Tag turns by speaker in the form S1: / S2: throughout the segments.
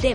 S1: The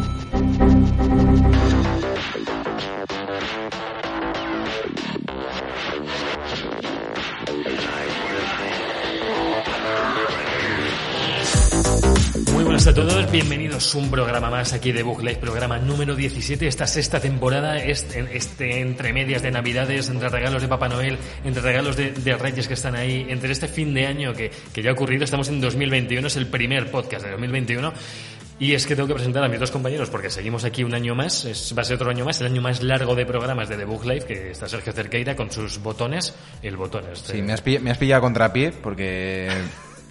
S2: Muy buenas a todos, bienvenidos a un programa más aquí de Book Live, programa número 17, esta sexta temporada, este, este entre medias de Navidades, entre regalos de Papá Noel, entre regalos de, de Reyes que están ahí, entre este fin de año que, que ya ha ocurrido, estamos en 2021, es el primer podcast de 2021. Y es que tengo que presentar a mis dos compañeros porque seguimos aquí un año más, es- va a ser otro año más, el año más largo de programas de The Book Live, que está Sergio Cerqueira con sus botones, el botón este.
S3: Sí, me has, pillado, me has pillado contra pie porque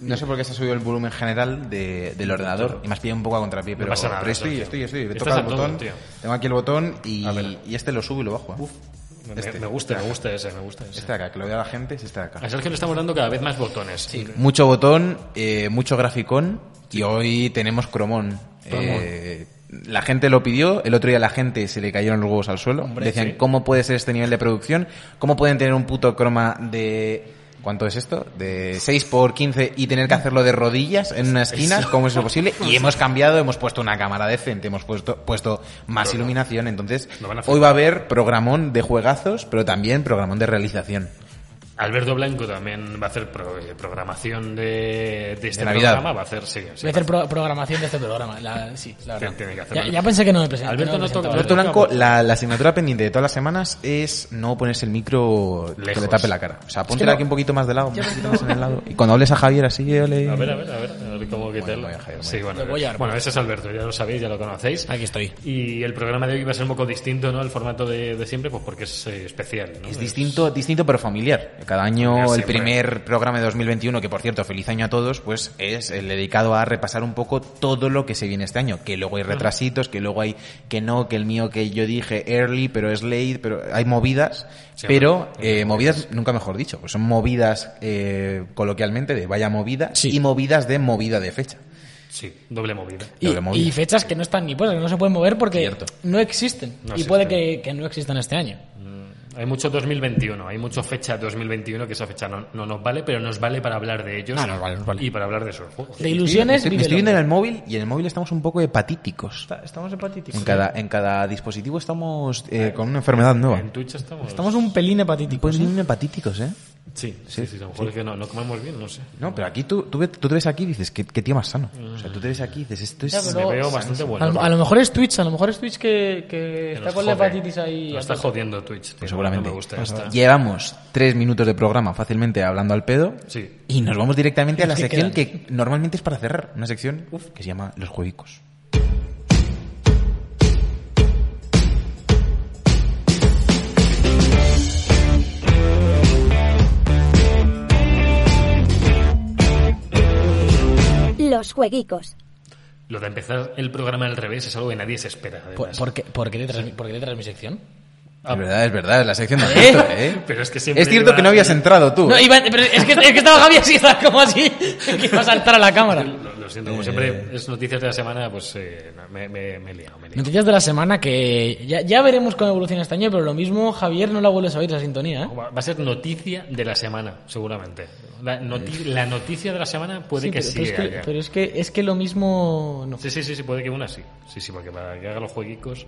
S3: no sé por qué se ha subido el volumen general de- del ordenador y me has pillado un poco a contrapié, pero,
S2: pasa nada,
S3: pero estoy,
S2: Sergio.
S3: estoy, estoy, He
S2: Estás
S3: tocado el
S2: a todo,
S3: botón,
S2: tío.
S3: tengo aquí el botón y,
S2: A ver.
S3: y este lo subo y lo bajo. ¿eh?
S2: Me-
S3: este.
S2: me gusta, me gusta ese, me gusta ese.
S3: Este de acá, que lo vea la gente, es este de acá.
S2: A Sergio le estamos dando cada vez más botones.
S3: Mucho botón, eh, mucho graficón y hoy tenemos cromón. Eh, la gente lo pidió, el otro día la gente se le cayeron los huevos al suelo. Decían,
S2: sí.
S3: ¿cómo puede ser este nivel de producción? ¿Cómo pueden tener un puto croma de... ¿Cuánto es esto? De 6 por 15 y tener que hacerlo de rodillas en una esquina. ¿Cómo es eso posible? Y hemos cambiado, hemos puesto una cámara decente, hemos puesto, puesto más iluminación. Entonces,
S2: Lo van a flipar.
S3: hoy va a haber programón de juegazos, pero también programón de realización.
S2: Alberto Blanco también va a hacer pro- eh, programación de, de este
S3: De Navidad.
S2: programa. Va a hacer, sí. sí,
S4: Voy a hacer pro- programación de este programa. la- sí, la verdad.
S2: Tiene que hacerlo.
S4: ya, ya pensé que no me presenté.
S2: Alberto
S4: no me
S2: no toca-
S4: presentaba.
S3: Alberto Blanco, la, la asignatura pendiente de todas las semanas es no ponerse el micro que
S2: Lejos.
S3: le tape la cara. O sea, póntelo
S4: no-
S3: aquí un poquito más de lado, un poquito más en el lado. Y cuando hables a Javier así, yo le...
S2: A ver, a ver, a ver, a ver cómo quitarlo.
S3: voy a Javier, voy.
S2: Sí, bueno,
S4: Lo voy a armar.
S2: bueno, ese es Alberto, ya lo sabéis, ya lo conocéis.
S4: Aquí estoy.
S2: Y el programa de hoy va a ser un poco distinto, ¿no? El formato de, de siempre, pues porque es eh, especial, ¿no?
S3: Es distinto, distinto pero familiar. Cada año
S2: Ya
S3: el
S2: siempre.
S3: primer programa de 2021, que por cierto, feliz año a todos, pues es el dedicado a repasar un poco todo lo que se viene este año. Que luego hay retrasitos, que luego hay que no, que el mío que yo dije early, pero es late, pero hay movidas.
S2: Siempre.
S3: pero eh, movidas, nunca mejor dicho, pues son movidas eh, coloquialmente de vaya movida
S4: Sí.
S3: y movidas de movida de fecha.
S2: Sí, doble movida.
S3: doble
S4: Y,
S3: móvil.
S4: y fechas que no están ni puestas, que no se pueden mover porque
S3: Cierto.
S4: no existen.
S2: No
S4: y puede
S2: existen.
S4: que, que no existan este año.
S2: Hay mucho 2021, hay mucho fecha 2021 que esa fecha no, no nos vale, pero nos vale para hablar de ellos.
S4: Ah, nos vale, nos vale.
S2: Y para hablar de sus juegos.
S4: De ilusiones,
S3: Estoy- me
S4: vive
S3: estoy
S4: el
S3: viendo en
S4: hombre.
S3: el móvil y en el móvil estamos un poco hepatíticos.
S4: Estamos hepatíticos.
S3: En cada, en cada dispositivo estamos eh, con una enfermedad nueva.
S2: En Twitch estamos.
S4: Estamos un pelín
S3: Pues
S4: hepatíticos.
S3: son hepatíticos, ¿eh?
S2: Sí, sí, sí, a lo mejor es que no, no comemos bien, no sé.
S3: No, pero aquí tú, tú, ve- tú te ves aquí y dices, ¿qué, qué tío más sano? O sea, tú te ves aquí y dices, esto es...
S4: Ya, pero
S2: Me
S4: No,
S2: veo bastante bueno.
S4: a, lo, a lo mejor es Twitch, a lo mejor es Twitch que, que
S2: Que
S4: está
S2: nos
S4: con la
S2: jode.
S4: hepatitis ahí.
S2: Nos está jodiendo Twitch. tío,
S3: Pues seguramente.
S2: No me gusta esta.
S3: Llevamos tres minutos de programa fácilmente hablando al pedo.
S2: Sí.
S3: Y nos vamos directamente a la
S4: ¿Qué
S3: sección
S4: quedan?
S3: que normalmente es para cerrar. Una sección que se llama Los Juegicos.
S1: Los jueguicos.
S2: Lo de empezar el programa al revés es algo que nadie se espera. además.
S4: ¿Por, por qué, por qué te traes, mi- por qué te traes mi sección?
S2: Ah.
S3: Es verdad, es verdad, es la sección de Alberto, ¿eh?
S2: Pero es que siempre
S3: Es cierto
S2: iba-
S3: que no habías entrado tú. ¿eh?
S4: No, iba- pero es, que, es que estaba Javi así, estaba como así, que iba a saltar a la cámara.
S2: Lo, lo siento, como
S4: eh,
S2: siempre es noticias de la semana, pues eh, no, me, me, me he liado, me he liado.
S4: Noticias de la semana que ya, ya veremos cómo evoluciona este año, pero lo mismo Javier no la vuelves a oír esa sintonía. ¿eh?
S2: Va va a ser noticia de la semana, seguramente. La, noti-
S4: Eh.
S2: la noticia de la semana puede que
S4: pero,
S2: sí.
S4: pero es que,
S2: haya.
S4: pero es que es que lo mismo no.
S2: Sí, sí, sí, sí, puede que una sí. Sí, sí, porque para que haga los jueguicos.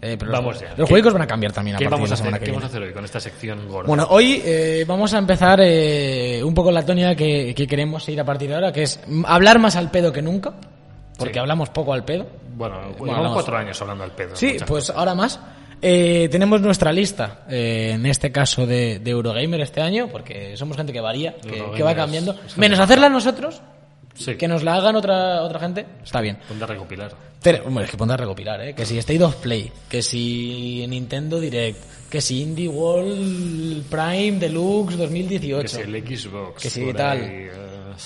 S4: Eh, pero
S2: Vamos
S4: los,
S2: ya.
S4: Los
S2: ¿Qué-
S4: juegos van a cambiar también a
S2: ¿Qué,
S4: partir
S2: vamos
S4: de
S2: a,
S4: la semana
S2: hacer,
S4: que
S2: ¿qué vamos
S4: viene.
S2: a hacer hoy con esta sección gorda?
S4: Bueno, hoy eh, vamos a empezar eh, un poco la tónica que, que queremos seguir a partir de ahora, que es mm, hablar más al pedo que nunca, porque
S2: Sí.
S4: hablamos poco al pedo.
S2: bueno, llevamos
S4: vamos.
S2: cuatro años hablando al pedo.
S4: Sí,
S2: muchas
S4: pues ahora más. Eh, tenemos nuestra lista, eh, en este caso de, de Eurogamer este año, porque somos gente que varía, que,
S2: Eurogamer
S4: que va
S2: es-
S4: cambiando.
S2: es gente
S4: Menos
S2: que-
S4: hacerla nosotros,
S2: cosas. Sí,
S4: que nos la hagan otra, otra gente, está bien.
S2: ponte a recopilar.
S4: Pero, hombre, es que pondrá a recopilar, ¿eh? Que si State of Play, que si Nintendo Direct, que si Indie World Prime Deluxe
S2: Que
S4: 2018.
S2: si el Xbox.
S4: Que si
S2: por
S4: tal.
S2: ahí, eh,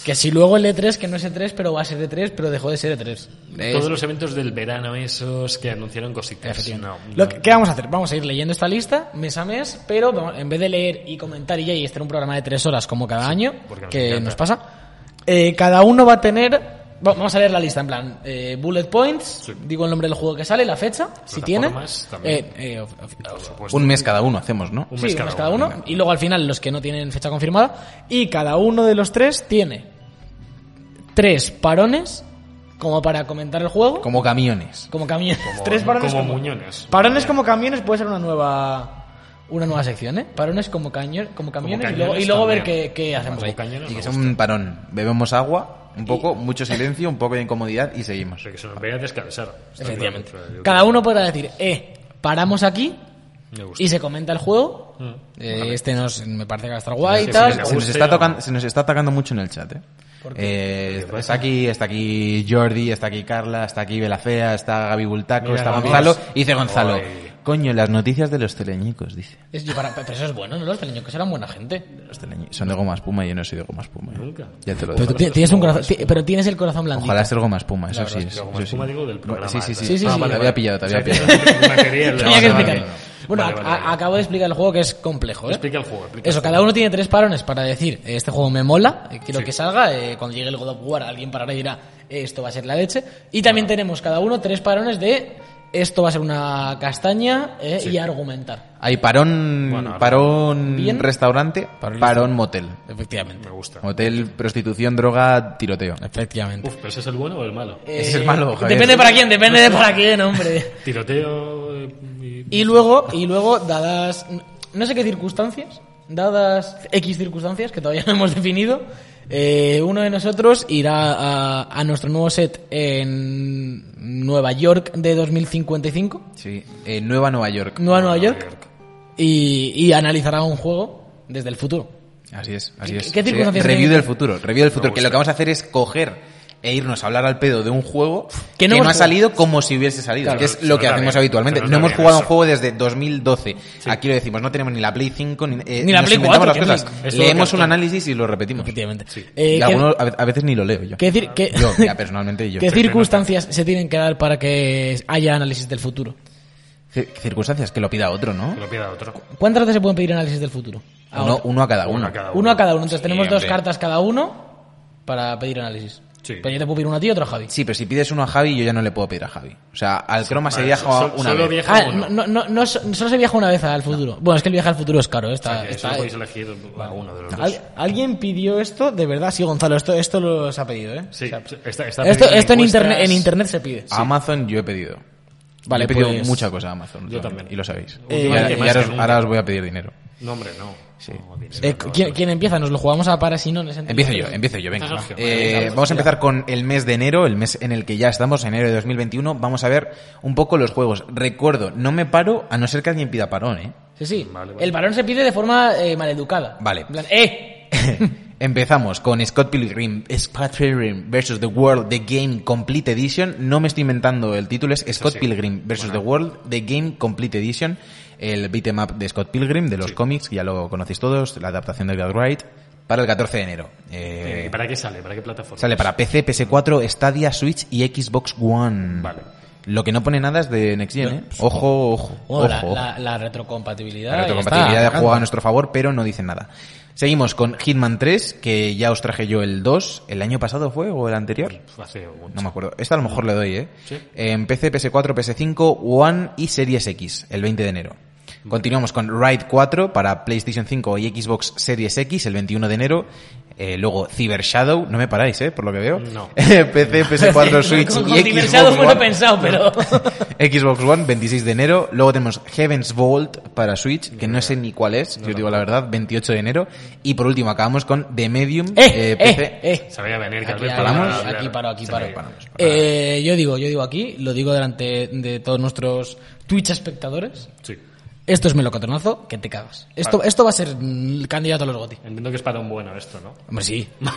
S4: Que si luego el E3, que no es E3, pero va a ser E3, pero dejó de ser E3. Eh,
S2: Todos los eventos del verano esos que anunciaron cositas.
S4: efectivamente.
S2: No,
S4: Lo
S2: no.
S4: que- ¿Qué vamos a hacer? Vamos a ir leyendo esta lista mes a mes, pero vamos- en vez de leer y comentar y ya y estar un programa de tres horas como cada año,
S2: porque nos
S4: que
S2: encanta.
S4: nos pasa, eh, cada uno va a tener va- vamos a leer la lista en plan eh, bullet points,
S2: Sí.
S4: digo el nombre del juego que sale, la fecha, si tiene,
S2: Plataformas también.
S4: Eh, eh, of- of-
S2: Por supuesto.
S3: Un mes cada uno hacemos, ¿no?
S2: Un
S4: sí,
S2: mes
S4: un
S2: cada
S4: mes cada
S2: uno.
S4: uno, y luego al final los que no tienen fecha confirmada y cada uno de los tres tiene tres parones como para comentar el juego, como,
S3: Como camiones.
S4: camiones,
S2: Como-
S4: tres parones
S2: como muñones.
S4: Parones como camiones puede ser una nueva una nueva sección, ¿eh? Parones como, caño- como camiones, y luego, y
S2: cañones
S4: luego ver
S2: también.
S4: qué, qué hacemos
S2: Como
S4: ahí.
S2: cañones
S3: Y
S2: me
S3: que sea
S2: gusta.
S3: un parón. Bebemos agua, un poco, mucho silencio, un poco de incomodidad y seguimos.
S2: O sea, que se nos vaya a descansar. Está
S4: Efectivamente.
S2: claro, o sea, yo
S4: Cada
S2: creo-
S4: uno podrá decir, eh, paramos aquí
S2: Me gusta.
S4: y se comenta el juego.
S2: Mm.
S4: Eh, Este nos, me parece que va a estar
S2: Sí,
S4: guay y
S2: sí,
S4: tal. pues,
S2: sí,
S3: Se nos,
S2: guste
S3: está
S2: o no.
S3: tocando, se nos está atacando mucho en el chat, ¿eh? Eh,
S2: pasa?
S3: está aquí, está aquí Jordi, está aquí Carla, está aquí Belafea, está Gaby Bultaco,
S2: Mira,
S3: está
S2: vamos.
S3: Gonzalo. Y dice Gonzalo,
S2: Ay.
S3: coño, las noticias de los teleñicos, dice.
S4: Es- yo para- pero eso es bueno, ¿no? Los que eran buena gente.
S3: Los teleñicos. Son de goma espuma y yo no soy de goma espuma. ¿eh?
S2: Nunca.
S3: Ya te lo digo.
S4: Pero, tú ti- tienes un corazón- ti- pero tienes el corazón blandito.
S3: Ojalá ser goma espuma, eso
S4: La
S3: sí.
S4: verdad
S3: es-
S2: Pero como
S3: eso
S2: espuma
S3: sí.
S2: digo del programa. Ah,
S3: Sí, sí, sí.
S4: Sí, sí, sí.
S3: Te había pillado, te había pillado.
S4: Tenía que
S3: No, no, no,
S4: explicarlo.
S3: no, no.
S4: Bueno, a- a- acabo de explicar el juego que es complejo, ¿eh?
S2: Explica el juego. explica
S4: Eso,
S2: el
S4: cada
S2: juego.
S4: uno tiene tres parones para decir, eh, este juego me mola, eh, quiero
S2: Sí.
S4: que salga, eh, cuando llegue el God of War alguien parará y dirá, eh, esto va a ser la leche. Y también tenemos cada uno tres parones de, esto va a ser una castaña eh,
S2: Sí.
S4: y argumentar.
S3: Hay parón,
S2: Bueno, ahora-
S3: parón
S4: Bien.
S3: restaurante, parón,
S4: Parón restaurante.
S3: motel.
S4: Efectivamente.
S2: Me gusta.
S3: Motel, prostitución, droga, tiroteo.
S4: Efectivamente.
S2: Uf, ¿pero ese es el bueno o el malo?
S3: ese es el malo, Javier.
S4: Eh, Depende para quién, depende de para quién, hombre.
S2: Tiroteo eh, y...
S4: Y luego, y luego, dadas no sé qué circunstancias, dadas X circunstancias que todavía no hemos definido, eh, uno de nosotros irá a, a nuestro nuevo set en Nueva York de 2055,
S3: Sí, eh, Nueva Nueva York.
S4: Nueva Nueva York, y, y analizará un juego desde el futuro.
S3: Así es, así
S4: ¿Qué-
S3: es.
S4: qué
S3: Sí,
S4: circunstancias
S3: Review
S4: tiene?
S3: del futuro, review del futuro. Que
S2: gusta.
S3: lo que vamos a hacer es coger e irnos a hablar al pedo de un juego
S4: Que
S3: que
S4: no
S3: no,
S4: hemos
S3: ha
S4: jugado.
S3: salido como si hubiese salido,
S2: Claro,
S3: que es
S2: se
S3: lo
S2: nos
S3: que
S2: da
S3: hacemos
S2: bien,
S3: habitualmente.
S2: se nos
S3: No
S2: da
S3: hemos
S2: bien
S3: jugado un
S2: eso.
S3: juego desde 2012. Aquí lo decimos, pues no tenemos ni la Play 5 ni, eh,
S4: Ni la
S3: nos
S4: Play
S3: inventamos
S4: 4,
S3: las
S4: que
S3: cosas.
S2: ni- Eso
S3: Leemos
S2: que-
S3: un análisis y lo repetimos.
S4: Efectivamente.
S2: Sí.
S4: Eh,
S3: y
S4: ¿qué-
S3: algunos a ve- a veces ni lo leo yo.
S4: qué decir- qué-
S3: Yo, ya, personalmente yo.
S4: ¿Qué circunstancias se tienen que dar para que haya análisis del futuro?
S3: Cir- Circunstancias que lo pida otro, ¿no?
S2: Que lo pida otro.
S4: ¿Cuántas veces se pueden pedir análisis del futuro?
S3: Uno, uno a cada
S2: Uno
S3: uno.
S2: a cada
S4: Uno a cada uno. Entonces tenemos dos
S3: hombre.
S4: cartas cada uno para pedir análisis.
S2: Sí.
S4: Pero yo te puedo pedir una a ti y otra a Javi.
S3: Sí, pero si pides uno a Javi, yo ya no le puedo pedir a Javi. O sea, al croma se
S2: Vale,
S3: viaja
S2: so-
S3: una
S2: solo
S3: vez.
S2: viaja
S4: Ah,
S2: uno.
S4: no, no, no, no, so- solo se viaja una vez al futuro. Bueno, es que el viaje al futuro es caro. ¿eh? Está,
S2: Que
S4: está-
S2: solo podéis elegir a uno de los dos.
S4: Al- alguien pidió esto, de verdad, sí, Gonzalo, esto, esto lo se ha pedido, ¿eh?
S2: Sí,
S4: O sea,
S2: está, está
S4: esto
S2: pedido
S4: esto en,
S2: encuestas. Ah,
S4: internet, en internet se pide.
S3: A Amazon yo he pedido.
S4: Vale,
S3: Vale, he pedido
S4: pues-
S3: mucha cosa a Amazon.
S2: Yo
S3: últimamente,
S2: también.
S3: Y lo sabéis.
S2: Eh,
S3: y
S2: vale,
S3: ahora,
S2: que
S3: y
S2: más
S3: ahora
S2: que
S3: os,
S2: nunca.
S3: ahora os voy a pedir dinero.
S2: No, hombre, no. No, dinero,
S4: Eh,
S2: no,
S4: ¿quién,
S2: no.
S4: quién empieza? Nos lo jugamos a paras y no.
S3: Empiezo yo, empiezo yo, venga.
S2: Venga,
S3: va.
S2: Sergio,
S3: Eh,
S2: venga,
S3: vamos a empezar con el mes de enero, el mes en el que ya estamos, enero de 2021. Vamos a ver un poco los juegos. Recuerdo, no me paro a no ser que alguien pida parón, ¿eh?
S4: Sí, sí.
S2: Vale, vale.
S4: El varón se pide de forma eh, maleducada.
S3: Vale.
S4: En plan, ¡eh!
S3: Empezamos con Scott Pilgrim, Scott Pilgrim versus The World, The Game Complete Edition. No me estoy inventando el título, es Scott
S2: sí.
S3: Pilgrim versus The World, The Game Complete Edition. El beat'em up de Scott Pilgrim, de los cómics, que ya lo conocéis todos, la adaptación de Edgar Wright, para el 14 de enero. Eh,
S2: Eh, ¿Para qué sale? ¿Para qué plataforma?
S3: sale para PC, PS4, Stadia, Switch y Xbox One.
S2: Vale. pues,
S3: Lo que no pone nada es de Next Gen, ¿eh? Ojo, ojo,
S4: Bueno, la,
S3: ojo.
S4: la- la retrocompatibilidad.
S3: La
S4: ya está,
S3: retrocompatibilidad
S4: atacando.
S3: juega a nuestro favor, pero no dice nada. Seguimos con Hitman 3, que ya os traje yo el 2. ¿El año pasado fue o el anterior?
S2: Pues, Hace mucho.
S3: No me acuerdo. Esta a lo mejor le doy, ¿eh?
S2: Sí.
S3: En PC, PS4, PS5, One y Series X, el 20 de enero. Continuamos con Ride 4 para PlayStation 5 y Xbox Series X el 21 de enero. Eh, luego Cyber Shadow, no me paráis, ¿eh? Por lo que veo.
S2: No.
S3: PC, PS4, Switch
S4: Con- con
S3: y
S4: diversado
S3: Xbox
S4: bueno
S3: One.
S4: pensado, pero...
S3: Xbox One, 26 de enero. Luego tenemos Heaven's Vault para Switch, que no sé ni cuál es, yo os digo la verdad, 28 de enero. Y por último acabamos con The Medium,
S4: ¡Eh,
S3: eh, PC.
S4: eh, eh!
S2: Sabía venir, que
S4: Aquí,
S2: Alberto
S4: paramos,
S2: iba a hablar.
S4: aquí paro, aquí
S2: Se
S4: paro.
S2: veía.
S4: Eh, yo digo, yo digo aquí, lo digo delante de todos nuestros Twitch espectadores.
S2: Sí.
S4: Esto es melocotonazo, que te cagas. Esto,
S2: Vale.
S4: esto va a ser el candidato a los GOTI.
S2: Entiendo que es para un bueno esto, ¿no?
S4: Hombre, sí.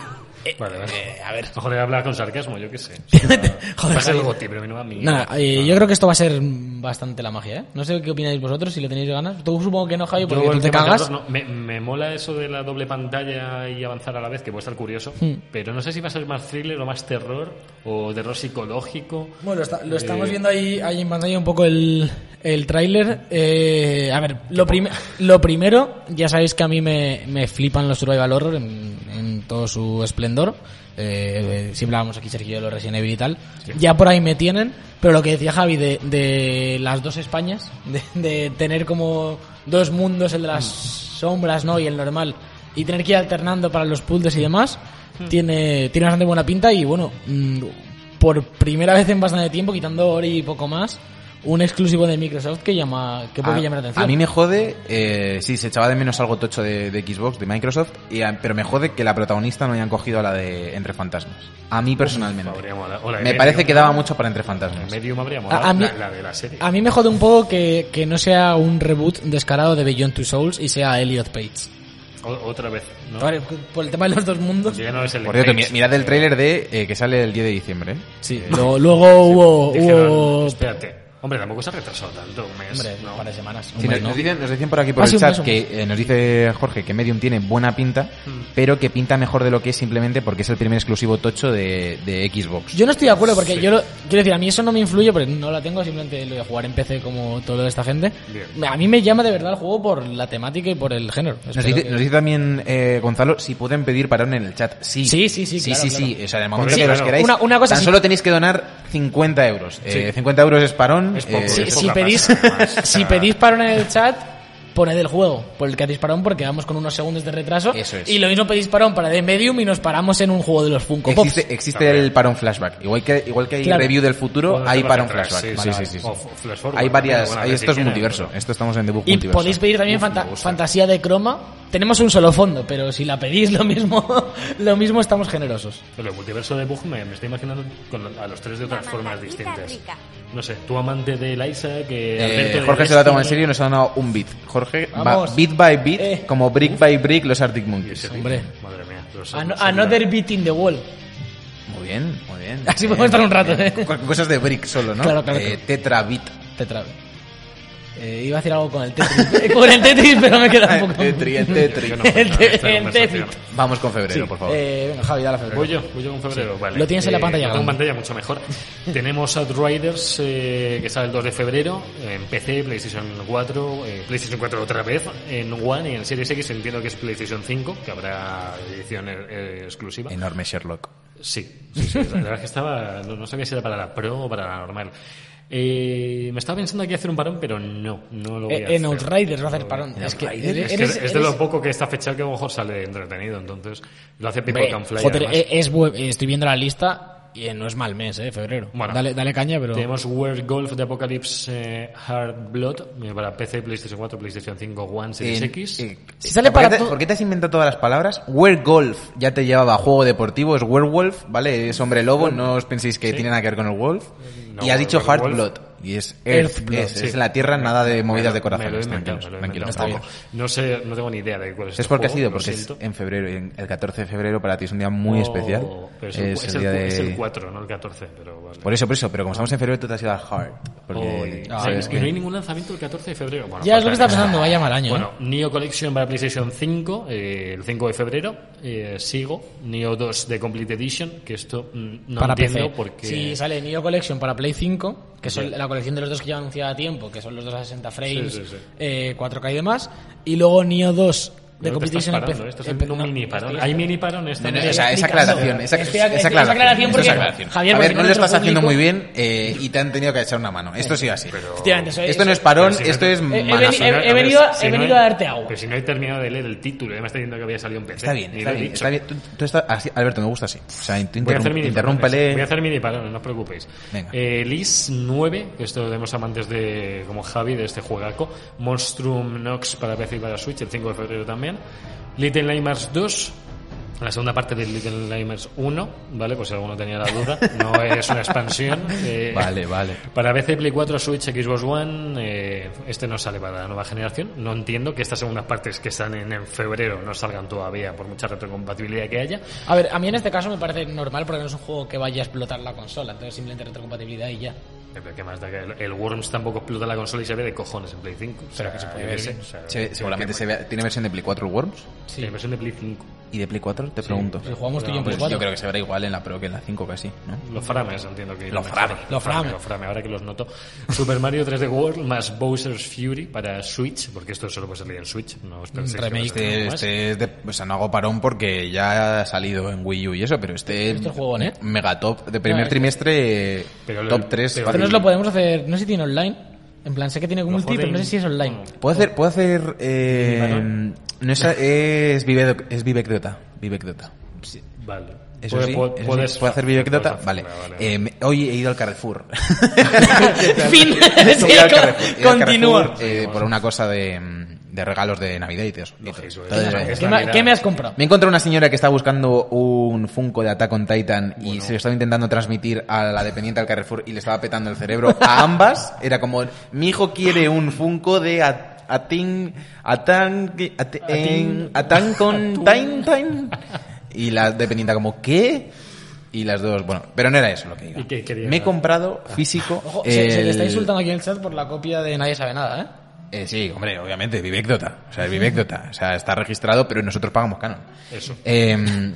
S4: Eh,
S2: Vale, vale.
S4: eh, a ver.
S2: Joder, habla con sarcasmo, yo qué sé. O sea,
S4: Joder,
S2: va a ser el
S4: Javier.
S2: goti, pero no a mí.
S4: Nada, eh, yo creo que esto va a ser bastante la magia, ¿eh? No sé qué opináis vosotros, si le tenéis ganas. Tú supongo que no, Javi, porque
S2: Yo,
S4: tú
S2: el
S4: te
S2: tema de
S4: cagas.
S2: otros, no, me, me mola eso de la doble pantalla y avanzar a la vez, que puede estar curioso, pero no sé si va a ser más thriller o más terror, o terror psicológico.
S4: Bueno, lo, está- lo estamos
S2: Eh,
S4: viendo ahí, ahí en pantalla un poco el, el tráiler. Eh, a ver, lo, prim- lo primero, ya sabéis que a mí me, me flipan los survival horror en, en todo su esplendor. eh, eh, siempre hablamos aquí Sergio de los Resident Evil y tal, ya por ahí me tienen, pero lo que decía Javi de, de las dos Españas, de, de tener como dos mundos, el de las sombras ¿no? y el normal, y tener que ir alternando para los puzzles y demás, tiene, tiene bastante buena pinta y bueno, mm, por primera vez en bastante tiempo, quitando Ori y poco más, un exclusivo de Microsoft que llama que puede
S3: Ah, a,
S4: llamar la atención.
S3: a mí me jode, eh, sí, se echaba de menos algo tocho de, de Xbox, de Microsoft, y a- pero me jode que la protagonista no hayan cogido a la de Entre Fantasmas. A mí personalmente.
S2: Habría molado. O la de
S3: me
S2: Medium.
S3: parece que daba mucho para Entre Fantasmas.
S2: Medium habría molado.
S4: A, a mí,
S2: la, la de la serie.
S4: a mí me jode un poco que, que no sea un reboot descarado de Beyond Two Souls y sea Elliot Page.
S2: O- otra vez. ¿no?
S4: Vale, Por el tema de los dos mundos.
S2: Ya no es el
S3: Por cierto,
S2: Page.
S3: mi- mirad el tráiler de eh, que sale el 10 de diciembre. ¿eh?
S4: Sí, luego, luego hubo.
S2: Dijeron, "Oh,
S3: "Oh".
S4: hubo-
S2: Espérate. Hombre, tampoco se ha retrasado tanto un mes.
S4: hombre,
S2: ¿no?
S4: un par de semanas.
S3: Sí,
S4: Hombre,
S3: nos,
S4: no.
S3: nos dicen, nos dicen por aquí por
S4: Ah,
S3: el
S4: sí, un
S3: chat
S4: beso, un
S3: que eh, nos dice Jorge que Medium tiene buena pinta,
S2: Mm.
S3: pero que pinta mejor de lo que es simplemente porque es el primer exclusivo tocho de, de Xbox.
S4: Yo no estoy de acuerdo porque
S2: Sí.
S4: yo lo, quiero decir, a mí eso no me influye porque no la tengo, simplemente lo voy a jugar en PC como todo lo de esta gente.
S2: Bien.
S4: A mí me llama de verdad el juego por la temática y por el género.
S3: Nos
S4: Espero
S3: dice,
S4: que-
S3: nos dice también eh, Gonzalo si pueden pedir parón en el chat. Sí,
S4: Sí, sí, sí,
S3: sí,
S4: claro,
S3: sí,
S4: claro.
S3: sí. O sea, en el momento
S2: Sí,
S3: que los
S2: claro.
S3: queráis,
S4: Una- una cosa
S3: tan
S4: sí.
S3: solo tenéis que donar 50 euros. Eh,
S2: Sí.
S3: 50 euros es parón.
S2: Es poco,
S3: eh,
S2: es
S4: si,
S2: poca
S4: si
S2: pasta,
S4: pedís,
S2: además. O
S4: si
S2: sea,
S4: pedís parón en el chat, poned el juego por el que hacéis parón porque vamos con unos segundos de retraso.
S3: Eso es.
S4: Y lo mismo pedís parón para The Medium y nos paramos en un juego de los Funko Pops.
S3: Existe, existe el parón flashback. Igual que, igual que hay
S4: Claro.
S3: review del futuro,
S2: Podemos
S3: hay
S2: hacerlo
S3: parón
S2: para atrás,
S3: flashback.
S2: sí,
S3: Vale,
S2: sí,
S3: vale,
S2: sí,
S3: sí,
S2: sí. O
S3: sí.
S2: f- flash forward,
S3: Hay varias,
S2: bueno, a
S3: hay,
S2: ver si
S3: esto es
S2: quieren,
S3: multiverso.
S2: pero-
S3: Esto estamos en The Book
S4: Y
S3: Multiverso.
S4: podéis pedir también
S3: Uf,
S4: fanta-
S3: me gusta.
S4: fantasía de croma. Tenemos un solo fondo, pero si la pedís lo mismo, lo mismo estamos generosos.
S2: Pero el multiverso de Bug me, me estoy imaginando con, a los tres de otras
S1: Mamá,
S2: formas
S1: mamita
S2: distintas.
S1: rica.
S2: No sé, tu amante de Eliza, que. Alberto
S3: Eh,
S2: de
S3: Jorge se lo ha tomado en
S2: Destiny,
S3: serio y nos ha donado un beat. Jorge va
S4: Vamos.
S3: beat by beat,
S4: Eh.
S3: como brick by brick, los Arctic
S2: y ese
S3: Monkeys.
S2: ritmo.
S4: Hombre.
S2: Madre mía. los-
S4: An-
S2: los-
S4: another beat in the wall.
S3: Muy bien, muy bien.
S4: Así
S3: Bien.
S4: podemos estar un rato, ¿eh?
S3: Co- Cosas de brick solo, ¿no?
S4: Claro, claro,
S3: Eh,
S4: claro.
S3: Tetra beat.
S4: Tetra. Eh, iba a decir algo con el Tetris. con el Tetris, pero me queda un poco.
S3: El Tetri, el Tetri.
S2: Yo no puedo
S4: El te-
S2: entrar en esta
S4: el
S2: conversación.
S4: Tetris.
S3: Vamos con febrero, por favor.
S4: Eh, venga, Javi, dale a febrero.
S2: Voy yo, voy yo con febrero, vale.
S4: Lo tienes en la pantalla
S2: lo tengo en
S4: grande.
S2: pantalla mucho mejor. Tenemos Outriders, eh, que sale el 2 de febrero, en PC, PlayStation 4, eh, PlayStation 4 otra vez, en One y en Series X, entiendo que es PlayStation 5, que habrá edición eh, exclusiva.
S3: Enorme Sherlock.
S2: Sí, sí, sí, la verdad es que estaba, no, no sabía si era para la pro o para la normal. Eh, me estaba pensando aquí hacer un parón, pero no, no lo voy a
S4: Eh,
S2: hacer.
S4: en Outriders va a hacer parón.
S2: En
S4: Es que
S2: Outriders,
S4: eres-
S2: es que
S4: eres-
S2: es de lo poco que está fechado que a lo mejor sale entretenido, entonces lo hace People
S4: Hombre,
S2: Can Fly.
S4: joder,
S2: además.
S4: eh, es, bu- eh, estoy viendo la lista y eh, no es mal mes, eh, febrero.
S2: Bueno.
S4: dale, dale caña, pero.
S2: Tenemos World Golf de Apocalypse eh, Hard Blood eh, para PC, PlayStation 4, PlayStation 5, One, Series
S3: En-
S2: X.
S3: eh,
S4: Si sale
S3: ¿por, qué
S4: para
S3: te,
S4: todo-
S3: por qué te has inventado todas las palabras? Werewolf ya te llevaba juego deportivo, es werewolf, ¿vale? Es hombre lobo, no os penséis que tiene nada que ver con el wolf.
S2: No,
S3: y has dicho
S2: werewolf.
S3: Heartblood. Y es Earth,
S4: Earthblood,
S3: es,
S2: sí.
S3: es en la tierra, nada de movidas de
S2: Me lo he
S3: corazones.
S2: inventado,
S3: Tranquilos,
S2: me lo he
S3: tranquilos,
S2: inventado
S3: tranquilos.
S2: un poco. No sé, no tengo ni idea de cuál es.
S3: Es
S2: este
S3: porque ha
S2: juego,
S3: sido,
S2: lo
S3: porque es
S2: siento.
S3: en febrero, y en- el 14 de febrero para ti es un día muy
S2: Oh,
S3: especial.
S2: pero es, el, es el-
S3: día de...
S2: es el 4, no el 14, pero vale.
S3: Por eso, por eso, pero como estamos en febrero, tú te has ido al Heart. Porque,
S2: Oh, y-
S3: sabes
S2: y
S3: que-
S2: no hay ningún lanzamiento el 14 de febrero. Bueno,
S4: ya es lo que
S2: falta-
S4: está pasando, vaya mal año.
S2: Bueno, Neo Collection para PlayStation 5, eh, el 5 de febrero. eh, sigo. Neo 2 de Complete Edition, que esto mm,
S4: eh,
S2: no
S4: para
S2: entiendo
S4: PC.
S2: porque.
S4: Si sale Neo Collection para Play 5, que son
S2: Ya.
S4: la colección de los dos que ya anunciada a tiempo, que son los dos a 60 frames,
S2: Sí, sí, sí.
S4: eh, 4K y demás. Y luego Neo 2 de
S2: Pero te estás
S4: Competition en
S2: parando,
S4: PC.
S2: esto es
S4: eh,
S2: un
S4: pe- no,
S2: mini parón.
S4: estoy-
S2: Hay mini parón esta
S3: No, no,
S2: noche.
S3: o sea, esa
S4: explicando.
S3: aclaración, esa,
S4: Estoy-
S3: esa
S4: estoy- esa
S3: aclaración,
S4: aclaración
S3: esa
S4: porque-
S3: aclaración.
S4: Javier,
S3: a
S4: porque
S3: ver, no
S4: no
S3: lo estás
S4: nuestro
S3: haciendo muy
S4: público-
S3: bien eh, y te han tenido que echar una mano. Esto sí así.
S4: Efectivamente, soy-
S3: Esto no es
S2: Pero eh,
S3: parón,
S2: si no
S3: esto
S2: te-
S3: es
S4: he- he
S3: manazo.
S4: veni- he-
S2: ver,
S4: venido a- he
S2: no
S4: venido
S2: he-
S4: a darte agua.
S2: Pero si no he terminado de leer el título, ya me está diciendo que había salido en PC.
S3: Está bien,
S2: ni
S3: está
S2: lo he
S3: bien.
S2: dicho.
S3: Está bien. Tú, tú estás así, Alberto, me gusta así. O sea, tú
S2: Voy a hacer
S3: interrum-
S2: mini parones. Voy a
S3: interrúmpale.
S2: hacer mini parones, no os preocupéis.
S3: Venga.
S2: Eh, Lis 9, que esto lo tenemos amantes de, como Javi, de este juegaco. Monstrum Nox para PC y para Switch, el 5 de febrero también. Little Nightmares 2, la segunda parte de Little Nightmares 1, ¿vale? Pues si alguno tenía la duda, no es una expansión. eh,
S3: Vale, vale.
S2: para PC, Play 4, Switch, Xbox One, eh, este no sale para la nueva generación. No entiendo que estas segundas partes que salen en febrero no salgan todavía por mucha retrocompatibilidad que haya.
S4: A ver, a mí en este caso me parece normal porque no es un juego que vaya a explotar la consola, entonces simplemente retrocompatibilidad y ya.
S2: Pero ¿qué más da que el, el Worms tampoco explota la consola y se ve de cojones en Play 5. O sea, que se puede verse.
S3: Se- seguramente se vea- tiene versión de Play 4 Worms.
S2: Sí. En versión de Play 5.
S3: ¿Y de Play 4? Te pregunto.
S4: Si jugamos tú y yo en
S3: Pues
S4: Play
S3: yo
S4: 4.
S3: creo que se verá igual en la Pro que en la 5 casi, ¿no?
S2: Los frames, entiendo que.
S3: Los
S2: me-
S3: frames,
S4: los frames.
S2: Los frames, ahora que los noto. Super Mario 3D World más Bowser's Fury para Switch, porque esto solo puede salir en Switch. No os penséis que va a
S4: remake
S2: salir
S3: Este,
S2: más.
S3: este es de, o sea, no hago parón porque ya ha salido en Wii U y eso, pero este
S4: Este es juego, ¿eh?
S3: mega top de
S4: No,
S3: primer
S4: este-
S3: trimestre
S2: Pero lo-
S3: top 3.
S2: pero
S4: Pero nos lo podemos hacer, no sé si tiene online. En plan, sé que tiene
S2: Lo
S4: multi, pero no
S2: joden.
S4: sé si es online.
S3: Puedo hacer, puedo hacer eh,
S2: Libanón.
S3: no es, es Vivek es Vivek Dota, Vivek Dota.
S2: Sí, Vale.
S3: este. Eso
S2: Puede-
S3: sí,
S2: puede-
S3: eso sí,
S2: puedes
S3: ¿puedo hacer Vivek
S2: puedes
S3: Dota?
S2: hacer-
S3: Vale.
S2: vale.
S3: Eh, me- hoy he ido al Carrefour.
S4: fin.
S3: He
S4: Sí,
S3: ido al
S4: con-
S3: Carrefour- he ido al
S4: continúa.
S3: Carrefour, eh, por una cosa de, mm, de regalos de Navidad y todo eso.
S2: Lógico, eso
S3: Entonces,
S2: es-
S3: eh,
S4: ¿Qué, ma- qué me has comprado?
S3: Me encontré una señora que está buscando un Funko de Attack on Titan y
S2: Bueno.
S3: se lo estaba intentando transmitir a la dependiente del Carrefour y le estaba petando el cerebro a ambas. Era como, mi hijo quiere un Funko de A- Atin, Atan, At- en- Attack on Titan. Y la dependiente como, ¿qué? Y las dos, bueno, pero no era eso lo que iba.
S2: ¿Y qué quería?
S3: Me he comprado físico.
S4: Ojo, se, se
S3: el-
S4: le está insultando aquí en el chat por la copia de Nadie Sabe Nada, ¿eh?
S3: eh, sí, hombre, obviamente, Vivekdota. O sea, es Vivekdota. O sea, está registrado, pero nosotros pagamos canon.
S2: Eso.
S3: Eh,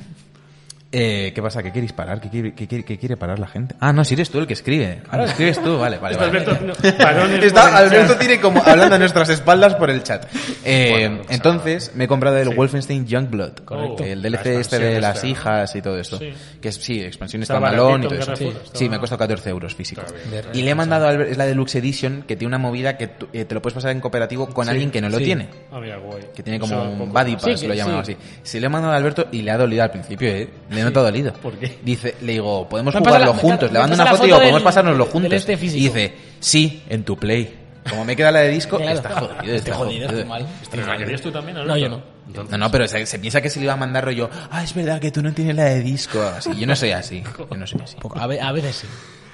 S3: eh, ¿Qué pasa? ¿Qué quieres parar? ¿Qué quiere, qué, quiere, qué quiere parar la gente? Ah, no, si eres tú el que escribe. Ahora escribes tú, vale, vale.
S2: Está
S3: vale.
S2: Alberto haciendo parones por
S3: Está,
S2: el
S3: Alberto
S2: chat.
S3: tiene como hablando a nuestras espaldas por el chat. Eh,
S2: Bueno, no pasa
S3: entonces, me he comprado el Wolfenstein Youngblood.
S2: Correcto.
S3: El
S2: La
S3: DLC este de
S2: expansión
S3: las
S2: esta, ¿no?
S3: hijas y todo esto.
S2: Sí.
S3: Que es, sí, expansión
S2: Estaba
S3: standalone y
S2: baratito
S3: todo
S2: en
S3: eso. Sí,
S2: Carrefour, estaba-
S3: Sí, me ha costado 14 euros físico.
S2: Está
S3: Y le he mandado a Albert, es la Deluxe Edition, que tiene una movida que tú- eh, te lo puedes pasar en cooperativo con alguien que no lo
S4: sí.
S3: tiene
S2: Ah, mira, guay.
S3: que tiene como
S2: Eso,
S3: un
S2: poco-
S3: buddy pass,
S4: Sí, que-
S3: lo llaman
S4: sí.
S3: así. Se lo he mandado a Alberto y le ha dolido al principio, ¿eh? Le nota dolido.
S2: ¿Por qué?
S3: Dice, le digo, podemos
S4: Me pasa
S3: jugarlo
S4: la- me
S3: juntos.
S4: pasa-
S3: Le
S4: me
S3: mando
S4: pasa
S3: una
S4: la
S3: foto y
S4: foto
S3: digo, podemos
S4: del-
S3: pasárnoslo
S4: del
S3: juntos.
S4: este
S3: y
S4: físico.
S3: dice, sí, en tu play. Como me queda la de disco,
S4: Claro.
S3: está jodido. Está
S4: Está jodido,
S3: jodido.
S4: está mal.
S2: ¿Pero la querías tú también, Alberto?
S4: No, yo no.
S2: Entonces,
S3: No, no, pero se, se piensa que se le iba a mandar rollo, ah, es verdad que tú no tienes la de disco. Así, yo no soy así. Yo no soy así.
S4: Poco- A, ve- a veces sí.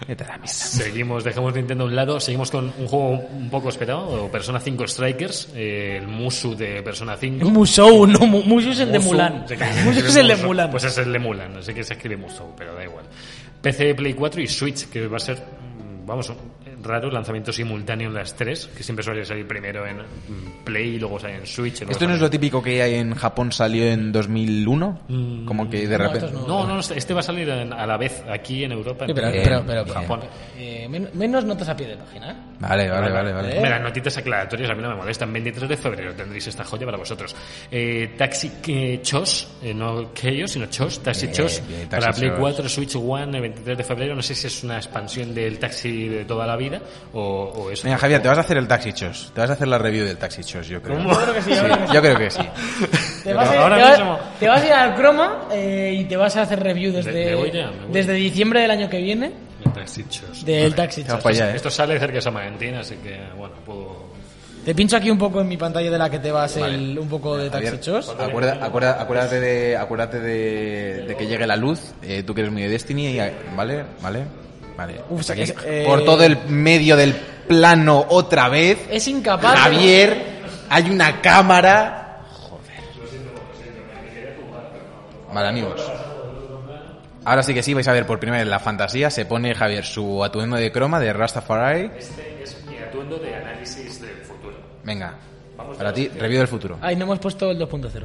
S3: Vete a la mierda.
S2: Seguimos, dejamos Nintendo a un lado, seguimos con un juego un poco esperado, o Persona 5 Strikers, eh, el Musu de Persona 5.
S4: Musou, no, Mu- Musou es el de
S2: Musou,
S4: Mulan.
S2: sé que-
S4: Musou es el de Mulan.
S2: Pues es el de Mulan, sé que se escribe Musou, pero da igual. PC, Play 4 y Switch, que va a ser, mm, vamos, raro lanzamiento simultáneo en las tres, que siempre suele salir primero en mm, Play y luego sale en Switch. y luego
S3: Esto no
S2: sale
S3: es
S2: en-
S3: lo típico que hay en Japón salió en 2001, como que de
S4: Mm. no,
S3: repente...
S4: estos no.
S2: No, no, este va a salir en- a la vez aquí en Europa.
S4: Sí, pero,
S2: en-
S4: pero,
S2: en
S4: pero, pero-
S2: Japón.
S4: eh, men- menos notas a pie de página, ¿eh?
S3: Vale, vale, vale, vale.
S2: Hombre, las noticias aclaratorias a mí no me molestan. 23 de febrero tendréis esta joya para vosotros. Eh, Taxi eh, Chos, eh, no Keio, sino Chos, Taxi
S3: Bien,
S2: Chos,
S3: bien, Taxi
S2: para Play
S3: Chos.
S2: 4, Switch One, el 23 de febrero. No sé si es una expansión del taxi de toda la vida o, o eso.
S3: Venga, Javier, te vas a hacer el Taxi Chos. Te vas a hacer la review del Taxi Chos, yo creo.
S2: ¿Cómo? Yo creo que sí, yo creo que sí.
S3: yo creo que sí.
S4: Te vas, a,
S2: Ahora
S4: te vas-
S2: mismo.
S4: te vas a ir al croma eh, y te vas a hacer review desde,
S2: Me- me voy ya, me voy.
S4: desde diciembre del año que viene
S2: El Taxi Chos.
S4: del Taxi
S3: Te vas
S4: Chat.
S3: para allá, ¿eh?
S2: Esto sale cerca de San Valentín, así que, bueno, puedo...
S4: Te pincho aquí un poco en mi pantalla de la que te vas el, un poco de Taxi
S3: Javier,
S4: Chos.
S3: acuerda- acuerda- acuérdate de, acuérdate de, de que llegue la luz. Eh, tú que eres muy de Destiny. y- ¿Vale? ¿Vale? Vale.
S4: Uf,
S3: Hasta aquí.
S4: es- eh,
S3: Por todo el medio del plano otra vez.
S4: Es incapaz. de-
S3: Javier, hay una cámara. Joder. Vale, amigos. Ahora sí que sí, vais a ver por primera vez la fantasía. Se pone Javier su atuendo de croma de Rastafari.
S2: Este es mi atuendo de análisis del futuro.
S3: Venga, para ti, review del futuro.
S2: Ah.
S4: Ay, no hemos puesto el 2.0.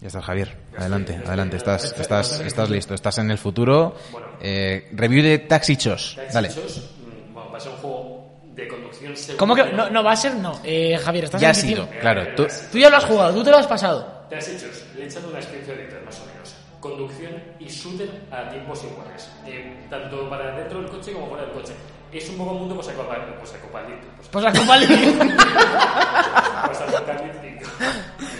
S3: Ya estás, Javier. Adelante, adelante. Estás, estás, estás listo. Estás en el futuro. Eh, review de Taxichos. Dale.
S2: Chos, mm, bueno, va a ser un juego de conducción segura.
S4: ¿Cómo que? No, no va a ser, no. Eh, Javier, estás
S3: Ya ha
S4: admitiendo-
S3: sido. Claro, tú.
S4: Tú ya lo has jugado, tú te lo has pasado.
S2: Te has hecho, le he echado unas 15 horitas más o menos. Conducción y shooter a tiempos iguales. Eh, tanto para dentro del coche como fuera del coche. Es un poco mundo pues acopalito. Pues acopalito.
S4: Pues acopalíptico.
S2: Pues apocalíptico.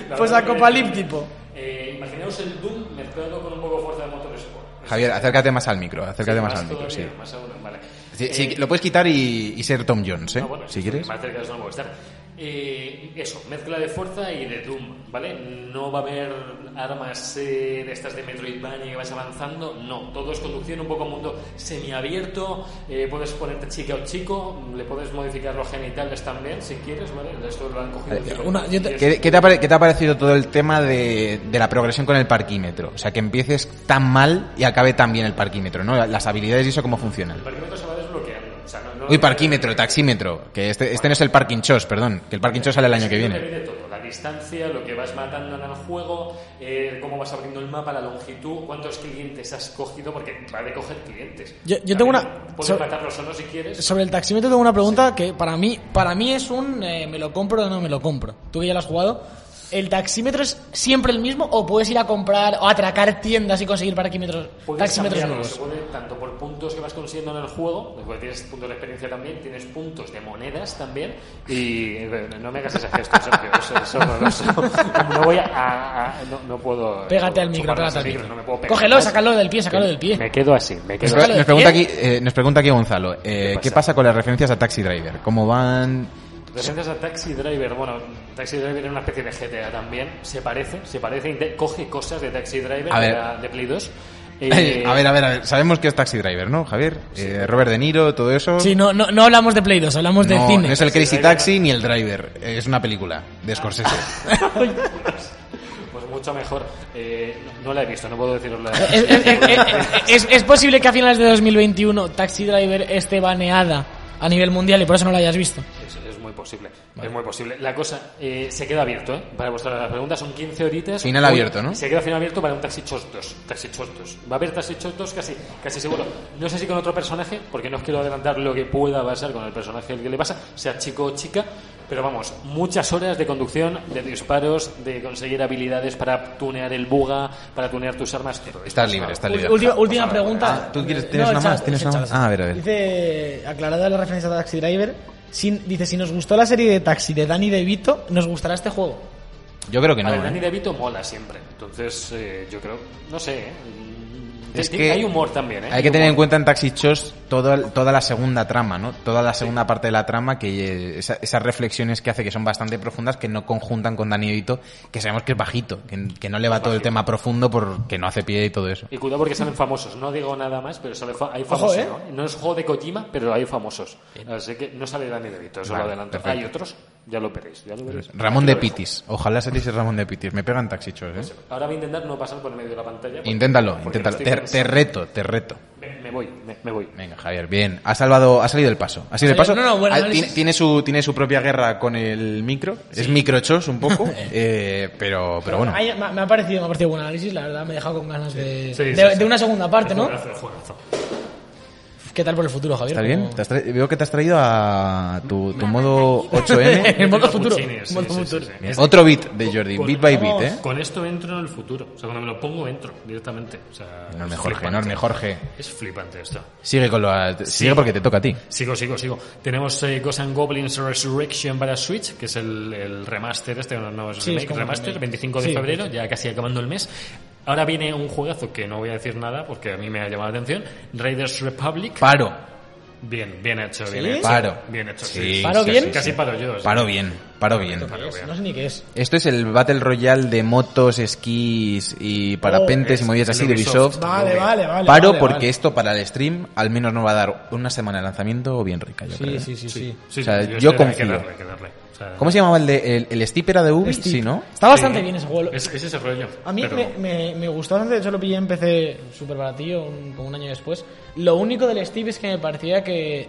S2: La
S4: pues
S2: verdad que-
S4: acopalíptico.
S2: Eh, imaginaos el Doom mezclado con un poco de fuerza de motor sport.
S3: Javier, acércate más al micro. Acércate
S2: Sí,
S3: más al micro, sí.
S2: todavía, más aún, vale.
S3: Sí,
S2: Eh,
S3: sí, Lo puedes quitar y, y ser Tom Jones, ¿eh?
S2: No, Ah, bueno,
S3: Si
S2: sí,
S3: quieres.
S2: Más cerca de eso no puedo estar. Eh, eso, mezcla de fuerza y de Doom, ¿vale? No va a haber armas eh, de estas de Metroidvania que vas avanzando, no. Todo es conducción, un poco mundo semiabierto, eh, puedes ponerte chica o chico, le puedes modificar los genitales también, si quieres, ¿vale? Esto lo han cogido...
S3: Eh,
S2: de-
S4: una- yo te-
S2: de-
S3: ¿Qué, qué te ha, pare- qué te ha parecido todo el tema de, de la progresión con el parquímetro? O sea, que empieces tan mal y acabe tan bien el parquímetro, ¿no? Las habilidades y eso cómo funcionan.
S2: El parquímetro se va desbloqueando. O sea, no- no-
S3: Uy, parquímetro, taxímetro. Que este, este no es el parking chos, perdón. Que el parking chos sale el año que
S2: Creo
S3: viene.
S2: hay de todo. La distancia, lo que vas matando en el juego, eh, cómo vas abriendo el mapa, la longitud, cuántos clientes has cogido, porque va de coger clientes.
S4: Yo- yo tengo una-
S2: Puedes
S4: so-
S2: matarlos o no si quieres.
S4: Sobre el taxímetro tengo una pregunta que para mí, para mí es un eh, me lo compro o no me lo compro. Tú que ya lo has jugado, ¿el taxímetro es siempre el mismo o puedes ir a comprar o atracar tiendas y conseguir parquímetros,
S2: Puedes
S4: taxímetros
S2: cambiarlo,
S4: nuevos?
S2: se puede tanto por puntos que vas consiguiendo en el juego, porque tienes puntos de experiencia también, tienes puntos de monedas también, y eh, no me hagas ese gesto, Sergio, eso es horroroso. No voy a... a- a- no, no puedo...
S4: Pégate al
S2: chupar
S4: micro,
S2: más
S4: pégate al
S2: el
S4: micro.
S2: no me puedo pegar.
S4: Cógelo, sácalo del pie, sácalo del pie.
S2: Me quedo así, me
S3: Nos,
S2: quedo
S4: Pero-
S3: pre- nos pregunta
S4: ¿Qué?
S3: aquí, eh, nos pregunta aquí Gonzalo, eh,
S2: pasa?
S3: ¿qué pasa con las referencias a Taxi Driver? ¿Cómo van?
S2: Referencias a Taxi Driver, bueno, Taxi Driver es una especie de GTA también, se parece, se parece, inte- coge cosas de Taxi Driver
S3: A
S2: de,
S3: ver.
S2: la- de Play 2. Eh,
S3: a ver, a ver, a ver. Sabemos que es Taxi Driver, ¿no, Javier? Eh, Robert De Niro, todo eso.
S4: Sí, no, no, no hablamos de Play 2, hablamos de
S3: no,
S4: cine.
S3: no es el Crazy
S2: Driver.
S3: Taxi ni el Driver. Eh, Es una película de Scorsese.
S2: Pues mucho mejor. Eh, no, no la he visto, no puedo deciros la
S4: Es, es- es- eh, es- es posible que a finales de 2021 Taxi Driver esté baneada a nivel mundial y por eso no la hayas visto.
S2: Es, es muy posible, es muy posible. La cosa eh, se queda abierto, ¿eh? Para vuestra pregunta son 15 horitas.
S3: Final
S2: Hoy
S3: abierto, ¿no?
S2: Se queda final abierto para un Taxi Chos 2. Taxi Chos 2. Va a haber Taxi Chos 2 casi, casi seguro. No sé si con otro personaje, porque no os quiero adelantar lo que pueda pasar con el personaje al que le pasa, sea chico o chica, pero vamos, muchas horas de conducción, de disparos, de conseguir habilidades para tunear el buga, para tunear tus armas. todo.
S3: Estás libre, estás libre.
S4: Última, última pregunta.
S3: Ah, ¿tú quieres- tienes
S4: el
S3: una más? ¿Tienes
S4: el
S3: una más?
S4: chat.
S3: Ah, a ver, a ver.
S4: Dice, aclarada la referencia a Taxi Driver, sin- dice, si nos gustó la serie de Taxi de Danny DeVito, nos gustará este juego.
S3: Yo creo que
S2: A
S3: no.
S2: ver, Danny
S3: ¿eh?
S2: DeVito mola siempre. Entonces, eh, yo creo, no sé, ¿eh?
S3: Es
S2: Ti-
S3: que
S2: hay humor también, ¿eh?
S3: Hay que
S2: humor.
S3: tener en cuenta en Taxi Chos toda, toda la segunda trama, ¿no? Toda la segunda parte de la trama, que eh, esa- esas reflexiones que hace que son bastante profundas, que no conjuntan con Danidito, que sabemos que es bajito, que, que no le va todo el tema profundo porque no hace pie y todo eso.
S2: Y cuidado porque salen famosos. No digo nada más, pero sale fa- hay famosos.
S4: ¿eh?
S2: ¿no? No es juego de Kojima, pero hay famosos. Así que no sale Dani De Vito, eso
S3: Vale,
S2: lo adelanto.
S3: perfecto. Pues
S2: Hay otros, ya lo veréis. Ya lo veréis.
S3: Ramón
S2: Aquí
S3: de
S2: lo dejo.
S3: Pitis. Ojalá saliese Ramón de Pitis. Me pegan Taxi Chos, ¿eh?
S2: Ahora voy a intentar no pasar por el medio de la pantalla. porque-
S3: Inténtalo,
S2: Pues, porque
S3: inténtalo.
S2: estoy
S3: Te, te
S2: cansado.
S3: reto, te reto.
S2: Me, me voy, me, me voy.
S3: Venga, Javier, bien. Ha salvado, ha salido el paso. Ha salido el paso.
S4: Javier, no, no, bueno,
S3: Ah,
S4: no,
S3: tiene,
S4: es-
S3: tiene su, tiene su propia guerra con el micro. Es microchos un poco, eh, pero, pero bueno.
S4: Ay, me, me ha parecido, me ha parecido buen análisis, la verdad, me he dejado con ganas de,
S2: Sí, sí,
S4: de-
S2: sí.
S4: de una segunda parte, ¿no?
S2: Juegazo, juegazo.
S4: ¿Qué tal por el futuro, Javier?
S3: ¿Estás bien?
S4: Como-
S3: ¿Te has tra- veo que te has traído a tu, tu modo 8M.
S4: El modo
S2: Los
S4: futuro.
S2: buchines, sí,
S4: modo
S2: sí, sí,
S4: futuro.
S2: sí.
S3: Bien, Otro beat de Jordi,
S2: Con-
S3: beat by beat,
S2: vamos,
S3: ¿eh?
S2: Con esto entro en el futuro. O sea, cuando me lo pongo, entro directamente. O sea,
S3: Enorme
S2: es
S3: Jorge,
S2: flipante.
S3: enorme Jorge.
S2: Es flipante esto.
S3: Sigue con lo, sigue porque te toca a ti.
S2: Sigo, sigo, sigo. Tenemos eh, Ghosts and Goblins Resurrection para Switch, que es el, el remaster, este no, no es
S4: Sí, es
S2: remake,
S4: como
S2: remaster,
S4: remake.
S2: 25 de
S4: Sí.
S2: febrero, ya casi acabando el mes. Ahora viene un juegazo que no voy a decir nada porque a mí me ha llamado la atención. Raiders Republic.
S3: Paro.
S2: bien, bien hecho, bien
S4: ¿Sí?
S2: hecho.
S3: Paro.
S2: Bien hecho,
S3: Sí,
S2: sí.
S4: ¿Paro
S3: sí,
S4: bien?
S3: sí, sí.
S2: Casi paro yo. Pues sí.
S3: Paro bien, paro bien.
S4: ¿Qué es? No sé ni qué es.
S3: Esto es el Battle Royale de motos, esquís y parapentes
S2: es
S3: y movidas así de
S2: Ubisoft.
S3: Ubisoft.
S4: Vale, vale, vale.
S3: Paro
S4: vale,
S3: porque
S4: vale.
S3: esto para el stream al menos nos va a dar una semana de lanzamiento bien rica, yo creo.
S4: Sí, sí, sí, sí.
S2: Sí,
S3: O sea,
S2: sí, espero,
S3: yo
S2: hay que
S3: confío.
S2: darle, hay que darle. O sea,
S3: ¿Cómo se llamaba el de el, el Steep era de Ubi?
S4: Steep.
S3: Sí, ¿no?
S4: Está bastante
S2: sí.
S4: bien ese juego.
S2: Es, es ese rollo.
S4: A mí
S2: pero-
S4: me, me, me gustó bastante, de hecho lo pillé en PC súper baratillo, un- como un año después. Lo único del Steve es que me parecía que...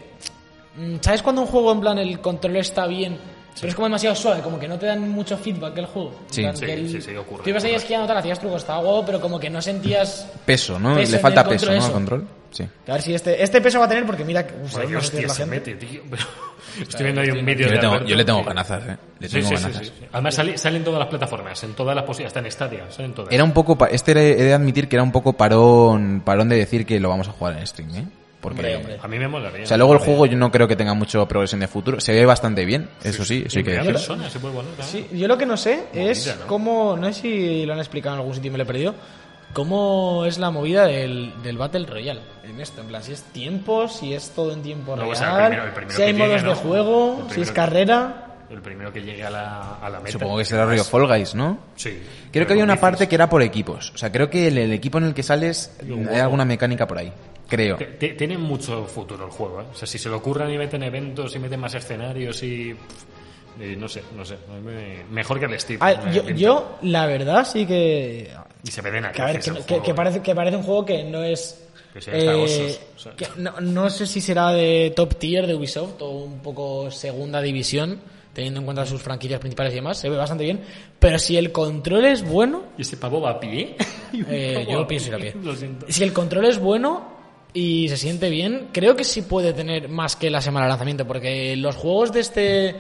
S4: mm, ¿Sabes cuando un juego en plan el control está bien, pero es como demasiado suave? Como que no te dan mucho feedback del juego. En
S3: Sí.
S4: plan
S2: Sí,
S4: que el-
S2: sí, sí, ocurre,
S4: Tú ibas ahí
S2: ocurre.
S4: esquiando, tal, hacías trucos, estaba guapo, pero como que no sentías...
S3: Peso, ¿no?
S4: Peso
S3: Le
S4: en
S3: falta
S4: el
S3: peso,
S4: control,
S3: ¿no? Al
S4: eso.
S3: control. Sí.
S4: A ver si este, este peso va a tener porque mira... que- Uf,
S2: Joder,
S4: no sé qué es
S2: Pues hostia,
S4: la
S2: se
S4: gente.
S2: mete, tío. pero- Estoy viendo ahí un
S3: Yo
S2: vídeo
S3: le
S2: de
S3: tengo,
S2: Alberto
S3: yo le tengo
S2: que-
S3: ganazas, ¿eh? Le
S2: Sí,
S3: tengo
S2: sí, sí,
S3: ganazas.
S2: sí. Además sale, salen todas las plataformas, en todas las posibilidades, hasta en Stadia, salen todas.
S3: Era un poco... pa- Este era- he de admitir que era un poco parón, parón de decir que lo vamos a jugar en stream, ¿eh? Porque...
S4: Hombre, hombre.
S2: A mí me molaría.
S3: O sea, luego el juego yo no creo que tenga mucho progresión de futuro. Se ve bastante bien, eso sí, eso hay que
S2: Primera
S3: decirlo.
S2: persona, se puede volar, ¿no?
S4: Sí, yo lo que no sé es
S2: Movida, ¿no?
S4: cómo, no sé si lo han explicado en algún sitio y me lo he perdido, cómo es la movida del, del Battle Royale en esto, en plan, si es tiempo, si es todo en tiempo
S2: No,
S4: real,
S2: o sea, el primero- el primero
S4: si hay
S2: que llegue,
S4: modos
S2: ¿no?
S4: de
S2: El
S4: juego,
S2: primero
S4: si es
S2: que-
S4: carrera,
S2: El primero que llegue a la, a la meta.
S3: Supongo que será rollo Fall Guys, ¿no?
S2: Sí.
S3: Creo que había una parte que era por equipos. O sea, creo que el, el equipo en el que sales
S2: Luego.
S3: hay alguna mecánica por ahí. Creo.
S2: Te- te- Tiene mucho futuro el juego, ¿eh? O sea, si se lo ocurran y meten eventos y meten más escenarios y... pff, y no sé, no sé. A mí me- Mejor que el Steve.
S4: Ah,
S2: me
S4: yo,
S2: pinta.
S4: yo, la verdad, sí que.
S2: Y se venden a
S4: Que, a ver,
S2: veces
S4: que,
S2: el
S4: que-
S2: juego,
S4: que
S2: ¿eh?
S4: parece, que parece un juego que no es. eh,
S2: Que sea hasta osos, o sea.
S4: que no, no sé si será de top tier de Ubisoft o un poco segunda división, teniendo en cuenta sus franquicias principales y demás. Se ve bastante bien. Pero si el control es bueno,
S2: ¿Y ese pavo va a pie?
S4: Eh, yo pienso ir a pie.
S2: Lo siento.
S4: Si el control es bueno y se siente bien, creo que sí puede tener más que la semana de lanzamiento, porque los juegos de este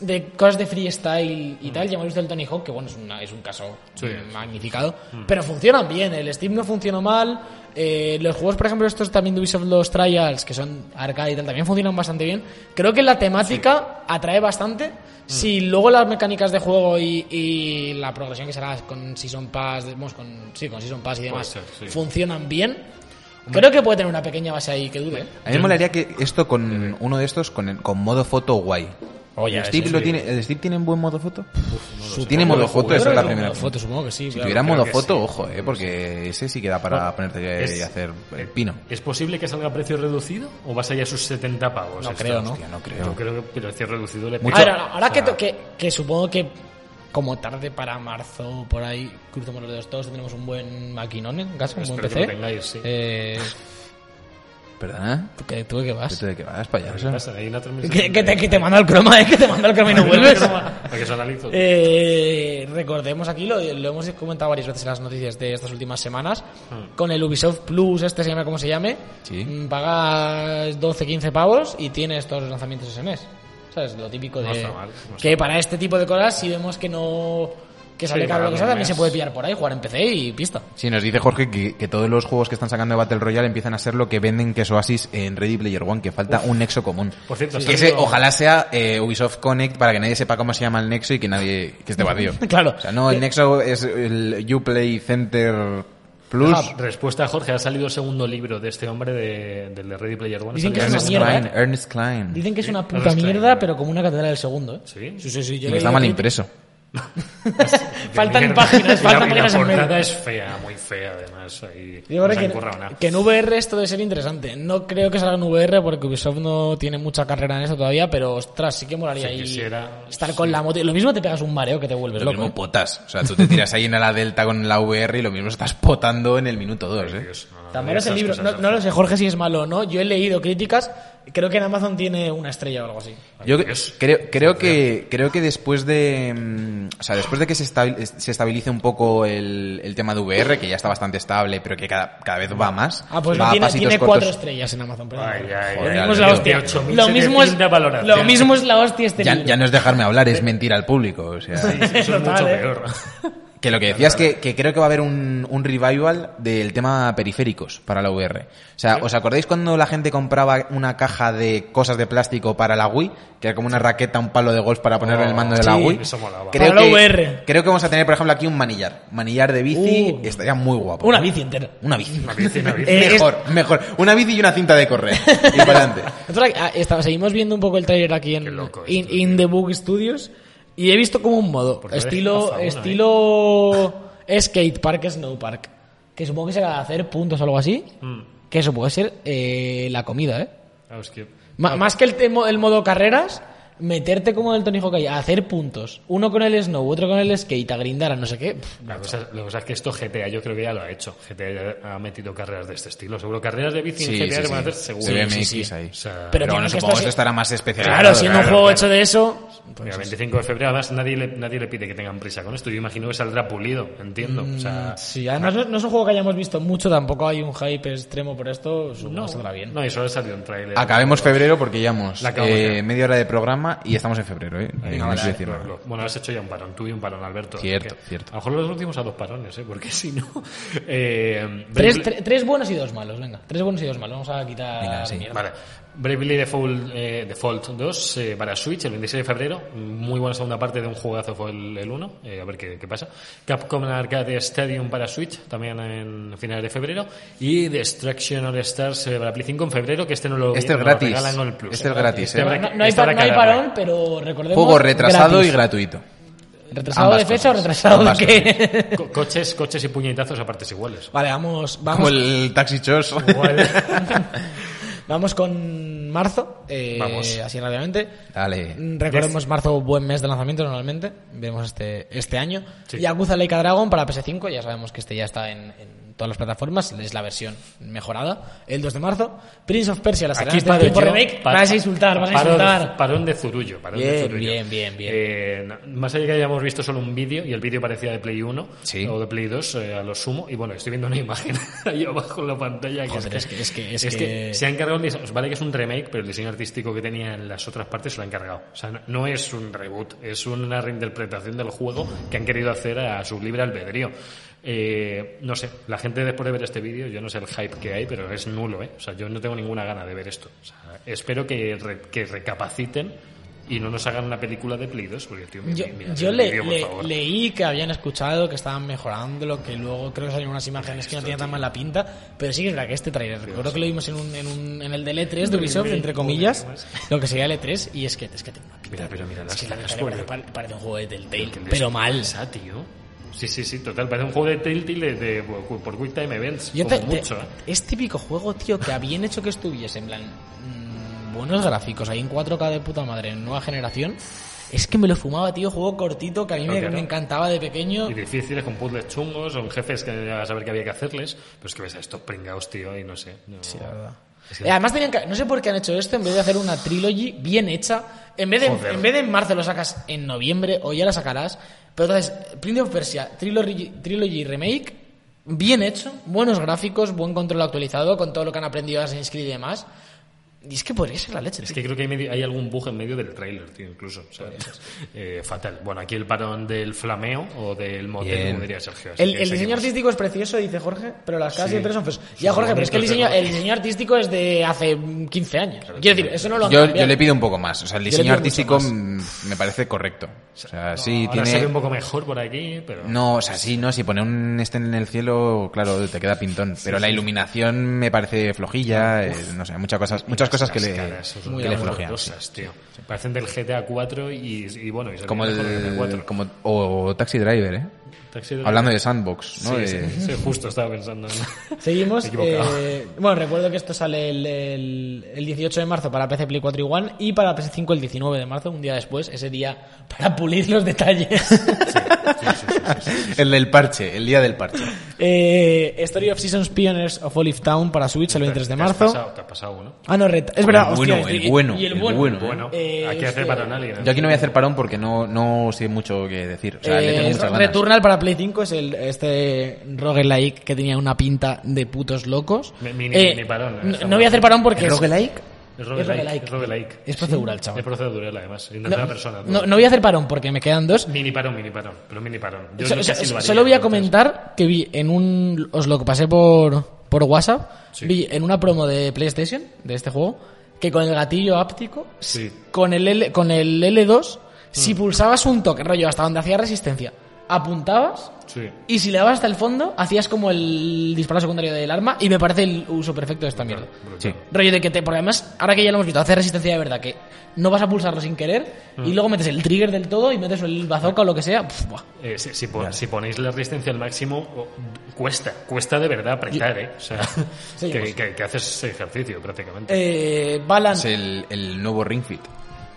S4: de cosas de freestyle y tal, ya hemos visto el Tony Hawk, que bueno, es, una- es un caso
S2: Sí. Mm.
S4: magnificado, pero funcionan bien, el Steam no funcionó mal, eh, los juegos, por ejemplo, estos también de Ubisoft, los Trials, que son arcade y tal, también funcionan bastante bien. Creo que la temática atrae bastante.
S2: Mm.
S4: Si luego las mecánicas de juego y, y la progresión que será con Season Pass, vamos, con, sí, con Season Pass y demás,
S2: ser, sí.
S4: funcionan bien, creo que puede tener una pequeña base ahí que dude. ¿eh?
S3: A mí me molaría que esto con uno de estos, con, el- con modo foto guay.
S2: Oye,
S3: ¿El Steve,
S2: Eh. Oh, ese
S3: lo
S2: sí.
S3: tiene, ¿El Steve tiene un buen modo foto?
S2: sé.
S3: tiene modo foto, esa es la primera.
S4: foto, supongo que sí.
S3: Si
S4: claro.
S3: tuviera
S2: creo
S3: modo
S2: que
S3: foto,
S2: sí.
S3: ojo, eh, porque ese sí que da para ponerte
S2: es- eh,
S3: y hacer el pino.
S2: ¿Es posible que salga a precio reducido o vas allá a sus 70 pavos?
S4: No
S2: Esto,
S4: creo, ¿no?
S2: hostia,
S3: no creo.
S2: Yo creo que precio reducido le
S3: Mucho-
S2: pega.
S4: Ahora, ahora
S2: O
S4: que,
S2: sea,
S4: to- que, que supongo que como tarde para marzo por ahí, cruzamos los dedos todos, tenemos un buen maquinón en casa, un buen
S2: Espero que
S4: PC.
S2: lo tengáis, sí.
S4: Eh,
S2: eh,
S3: ¿Perdona? ¿eh?
S4: ¿tú qué- tú qué vas?
S3: ¿Tú de qué vas para allá?
S2: pasa? Hay una transmisión.
S4: Que, que te, que te manda el croma, eh, que te manda el croma y no vuelves.
S2: Para Ah, que os analizo.
S4: Eh, recordemos aquí, lo, lo hemos comentado varias veces en las noticias de estas últimas semanas,
S2: Hmm.
S4: con el Ubisoft Plus, este se llama como se llame,
S3: Sí.
S4: mm, pagas 12, 15 pavos y tienes todos los lanzamientos ese mes. E ¿Sabes? Lo típico de...
S2: No está mal, no está
S4: que
S2: mal.
S4: para este tipo de cosas, si vemos que no... Que sale
S2: Sí,
S4: caro
S2: para
S4: lo
S2: E
S4: que sea,
S2: un
S4: también se
S2: mes.
S4: puede pillar por ahí, jugar en PC y pista.
S3: Sí, nos dice Jorge que, que todos los juegos que están sacando de Battle Royale empiezan a ser lo que venden que es Oasis en Ready Player One, que falta un nexo común.
S2: Por cierto,
S3: Que
S2: ha
S3: ese,
S2: salido-
S3: ojalá sea eh, Ubisoft Connect para que nadie sepa cómo se llama el nexo y que nadie que esté vacío.
S4: Claro.
S3: O sea, no, el nexo es el Uplay Center Plus.
S4: Hub.
S2: Respuesta a Jorge, ha salido el segundo libro de este hombre de, del de Ready Player One.
S4: Dicen que
S2: Salió
S4: es
S3: Ernest
S2: en-
S4: una mierda,
S3: Klein,
S4: ¿eh?
S3: Ernest Klein.
S4: Dicen que es una
S2: no
S4: puta
S2: está bien,
S4: mierda,
S2: ¿no?
S4: pero como una catedral del segundo, ¿eh?
S2: Sí.
S4: sí, sí. sí, yo
S3: Y
S4: he
S3: está
S4: leído
S3: mal
S4: críticas.
S3: impreso.
S4: Faltan
S2: Mierda.
S4: páginas,
S2: Y la-
S4: faltan
S2: y
S4: páginas
S2: la
S4: en medio.
S2: portada es fea, muy fea además. ahí no
S4: Yo
S2: se
S4: creo
S2: han
S4: que,
S2: currado nada.
S4: que en VR esto debe ser interesante. No creo que salga en VR porque Ubisoft no tiene mucha carrera en eso todavía, pero ostras, sí que molaría
S2: Si
S4: ahí
S2: quisiera,
S4: estar con la moto. Lo mismo te pegas un mareo que te vuelves
S3: Lo
S4: loco.
S3: mismo potas. O sea, tú te tiras ahí en la delta con la VR y lo mismo estás potando en el minuto 2, ¿eh?
S2: Dios, no, no,
S4: Tan malo es el
S2: esas
S4: libro.
S2: cosas
S4: No,
S2: hacen.
S4: no lo sé, Jorge, si es malo o no. Yo he leído críticas. Creo que en Amazon tiene una estrella o algo así.
S3: Yo
S2: Dios.
S3: creo, creo que creo que después de mm, o sea, después de que se, estabil- se estabilice un poco el, el tema de VR, que ya está bastante estable, pero que cada, cada vez va más.
S4: Ah, pues
S3: va
S4: no
S3: a
S4: tiene,
S3: pasitos
S4: tiene
S3: cortos.
S4: cuatro estrellas en Amazon. Pero
S2: Ay, ay,
S4: lo
S2: ay,
S4: mismo es la
S3: tío.
S4: hostia.
S2: 28.700
S4: Lo mismo es,
S2: valoración.
S4: lo mismo es la hostia este
S3: Ya,
S4: libro.
S3: ya no es dejarme hablar, es mentir al público. O sea,
S2: Sí, eso es
S4: Total,
S2: mucho
S4: ¿eh?
S2: peor.
S3: que lo que decías que, que creo que va a haber un, un revival del tema periféricos para la VR. O sea, ¿os acordáis cuando la gente compraba una caja de cosas de plástico para la Wii? Que era como una raqueta, un palo de golf para ponerlo en el mando de la
S4: sí,
S3: Wii.
S2: Oh, eso molaba.
S4: Para la VR.
S3: Creo que vamos a tener, por ejemplo, aquí un manillar. Manillar de bici,
S4: Uh.
S3: estaría muy guapo.
S4: Una bici entera.
S3: Una bici.
S2: Una bici, una bici.
S4: Eh, es-
S3: mejor, mejor. Una bici y una cinta de correr. Y para adelante.
S4: Nosotros ah, está- seguimos viendo un poco el trailer aquí
S2: Qué
S4: en
S2: loco
S4: in,
S2: esto,
S4: in The Book Studios y he visto como un modo,
S2: Porque eres
S4: estilo,
S2: una fauna, ¿eh?
S4: estilo skate park, snow park, que supongo que será hacer puntos o algo así,
S2: Mm.
S4: que eso puede ser eh, la comida, ¿eh?
S2: Ah, es que-
S4: Ma- Más que el, temo- el modo carreras, meterte como en el Tony Hawk ahí, a hacer puntos, uno con el snow, otro con el skate, a grindar, a no sé qué. Pff,
S2: La cosa, la cosa es que esto GTA yo creo que ya lo ha hecho. GTA ya ha metido carreras de este estilo. Seguro carreras de bici
S3: Sí,
S2: en GTA
S3: sí,
S2: le van a
S3: sí.
S2: hacer seguro.
S3: Se ve
S4: Sí, sí,
S3: MX
S4: sí.
S3: ahí.
S2: O sea,
S4: Pero
S3: Pero
S4: tiene
S3: bueno,
S4: que
S3: supongo que
S4: estar-
S3: esto estará más especializado.
S4: Claro, siendo un
S2: claro,
S4: juego
S2: claro.
S4: hecho de eso. pues,
S2: mira, 25 de febrero, además nadie le, nadie le pide que tengan prisa con esto. Yo imagino que saldrá pulido, entiendo. O sea,
S4: Sí, además no, no es un juego que hayamos visto mucho, tampoco hay un hype extremo por esto, supongo que saldrá bien.
S2: No, y solo salió un trailer.
S3: Acabemos febrero porque llevamos
S2: La acabamos
S3: eh,
S2: ya.
S3: media hora de programa y estamos en febrero, ¿eh?
S2: Ahí,
S3: No
S2: ahora,
S3: quiero decir
S2: eh,
S3: nada.
S2: lo- Bueno, has hecho ya un parón, tú y un parón, Alberto. así
S3: Cierto,
S2: que
S3: cierto.
S2: A lo mejor los últimos a dos parones, ¿eh? Porque si no. Eh,
S4: Tres,
S2: Beyblade-
S4: tre- tres buenos y dos malos, venga. Tres buenos y dos malos. Vamos a quitar.
S3: Venga, sí.
S4: mierda.
S2: Vale. Bravely Default, eh, Default 2 eh, para Switch el 26 de febrero. Muy buena segunda parte de un juegazo fue el, el 1. eh, a ver qué, qué pasa. Capcom Arcade Stadium para Switch también en finales de febrero. Y Destruction All Stars eh, para Play 5 en febrero, que este no lo,
S3: Este
S2: no
S3: es
S2: lo
S3: gratis.
S2: regalan con el Plus.
S3: Este es gratis,
S2: Este
S3: eh.
S2: habrá
S4: No,
S2: que-
S4: no hay,
S2: este
S4: pa-
S2: habrá
S4: no hay
S2: que darle.
S4: parón, pero recordemos.
S3: Juego retrasado
S4: gratis.
S3: y gratuito.
S4: ¿Retrasado
S3: Ambas
S4: de fecha
S3: cosas.
S4: o retrasado
S3: Ambas
S4: de qué?
S2: Co- coches, coches y puñetazos a partes iguales.
S4: vale, vamos,
S3: Como
S4: vamos,
S3: el Taxi Chos.
S4: vamos con marzo. eh,
S2: Vamos.
S4: Así rápidamente.
S3: Dale.
S4: Mm, Recordemos marzo, buen mes de lanzamiento normalmente. Veremos este, este año.
S2: Sí.
S4: Yakuza Laika Dragon para PS5. Ya sabemos que este ya está en, en todas las plataformas. Es la versión mejorada. El 2 de marzo. Prince of Persia, la
S2: Aquí
S4: serie
S2: paro
S4: de
S2: yo.
S4: tipo remake.
S2: Pa-
S4: vas a insultar, vas a
S2: parón-
S4: insultar.
S2: Parón de Zurullo. Parón de
S4: Bien,
S2: Zurullo.
S4: bien, bien, bien.
S2: Eh, no- más allá que hayamos visto solo un vídeo, y el vídeo parecía de Play 1
S3: Sí.
S2: o de Play 2 eh, a lo sumo, y bueno, estoy viendo una imagen ahí abajo en la pantalla. que
S4: Joder, es que- es que- es que-
S2: se ha encargado, el dise- vale que es un remake, pero el diseño artístico que tenía en las otras partes se lo ha encargado. O sea, no, no es un reboot, es una reinterpretación del juego que han querido hacer a su libre albedrío. Eh, no sé, la gente después de ver este vídeo, yo no sé el hype que hay, pero es nulo, ¿eh? O sea, yo no tengo ninguna gana de ver esto. O sea, espero que, re- que recapaciten y no nos hagan una película de Play 2, porque tío, mi-
S4: Yo,
S2: mi- mira,
S4: yo
S2: el
S4: le-
S2: vídeo, por
S4: le-
S2: favor.
S4: leí que habían escuchado, que estaban mejorándolo, que luego creo que salieron unas imágenes que no tenían tan mala pinta, pero sí que es verdad que este trailer, recuerdo que lo vimos en, un, en, un- en el del E3 de Ubisoft, entre comillas, lo que sería el E3, y es que, es que tiene una pinta.
S2: Mira, pero mira,
S4: es
S2: las
S4: que la
S2: caras,
S4: cara parece,
S2: joder.
S4: pare- parece un juego de Telltale,
S2: Tienes
S4: pero
S2: que
S4: mal.
S2: pensar, tío. Sí, sí, sí, total. Parece un juego de Telltale de, de- por Quick Time Events.
S4: Yo
S2: como
S4: te- te-
S2: mucho, ¿eh?
S4: Es típico juego, tío, que habían hecho que estuviese en plan mm, buenos gráficos, ahí en 4K de puta madre, en nueva generación. Es que me lo fumaba, tío, juego cortito que a mí
S2: No,
S4: me,
S2: claro.
S4: me encantaba de pequeño.
S2: Y difíciles, con puzzles chungos, con jefes que ya a saber qué había que hacerles. Pero es que ves a estos pringados, tío, y no sé. no-
S4: Sí, la verdad.
S2: Es que-
S4: Eh, además tenían que- no sé por qué han hecho esto en vez de hacer una trilogy bien hecha en vez de
S2: Joder.
S4: en vez de en marzo lo sacas en noviembre o ya la sacarás pero entonces Prince of Persia trilogy, trilogy remake bien hecho buenos gráficos buen control actualizado con todo lo que han aprendido de Assassin's Creed y demás y es que por eso es la leche
S2: Es
S4: tío.
S2: que creo que hay, medio- hay algún bug en medio del trailer, tío, incluso. O sea, eh, fatal. Bueno, aquí el parón del flameo o del motel,
S3: Bien.
S2: como diría Sergio. así
S4: el,
S2: que
S4: el diseño
S2: seguimos.
S4: artístico es precioso, dice Jorge, pero las caras
S2: Sí.
S4: siempre son feos.
S2: Son
S4: Ya, Jorge, pero es que el
S2: bonitos,
S4: diseño,
S2: pero-
S4: el diseño artístico es de hace mm, 15 años.
S2: Claro,
S4: Quiero
S2: sí.
S4: decir, eso no lo han
S3: Yo,
S4: cambiado.
S3: yo le pido un poco más. O sea, el
S4: Yo le
S3: diseño
S4: pido mucho
S3: artístico
S4: más.
S3: mm, me parece correcto. O sea, sí
S2: Ahora se ve un
S3: tiene.
S2: poco mejor por aquí, pero.
S3: No, o sea, sí, no. Si pone un estén en el cielo, claro, te queda pintón. Pero la iluminación me parece flojilla. eh, no sé, muchas cosas, muchas cosas que le,
S2: Las caras, son
S3: que
S2: muy
S3: le flojean. sí.
S2: horrorosas, tío. Parecen del GTA 4 y, y bueno, y se
S3: Como
S2: ven mejor que el
S3: el,
S2: 4.
S3: como, o Taxi Driver, ¿eh?
S2: Taxi Driver.
S3: Hablando de Sandbox, ¿no?
S2: Sí,
S3: De-
S2: sí, sí, justo estaba pensando en.
S4: Seguimos.
S2: Me he equivocado.
S4: eh, bueno, recuerdo que esto sale el, el- el 18 de marzo para PC Play 4 y One y para PS5 el 19 de marzo, un día después, ese día para pulir los detalles.
S3: El del parche, el día del parche.
S4: Eh, Story of Seasons Pioneers of Olive Town para Switch el 23 de marzo.
S2: Te has pasado, ¿no?
S4: Ah, no, reta- es
S3: El
S4: verdad.
S3: bueno,
S4: hostia,
S3: el
S4: y-
S3: bueno,
S4: y el
S3: el
S4: bueno.
S3: bueno.
S2: Bueno,
S4: Eh,
S2: aquí hace
S4: hostia.
S2: para nadie. ¿no?
S3: Yo aquí no voy a hacer parón porque no, no sé mucho que decir. O sea, le tengo
S4: Eh,
S3: muchas ganas.
S4: Returnal para Play 5 es el, este roguelike que tenía una pinta de putos locos. Eh,
S2: Mi- mi- mi parón,
S4: no-
S2: está
S4: No voy a hacer parón porque
S3: ¿El
S4: es,
S3: roguelike?
S2: Es
S4: roguelike.
S2: roguelike. Es roguelike.
S4: es procedural, chaval.
S2: Es procedural, además. En
S4: No,
S2: tercera persona. pues.
S4: no- no voy a hacer parón porque me quedan dos.
S2: Mini parón, mini parón. Pero mini parón. Yo
S4: So-
S2: no
S4: so-
S2: sé si lo haría,
S4: solo voy a
S2: entonces.
S4: comentar que vi en un. Os lo pasé por, por WhatsApp.
S2: Sí.
S4: Vi en una promo de PlayStation, de este juego, que con el gatillo áptico,
S2: Sí. Mm.
S4: con, el L, con el L2, si pulsabas un toque, rollo, hasta donde hacía resistencia, apuntabas.
S2: Sí.
S4: Y si le dabas hasta el fondo, hacías como el disparo secundario del arma. Y me parece el uso perfecto de esta mierda.
S2: Brutal.
S3: Sí.
S4: Rollo de que te. Porque además, ahora que ya lo hemos visto, hace resistencia de verdad, que no vas a pulsarlo sin querer. Y luego metes el trigger del todo y metes el bazooka o lo que sea. Pf, buah.
S2: Eh, si, si pon- si ponéis la resistencia al máximo, o- cuesta, cuesta de verdad apretar, ¿eh? O sea, que,
S3: pues.
S4: Seguimos.
S2: que- que haces ejercicio prácticamente.
S4: Eh, Balan.
S3: Es el, el nuevo Ring Fit.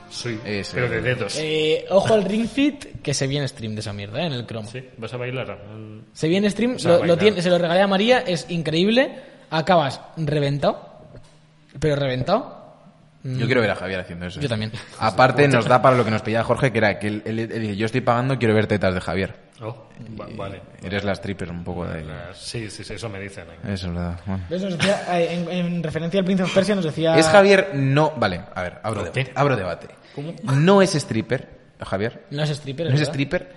S2: sí,
S3: es,
S2: pero de
S3: eh,
S2: dedos.
S4: Eh, ojo al Ring Fit, que se viene stream de esa mierda, eh, en el Chrome.
S2: Sí, vas a bailar. mm,
S4: Se viene stream,
S2: sea,
S4: lo- lo,
S2: bailar.
S4: tiene- se lo regalé a María, es increíble. Acabas reventado, pero reventado.
S3: Yo quiero ver a Javier haciendo eso.
S4: Yo también.
S3: Aparte, nos da para lo que nos pillaba Jorge, que era que él, él- él dice, yo estoy pagando, quiero ver tetas de Javier.
S2: Oh, va- vale.
S3: Eres la stripper un poco de... Eso
S2: Ah, Sí, sí, sí, eso me dicen. ¿eh?
S3: es verdad. bueno.
S4: ¿Ves? Nos decía, eh, en, en referencia al Prince of Persia nos decía...
S3: Es Javier, no... Vale, a ver, abro
S2: ¿Por qué?
S3: debate. Abro debate.
S2: ¿Cómo?
S3: No es stripper, Javier.
S4: No es stripper,
S3: No es
S4: ¿verdad?
S3: stripper,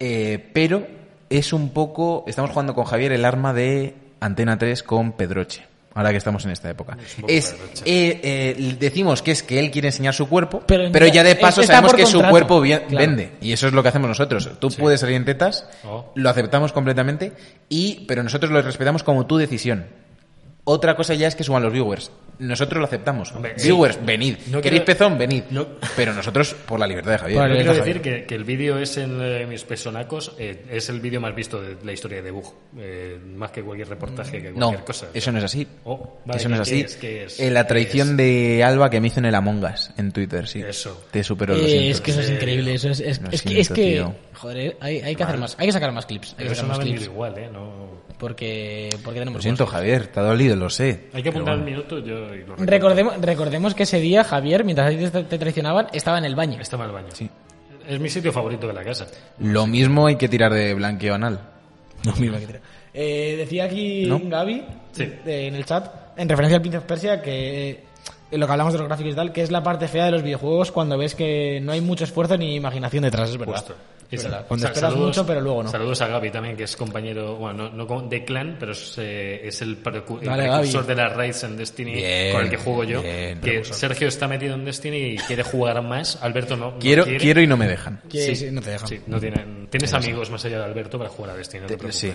S3: eh, pero es un poco... Estamos jugando con Javier el arma de Antena 3 con Pedroche. Ahora que estamos en esta época.
S2: Es un poco
S3: Es,
S2: para la derecha.
S3: eh, eh, decimos que es que él quiere enseñar su cuerpo, pero,
S4: Pero
S3: ya de
S4: es-
S3: paso
S4: está
S3: sabemos
S4: por
S3: que su
S4: contrato.
S3: cuerpo vi-
S4: Claro.
S3: vende. Y eso es lo que hacemos nosotros. Tú puedes salir en tetas,
S2: Oh.
S3: lo aceptamos completamente, y pero nosotros lo respetamos como tu decisión. Otra cosa ya es que suban los viewers. Nosotros lo aceptamos.
S2: Hombre, sí.
S3: viewers, venid.
S2: No
S3: Queréis
S2: quiero-
S3: pezón, venid.
S2: No-
S3: Pero nosotros por la libertad de Javier.
S4: Por la
S3: ¿no?
S2: Quiero
S4: libertad
S2: decir que, que el vídeo es en eh, mis personacos, eh, es el vídeo más visto de la historia de Bug, eh, más que cualquier reportaje, que
S3: No,
S2: cualquier cosa.
S3: eso no es así.
S2: Oh, vale,
S3: eso no es
S2: ¿qué
S3: así.
S2: es? ¿Qué es?
S3: Eh, la
S2: ¿Qué
S3: traición
S2: es?
S3: de Alba que me hizo en el Among Us en Twitter, sí.
S2: Eso.
S3: Te superó lo
S4: Eh,
S3: siento.
S4: es que eso es
S2: Sí.
S4: increíble. Eso es, es,
S3: Lo
S4: es que, es
S3: siento,
S4: que-
S3: tío.
S4: joder, hay, hay que hacer más. Hay que sacar más clips. Hay
S2: Pero
S4: que
S2: eso
S4: sacar
S2: no ha
S4: más
S2: venido
S4: clips.
S2: igual, ¿eh? No...
S4: Porque, porque tenemos.
S3: Lo siento,
S4: cosas.
S3: Javier, te ha dolido, lo sé.
S2: Hay que
S3: Pero
S2: apuntar el
S3: bueno.
S2: minuto yo y lo recuerdo.
S4: Recordemos, recordemos que ese día, Javier, mientras a ti te, te traicionaban, estaba en el baño.
S2: Estaba en el baño.
S3: Sí.
S2: Es mi sitio favorito de la casa.
S3: Lo mismo hay que tirar de blanqueo anal.
S4: No, mira, que tira. Eh, decía aquí
S3: ¿No?
S4: Gaby
S2: Sí.
S4: de- en el chat, en referencia al Prince of Persia, que eh, lo que hablamos de los gráficos y tal, que es la parte fea de los videojuegos cuando ves que no hay mucho esfuerzo ni imaginación detrás, es verdad.
S2: Justo.
S4: Es
S2: Y sal-
S4: verdad. Cuando
S2: sal-
S4: esperas mucho, pero luego no.
S2: Saludos a Gaby también, que es compañero, bueno, no, no como- de clan, pero es, eh, es el, precu- el
S4: Dale,
S2: precursor
S4: Gaby.
S2: de las raids en Destiny
S3: Bien,
S2: con el que juego yo.
S3: bien,
S2: que
S3: precursor.
S2: Sergio está metido en Destiny y quiere jugar más. Alberto no. no
S3: Quiero,
S2: quiere.
S3: quiero y no me dejan.
S4: Que
S2: Sí.
S4: sí, no te dejan.
S2: Sí, no tienen- tienes amigos más allá de Alberto para jugar a Destiny, no te preocupes.
S3: Sí,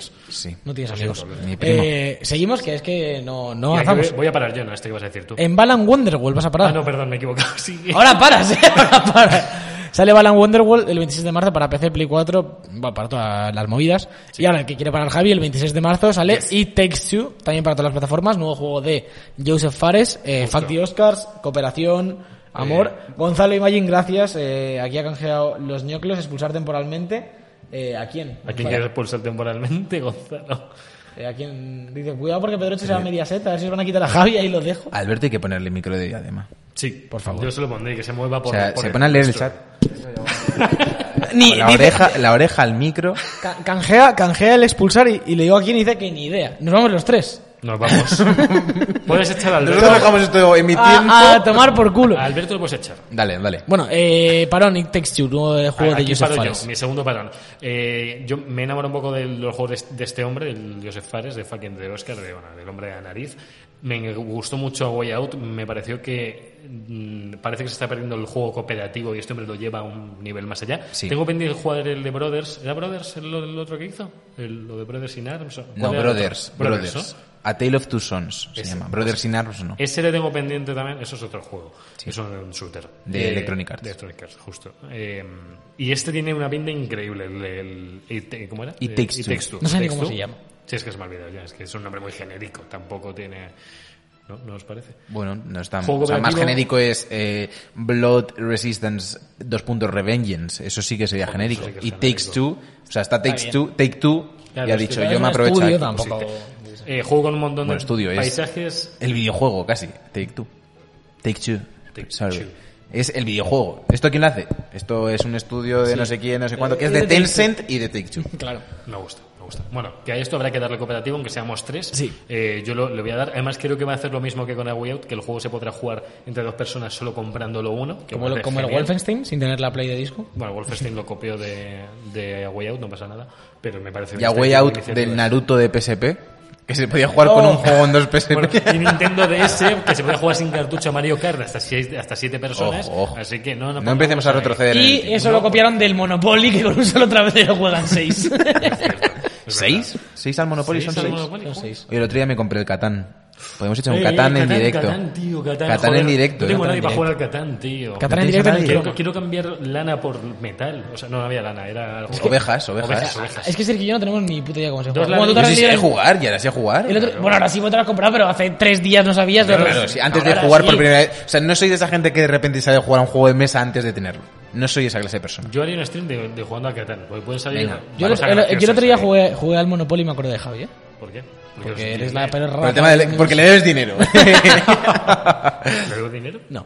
S3: sí.
S4: No tienes amigos.
S3: Mi primo.
S4: Eh, seguimos, que es que no, no
S2: Mira, que
S4: avanzamos.
S2: voy- voy a parar yo, no, este que vas a decir tú.
S4: En Balan Wonderworld vas a parar.
S2: ah, no, perdón, me he equivocado. Sí.
S4: Ahora paras, eh, ahora paras. Sale Balan Wonderworld el 26 de marzo para PC, Play 4, bueno, para todas las movidas. Y ahora el que quiere parar Javi, el 26 de marzo sale It Takes Two, también para todas las plataformas. Nuevo juego de Joseph Fares, eh, Fact the Oscars, Cooperación, Amor.
S2: Eh.
S4: Gonzalo Imagine, gracias. eh, aquí ha canjeado los ñoclos, expulsar temporalmente. Eh, ¿A quién?
S2: ¿A quién
S4: Vale.
S2: quieres expulsar temporalmente, Gonzalo?
S4: Eh, ¿A quién? Dice, cuidado porque Pedroche se va a media seta, a ver si os van a quitar a Javi, ahí los dejo.
S3: Alberto hay que ponerle micro de diadema.
S2: Sí,
S4: Por favor.
S2: Yo se lo pondré, que se mueva
S3: O
S2: por.
S3: sea,
S2: por
S3: se pone a leer el
S2: texto.
S3: chat. Con la, oreja, la oreja al micro.
S4: Ca- Canjea, canjea el expulsar y, y le digo a quien dice que ni idea. Nos vamos los tres.
S2: Nos vamos. puedes echar a Alberto.
S3: Nosotros dejamos esto emitiendo.
S4: A, a tomar por culo.
S2: A Alberto lo puedes echar.
S3: Dale, dale.
S4: Bueno, eh, Parón y Texture, nuevo de juego
S2: Aquí
S4: de Joseph
S2: paro yo,
S4: Fares.
S2: mi segundo parón. Eh, yo me enamoro un poco de los juegos de este- de este hombre, el Joseph Fares, de fucking de Oscar, de, bueno, del hombre de la nariz. Me gustó mucho Way Out, me pareció que mm, parece que se está perdiendo el juego cooperativo y este hombre lo lleva a un nivel más allá.
S3: Sí.
S2: Tengo pendiente de jugar el de Brothers. ¿Era Brothers el, el otro que hizo? El- lo de Brothers in Arms. ¿o? ¿Cuál
S3: No,
S2: era el otro?
S3: Brothers. Brothers.
S2: ¿no?
S3: A Tale of Two Sons se
S2: Ese.
S3: llama. Brothers in Arms, no.
S2: Ese le tengo pendiente también, eso es otro juego. Es un shooter.
S3: De
S2: Eh,
S3: Electronic Arts.
S2: De Electronic Arts, justo. Eh, y este tiene una pinta increíble. El, el- el- ¿Cómo era?
S3: It
S2: Eh,
S3: Takes Two.
S4: No sé ni
S2: It Takes
S4: cómo
S2: Two.
S4: se llama.
S2: Sí, es que se me ha olvidado ya. Es que es un nombre muy genérico. Tampoco tiene... ¿No, ¿No os parece?
S3: Bueno, no está
S2: Juego
S3: o sea, más
S2: cooperativo.
S3: genérico es eh, Blood Resistance dos puntos Revengeance. Eso sí que sería
S2: Joder,
S3: genérico.
S2: eso sí que es
S3: y
S2: genérico.
S3: Takes Two, o sea, está Takes
S4: bien.
S3: Two, Take Two,
S2: Claro,
S3: y ha
S2: es que
S3: dicho,
S2: no
S3: yo
S4: es
S3: me
S4: un
S3: aprovecho
S4: estudio
S3: aquí.
S4: tampoco.
S2: Eh, juego con un montón
S3: Bueno,
S2: de
S3: estudio es-
S2: paisajes...
S3: El videojuego, casi. Take Two. Take Two.
S2: Take
S3: Sorry.
S2: Two.
S3: Es el videojuego. ¿Esto quién lo hace? Esto es un estudio de no sé quién, no sé cuánto, que es
S4: Eh,
S3: de
S4: de Take
S3: Tencent y de Take Two.
S4: Claro.
S2: Me gusta, me gusta. Bueno, que a esto habrá que darle cooperativo, aunque seamos tres.
S4: Sí.
S2: Eh, yo lo, le voy a dar. Además, creo que va a hacer lo mismo que con A Way Out, que el juego se podrá jugar entre dos personas solo comprándolo uno. que
S4: Como, lo-
S2: parece
S4: como el
S2: genial.
S4: Wolfenstein, sin tener la play de disco.
S2: Bueno, Wolfenstein lo copió de, de A Way Out, no pasa nada, pero me parece...
S3: Ya
S2: este
S3: Way
S2: tipo de
S3: Out del
S2: iniciativas.
S3: Naruto de PSP, que se podía jugar con un juego en dos PSP.
S2: Bueno, y Nintendo DS, que se puede jugar sin cartucho a Mario Kart hasta siete, hasta siete personas,
S3: Ojo, ojo.
S2: así que no...
S3: no,
S2: No,
S3: empecemos a
S2: pongamos ahí.
S3: retroceder. en el
S4: Y
S3: tiempo.
S4: eso lo copiaron del Monopoly, que con un solo trapero juegan seis.
S2: Es verdad.
S3: ¿Seis? ¿Seis al Monopoly
S2: ¿Seis
S3: son
S2: al
S3: seis?
S2: Monopoly?
S4: Son seis.
S3: Oye, el otro día me compré el Catán. Podemos echar un
S2: Eh,
S3: Catán en directo.
S2: Catán, tío, Catán.
S3: Catán
S2: joder,
S3: en directo.
S2: No tengo
S3: eh.
S2: nadie para
S4: en
S2: jugar al Catán, tío.
S4: Catán en
S3: No
S4: directo
S3: tienes
S4: en el
S3: nadie.
S2: Quiero,
S4: croma.
S2: quiero cambiar lana por metal. O sea, no, no había lana, era algo...
S3: Ovejas, ovejas.
S2: ovejas.
S4: Es que Sergio y yo no tenemos ni puta idea cómo se
S2: Dos
S4: juega.
S2: lados.
S4: Bueno, tú te
S3: Yo
S4: has
S3: sí sé
S4: leído el-
S3: jugar, ya la sé jugar.
S4: el otro- Bueno, ahora sí, vos te lo has comprado, pero hace tres días no sabías.
S3: Claro,
S4: pero-
S3: claro, sí, antes de
S4: ahora
S3: jugar por
S4: sí.
S3: primera vez. O sea, no soy de esa gente que de repente sabe jugar a un juego de mesa antes de tenerlo. No soy esa clase de persona.
S2: Yo haría un stream de, de jugando al Catán, porque pueden salir...
S3: Venga.
S4: Yo,
S2: cosas
S4: el, el- yo el otro día
S2: graciosas, eh.
S4: jugué, jugué al Monopoly y me acordé de Javi, ¿eh?
S3: Pues
S2: ¿Por qué?
S4: Porque
S2: os-
S4: eres la
S3: Por eh,
S4: perra
S3: el
S4: rata
S3: tema de-
S4: de-
S3: porque le debes dinero.
S2: ¿Le doy dinero?
S4: No.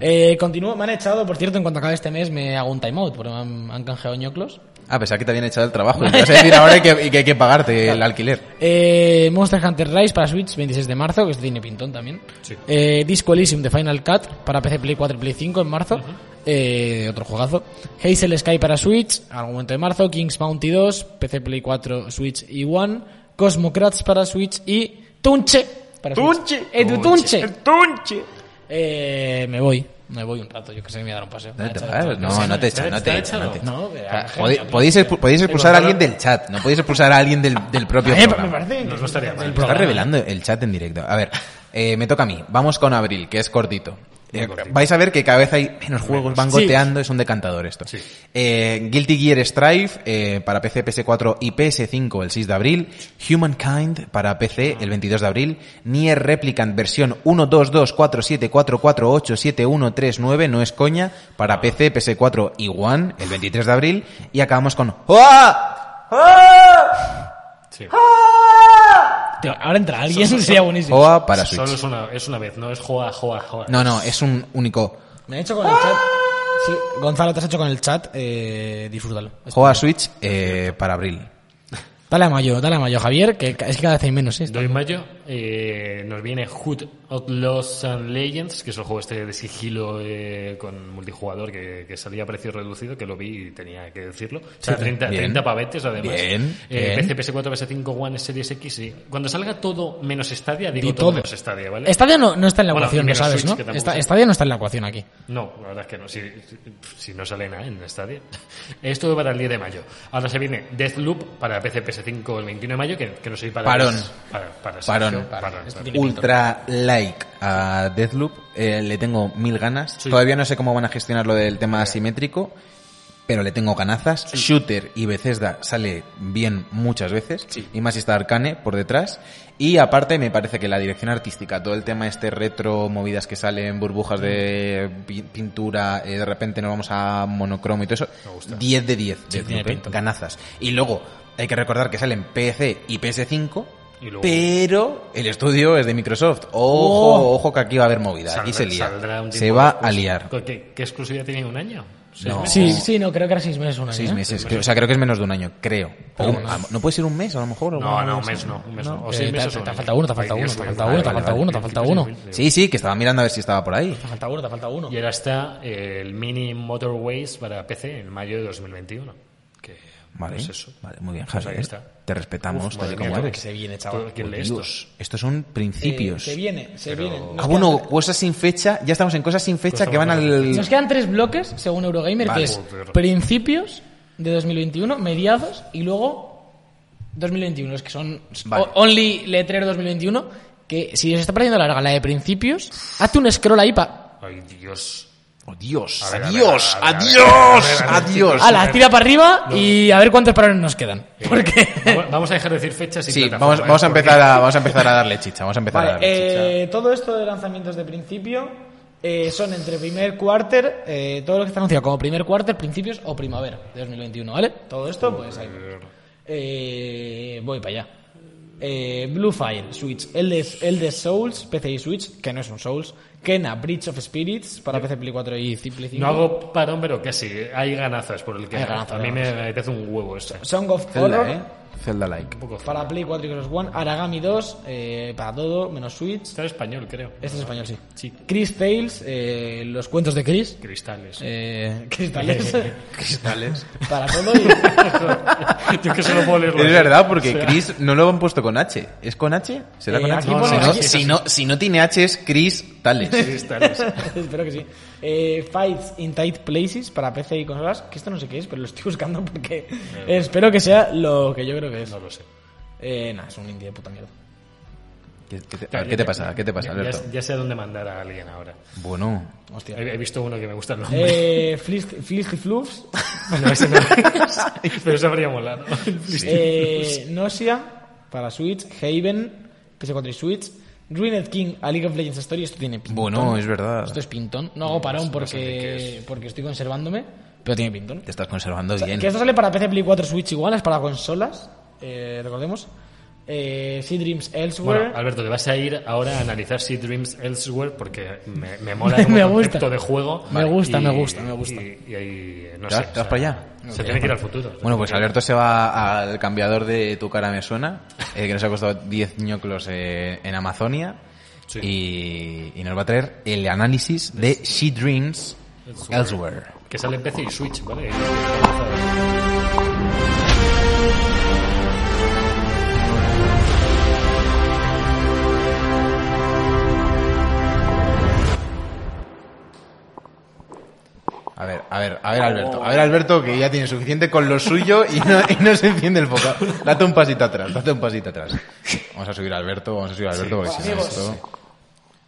S4: Eh, continúo, me han echado, por cierto, en cuanto acabe este mes me hago un timeout, porque me han, han canjeado ñoclos.
S3: ah, pensaba que te habían echado el trabajo. Y te vas a decir ahora que, y que hay que pagarte el alquiler.
S4: Eh, Monster Hunter Rise para Switch, 26 de marzo, que este tiene pintón también.
S2: Sí.
S4: Eh, Disco Elysium de Final Cut para PC, Play 4 y Play 5 en marzo. Eh, otro juegazo. Hazel Sky para Switch, algún momento de marzo. Kings Bounty 2, PC, Play 4, Switch y One. Cosmocrats para Switch y Tunche para Switch.
S5: ¡Tunche!
S4: Eh, tu tunche.
S5: ¡Tunche!
S4: Eh, me voy. Me voy un rato, yo que sé, me voy a dar un paseo.
S3: No,
S4: Me
S3: te
S4: voy a
S3: vas,
S4: echar-
S3: no, no te echan, no te
S2: Está
S3: echan. no
S2: echado.
S3: te echan.
S4: No, pero-
S3: Ah, jode- podéis, expu- podéis expulsar a alguien del chat, no podéis expulsar a alguien del, del propio
S4: Eh,
S3: programa.
S4: me parece.
S2: Nos gustaría mal.
S4: el
S3: Está
S4: programa.
S3: revelando el chat en directo. A ver, eh, me toca a mí. Vamos con Abril, que es cortito. Eh, vais a ver que cada vez hay menos juegos, van
S4: Sí.
S3: goteando, es un decantador esto.
S2: Sí.
S3: Eh, Guilty Gear Strife eh, para PC, PS4 y PS5 el 6 de abril. Humankind para PC el 22 de abril. Nier Replicant versión 1224744487139, no es coña, para PC, PS4 y One el 23 de abril. Y acabamos con... ¡Oa!
S2: Sí.
S4: Tío, Ahora entra alguien, sería buenísimo.
S3: OA para Switch.
S2: Solo es una, es una vez, no es joa, joa, joa.
S3: No, no, es un único...
S4: Me he hecho con el chat. Sí, Gonzalo, te has hecho con el chat. Eh, disfrútalo.
S3: Juega a Switch eh, para abril.
S4: Dale a mayo, dale a mayo, Javier, que ca- es que cada vez hay menos, ¿eh?
S2: 2 de mayo eh, nos viene Hood Outlaws and Legends, que es el juego este de sigilo eh, con multijugador que, que salía a precio reducido, que lo vi y tenía que decirlo. O sea, 30,
S3: bien.
S2: 30 pavetes además.
S3: Bien,
S2: Eh,
S3: bien.
S2: PC, PS4, PS5, One, Series X. y- Cuando salga todo menos Stadia, digo
S4: Di
S2: todo,
S4: todo.
S2: menos Stadia, ¿vale?
S4: Estadio no, no está en la
S2: Bueno, y
S4: ecuación, lo
S2: menos
S4: sabes,
S2: Switch, que
S4: ¿no?
S2: tampoco
S4: Esta-
S2: sé.
S4: Estadio no está en la ecuación aquí.
S2: No, la verdad es que no. Si, si no sale nada en Stadia. Esto para el 10 de mayo. Ahora se viene Deathloop para PC, PS5 el 21 de mayo, que, que no soy para...
S3: Parón.
S2: Para, para
S3: Parón,
S2: Sergio,
S3: parón.
S2: parón.
S3: Ultra like a Deathloop. eh, le tengo mil ganas.
S2: Sí.
S3: Todavía no sé cómo van a gestionar lo del tema asimétrico. Pero le tengo ganazas. Shooter y Bethesda sale bien muchas veces. Y más si está Arcane por detrás. Y aparte me parece que la dirección artística, todo el tema este retro, movidas que salen, burbujas de pi- pintura, eh, de repente nos vamos a monocromo y todo eso. 10 de 10. Deathloop,
S4: tiene
S3: eh,
S4: pinta.
S3: Ganazas. Y luego hay que recordar que salen PC y PS5.
S2: Y luego-
S3: Pero el estudio es de Microsoft. Ojo, ojo que aquí va a haber movida. Aquí se lía.
S2: Oh. saldrá un tipo
S3: Se
S2: de
S3: va
S2: exclusiva.
S3: a liar.
S2: ¿Qué, qué exclusividad tiene un año? ¿Seis
S3: No.
S2: meses?
S4: Sí, sí, no, creo que era seis meses una
S3: Seis
S4: ¿eh?
S3: meses. creo- o sea, creo que es menos de un año, creo. O un- a- no puede ser un mes, a lo mejor. o
S2: No,
S3: una
S2: no, un
S3: cosa
S2: mes
S3: así.
S2: no. Un mes no. O
S4: Eh,
S2: seis
S4: te-
S2: meses
S4: te-
S2: o
S4: te
S2: un
S4: falta
S2: año.
S4: uno, te falta
S2: Ay,
S4: uno,
S2: Dios
S4: te
S2: mío,
S4: falta
S2: vale,
S4: uno, te
S2: vale,
S4: falta
S2: vale.
S4: uno, te falta uno.
S3: Sí, sí, que estaba mirando a ver si estaba por ahí.
S2: Pues
S4: Te falta uno, te falta uno.
S2: Y ahora está eh, el Mini Motorways para PC en mayo de 2021. Que,
S3: Vale,
S2: pues eso.
S3: vale, muy bien,
S2: Pues
S3: Javier.
S2: ahí está.
S3: Te respetamos
S2: Uf,
S3: tal y
S2: madre
S3: como
S2: mía,
S3: eres.
S4: Que se viene,
S2: Todo
S4: chaval.
S2: el que lee
S3: Dios,
S2: estos. Eh,
S3: estos son principios.
S4: se viene, se viene.
S3: ah, bueno, cosas sin fecha. Ya estamos en cosas sin fecha
S2: Cosas
S3: que van
S2: sin
S3: al.
S4: Nos quedan tres bloques, según Eurogamer,
S3: Vale.
S4: que es
S2: Joder.
S4: principios de 2021, mediados y luego 2021. Es que son
S3: Vale.
S4: o- only letrero 2021, que si os está pareciendo larga la de principios, hazte un scroll ahí para...
S2: Ay, Dios.
S3: Oh, Dios,
S2: A ver, a ver,
S3: adiós,
S2: a ver, a ver,
S3: adiós,
S2: a ver, a ver, Eh,
S3: adiós.
S2: chicos.
S4: la tira para arriba y a ver cuántos parones nos quedan. Porque...
S2: Vamos- Vamos a dejar de decir fechas y
S3: Sí,
S2: plataforma,
S3: vamos,
S2: ¿eh?
S3: vamos a
S2: Porque-
S3: empezar a, vamos a empezar a darle chicha, vamos a empezar a
S4: Vale,
S3: darle chicha.
S4: eh, todo esto de lanzamientos de principio eh, son entre primer quarter, eh, todo lo que está anunciado como primer quarter, principios o primavera de 2021, ¿vale? Todo esto, pues ahí. Eh, voy para allá. Eh, Blue Fire, Switch, Elder, Elder Souls, PC y Switch, que no es un Souls, Kena, Breach of Spirits para PC, Play 4 y C- Play 5.
S2: No hago parón, pero casi. Hay ganazas por el que.
S4: Hay ganazas,
S2: a mí me
S4: ganazas.
S2: apetece un huevo este.
S4: Song of Horror
S3: Zelda, eh. Zelda like.
S2: Un poco.
S4: para Play 4 y Cross One, Aragami 2 eh, para todo, menos Switch.
S2: Está en español, creo.
S4: Este es español, sí.
S2: Sí.
S4: Chris Tales, eh, los cuentos de Chris.
S2: Cristales.
S4: Eh, cristales.
S3: Cristales.
S4: para todo y...
S2: Yo que solo puedo leerlo.
S3: Es
S2: así.
S3: verdad, porque
S2: O sea,
S3: Chris no lo han puesto con H. ¿Es con H? ¿Será
S4: Eh,
S3: con H?
S4: aquí
S2: pone-
S3: si, no,
S2: aquí-
S3: si, no, si no tiene H es Chris Tales.
S2: Cristales.
S4: Espero que sí. Eh, Fights in Tight Places para PC y consolas. Que esto no sé qué es, pero lo estoy buscando porque espero que sea lo que yo creo que es.
S2: No lo sé.
S4: Eh, nah, es un indie de puta mierda.
S3: ¿Qué, qué te, a ver, ¿qué te pasa? ¿Qué te pasa,
S2: Ya-
S3: Alberto?
S2: Ya, ya sé a dónde mandar a alguien ahora.
S3: Bueno.
S4: Hostia.
S2: He, he visto uno que me gusta el nombre.
S4: Eh, Flisty Fluffs.
S2: No, ese no. Pero eso habría molado.
S4: Eh, Nosia para Switch. Haven, PS4 y Switch. Ruined King a League of Legends Story. Esto tiene pintón.
S3: Bueno, es verdad.
S4: Esto es pintón. No hago parón porque, porque estoy conservándome, pero tiene pintón.
S3: Te estás conservando bien.
S4: Que esto sale para PC, Play 4, Switch igual, es para consolas, eh, recordemos. Eh, Sea Dreams Elsewhere.
S2: Bueno, Alberto, te vas a ir ahora a analizar Sea Dreams Elsewhere porque me, me mola
S4: Me
S2: como
S4: gusta.
S2: concepto de juego.
S4: Me gusta, me gusta, me gusta.
S2: Y, y ahí, no
S3: ¿Te
S2: sé.
S3: vas- te vas para allá?
S2: Se tiene que ir al futuro.
S3: Bueno, pues Alberto se va al cambiador de Tu cara me suena, eh, que nos ha costado 10 ñoclos eh, en Amazonia.
S2: Sí.
S3: Y, y nos va a traer el análisis de She Dreams Elsewhere.
S2: Que sale en PC y Switch, ¿vale?
S3: A ver, a ver, a ver, Alberto. A ver, Alberto, que ya tiene suficiente con lo suyo y no, y no se enciende el foco. Date un pasito atrás, date un pasito atrás. Vamos a subir a Alberto, vamos a subir a Alberto, porque si no esto...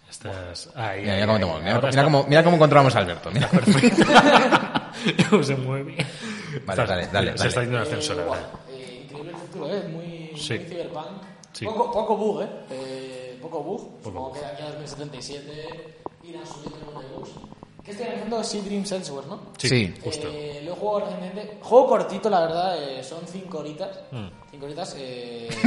S2: Estás... Ahí,
S3: Mira,
S2: ahí,
S3: mira cómo
S2: ahí,
S3: te mueves, mira,
S2: ahora
S3: mira cómo, mira cómo controlamos a Alberto. mira.
S2: está- cómo se mueve. Estás-
S3: dale, dale,
S2: Se
S3: dale.
S2: está haciendo un ascensor
S4: Guau,
S2: ahora.
S4: eh, increíble el futuro, ¿eh? Muy,
S2: Sí.
S4: muy cyberpunk.
S2: Sí.
S4: Poco, poco bug, ¿eh? Eh, Poco bug. Supongo
S2: bug.
S4: que de aquí a 2077 irán subiendo el número de bugs. ¿Qué estoy analizando? Sea Dream Elsewhere, ¿no?
S3: Sí.
S2: Justo.
S4: Eh, lo he jugado recientemente. Juego cortito, la verdad. eh, son 5 horitas.
S2: Mm.
S4: 5 horitas. Eh...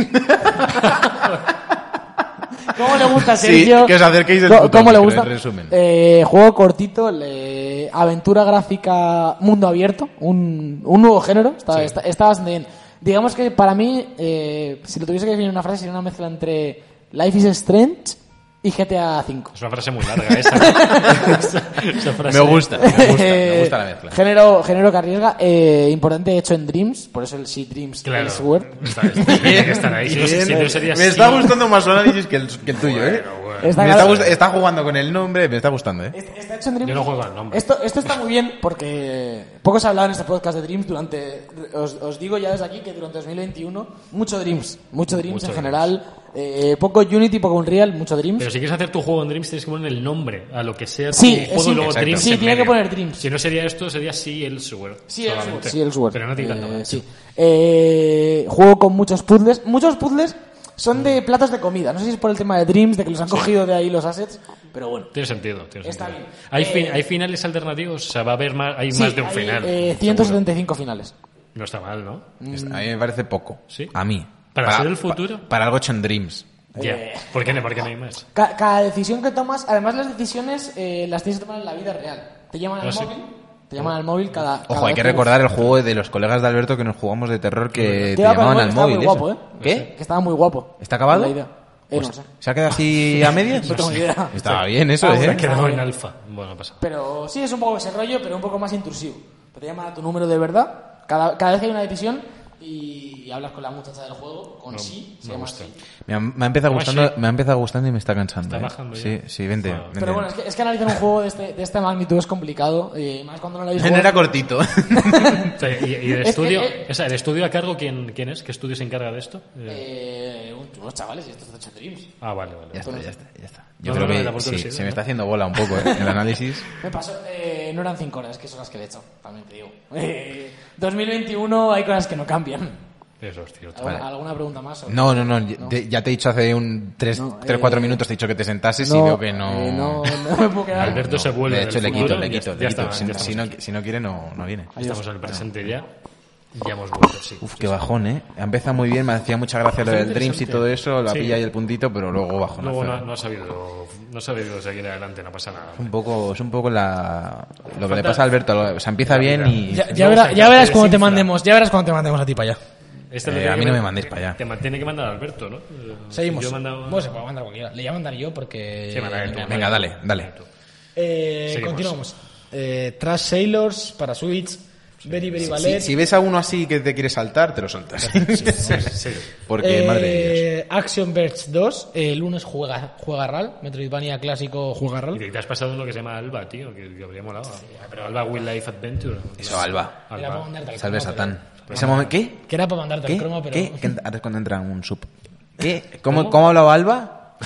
S4: ¿Cómo le gusta a Sergio?
S3: que os acerquéis del
S4: Co-
S3: futuro,
S4: ¿Cómo le
S3: pero
S4: gusta?
S3: en resumen.
S4: Eh, juego cortito, le- aventura gráfica, mundo abierto, un, un nuevo género. Está,
S2: Sí.
S4: está- está bastante bien. Digamos que para mí, eh, si lo tuviese que definir en una frase, sería una mezcla entre Life is Strange y GTA V.
S2: Es una frase muy larga esa. Esa- esa frase-
S3: Me gusta, me gusta, me gusta la mezcla.
S4: Género, género que arriesga, eh, importante hecho en Dreams, por eso el Sea Dreams
S2: Claro.
S4: Elsewhere.
S2: Está- está- Tiene que estar ahí. No sé si no sería
S3: me está
S2: sí.
S3: gustando más su análisis que el, que el tuyo, ¿eh?
S2: Bueno, bueno.
S4: Está
S3: Me está,
S4: claro.
S3: gust- está jugando con el nombre, me está gustando, ¿eh?
S4: Este- Está hecho en Dreams.
S2: Yo no juego al nombre.
S4: Esto, esto está muy bien porque poco se ha hablado en este podcast de Dreams durante. Os, os digo ya desde aquí que durante 2021, mucho Dreams. Mucho Dreams
S2: Mucho
S4: en
S2: Dreams.
S4: general. eh, poco Unity, poco Unreal, mucho Dreams.
S2: Pero si quieres hacer tu juego en Dreams, tienes que poner el nombre a lo que sea tu
S4: Sí,
S2: juego
S4: sí.
S2: y luego
S4: Exacto.
S2: Dreams.
S4: Sí,
S2: en
S4: tiene que
S2: medio.
S4: poner Dreams.
S2: Si no sería esto, sería Sí Elsewhere.
S4: Sí, Elsewhere.
S2: solamente.
S4: Sí, Elsewhere.
S2: Pero no tiene tanto
S4: Eh,
S2: más.
S4: sí. Eh, juego con muchos puzzles. Muchos puzzles son
S3: Mm.
S4: de platos de comida. No sé si es por el tema de Dreams, de que los han cogido de ahí los assets, pero bueno.
S2: Tiene sentido. Tiene
S4: Está
S2: sentido.
S4: bien.
S2: ¿Hay,
S4: Eh,
S2: fin- ¿Hay finales alternativos? O sea, va a haber más, hay
S4: Sí,
S2: más de un
S4: hay,
S2: final.
S4: eh,
S2: seguro.
S4: 175 finales.
S2: No está mal, ¿no?
S4: Mm.
S3: Es- A mí me parece poco.
S2: Sí.
S3: A mí.
S2: Para ser el futuro.
S3: pa- para algo hecho en Dreams.
S2: Ya.
S4: Eh.
S2: ¿Por qué no? ¿Por qué no hay más?
S4: Ca- cada decisión que tomas, además las decisiones eh, las tienes que tomar en la vida real. Te llaman
S2: Ah,
S4: al
S2: sí.
S4: móvil, te llaman al móvil cada. cada
S3: Ojo, hay que
S4: vez
S3: recordar el juego de los colegas de Alberto que nos jugamos de terror que te
S4: iba a poner
S3: llamaban
S4: que
S3: al
S4: estaba
S3: móvil.
S4: muy
S3: eso.
S4: guapo, ¿eh?
S3: ¿Qué?
S4: Que estaba muy guapo.
S3: ¿Está acabado? Pues
S4: La idea. Eh, no sé.
S3: ¿Se ha quedado así a medias?
S4: No tengo ni idea. Ah,
S3: Estaba bien eso,
S4: Vamos,
S2: Se
S3: ¿eh?
S2: ha quedado en alfa. Bueno, pasa.
S4: Pero sí, es un poco ese rollo, pero un poco más intrusivo. Te llaman a tu número de verdad, cada, cada vez que hay una decisión y, y hablas con la muchacha del juego, con sí, se
S2: me
S4: llama
S2: gusta.
S4: sí.
S3: Me ha, me ha empezado
S2: Además,
S3: gustando,
S2: Ah, sí.
S3: me ha empezado gustando y me está cansando.
S2: Está
S3: ¿eh?
S2: bajando ya.
S3: Sí, sí, vente.
S2: Ah.
S3: vente.
S4: Pero bueno, es que, es que analizar un juego de, este- de esta magnitud es complicado, eh, más cuando no lo habéis
S3: No
S4: jugado.
S3: era cortito.
S2: O sea, ¿Y, y el,
S4: Es que-
S2: estudio,
S4: eh.
S2: o sea, el estudio a cargo quién, quién es? ¿Qué estudio se encarga de esto? Eh,
S4: Eh, un- unos chavales, y estos de 8 Dreams.
S2: ah, vale, vale.
S3: ya
S2: vale.
S3: está, ya está, ya está. Yo
S2: No, no, no,
S3: creo
S2: la
S3: que
S2: portada
S3: sí,
S2: sí,
S3: se me
S2: ¿no?
S3: está haciendo bola un poco ¿eh? el análisis.
S4: Me pasó, eh, no eran 5 horas, que son las que le he hecho, también te digo. Eh, 2021 hay cosas que no cambian.
S2: Eso es cierto.
S4: ¿Alguna, alguna pregunta más? o-
S3: No, no, no, te- ya te he dicho hace un 3,
S4: No,
S3: 4
S4: eh,
S3: minutos, te he dicho que te sentases y
S4: No,
S3: veo que no...
S4: eh, no, no me puedo quedar.
S2: Alberto se vuelve
S3: De
S2: del
S3: hecho, le
S2: futuro
S3: quito,
S2: y
S3: le
S2: ya-
S3: quito,
S2: ya
S3: le quito.
S2: estamos,
S3: Si,
S2: ya
S3: si
S2: estamos
S3: no, si no quiere, no, no viene.
S2: Estamos en el presente ya. Ya hemos vuelto, sí.
S3: Uf, qué bajón, ¿eh? Ha empezado muy bien, me hacía mucha gracia lo del Dreams y todo eso, la
S2: Sí.
S3: pilla y el puntito, pero luego bajón.
S2: Luego
S3: feo.
S2: no, no ha sabido, no ha sabido seguir adelante, no pasa nada.
S3: Es un poco, es un poco la, lo que le pasa a Alberto. O sea, empieza bien y...
S4: Ya,
S2: ya verá-
S4: ya verás cuando te
S2: Desinfla.
S4: mandemos,
S2: mandemos-
S4: ya verás cuando te mandemos a ti para allá.
S2: Este
S3: Eh,
S2: lo tiene
S3: a
S2: que
S3: mí no
S2: ver-
S3: me mandéis para allá.
S2: Te ma- tiene que mandar Alberto, ¿no? Eh,
S4: Seguimos.
S2: Yo he mandado-
S4: Bueno, se puede mandar cualquiera. Le voy a mandar yo porque.
S2: Sí, mandar tú.
S3: Eh, Venga, dale, dale.
S4: Eh,
S2: Seguimos.
S4: continuamos.
S3: pues.
S4: Eh, Trash Sailors para Switch. Very, very
S3: Si,
S4: ballet.
S3: si ves a uno así que te quiere saltar, te lo saltas.
S2: Sí, sí.
S3: Porque,
S4: Eh,
S3: madre de Dios.
S4: Action Verge 2. eh, el lunes juega, juega RAL. Metroidvania clásico juega
S2: Y
S4: RAL.
S2: te- te has pasado en lo que se llama Alba, tío, que, que habría molado. Pero Alba Wildlife Adventure.
S3: Eso, Alba.
S4: Era para mandarte al
S3: Salve,
S4: cromo,
S3: Satán.
S4: pero-
S3: Ese momen- ¿Qué?
S4: Que era para mandarte
S3: ¿Qué?
S4: el cromo, pero.
S3: ¿Qué? ¿Qué? Ahora es cuando entra un sub. ¿Qué? ¿Cómo, ¿Cómo ha hablado Alba?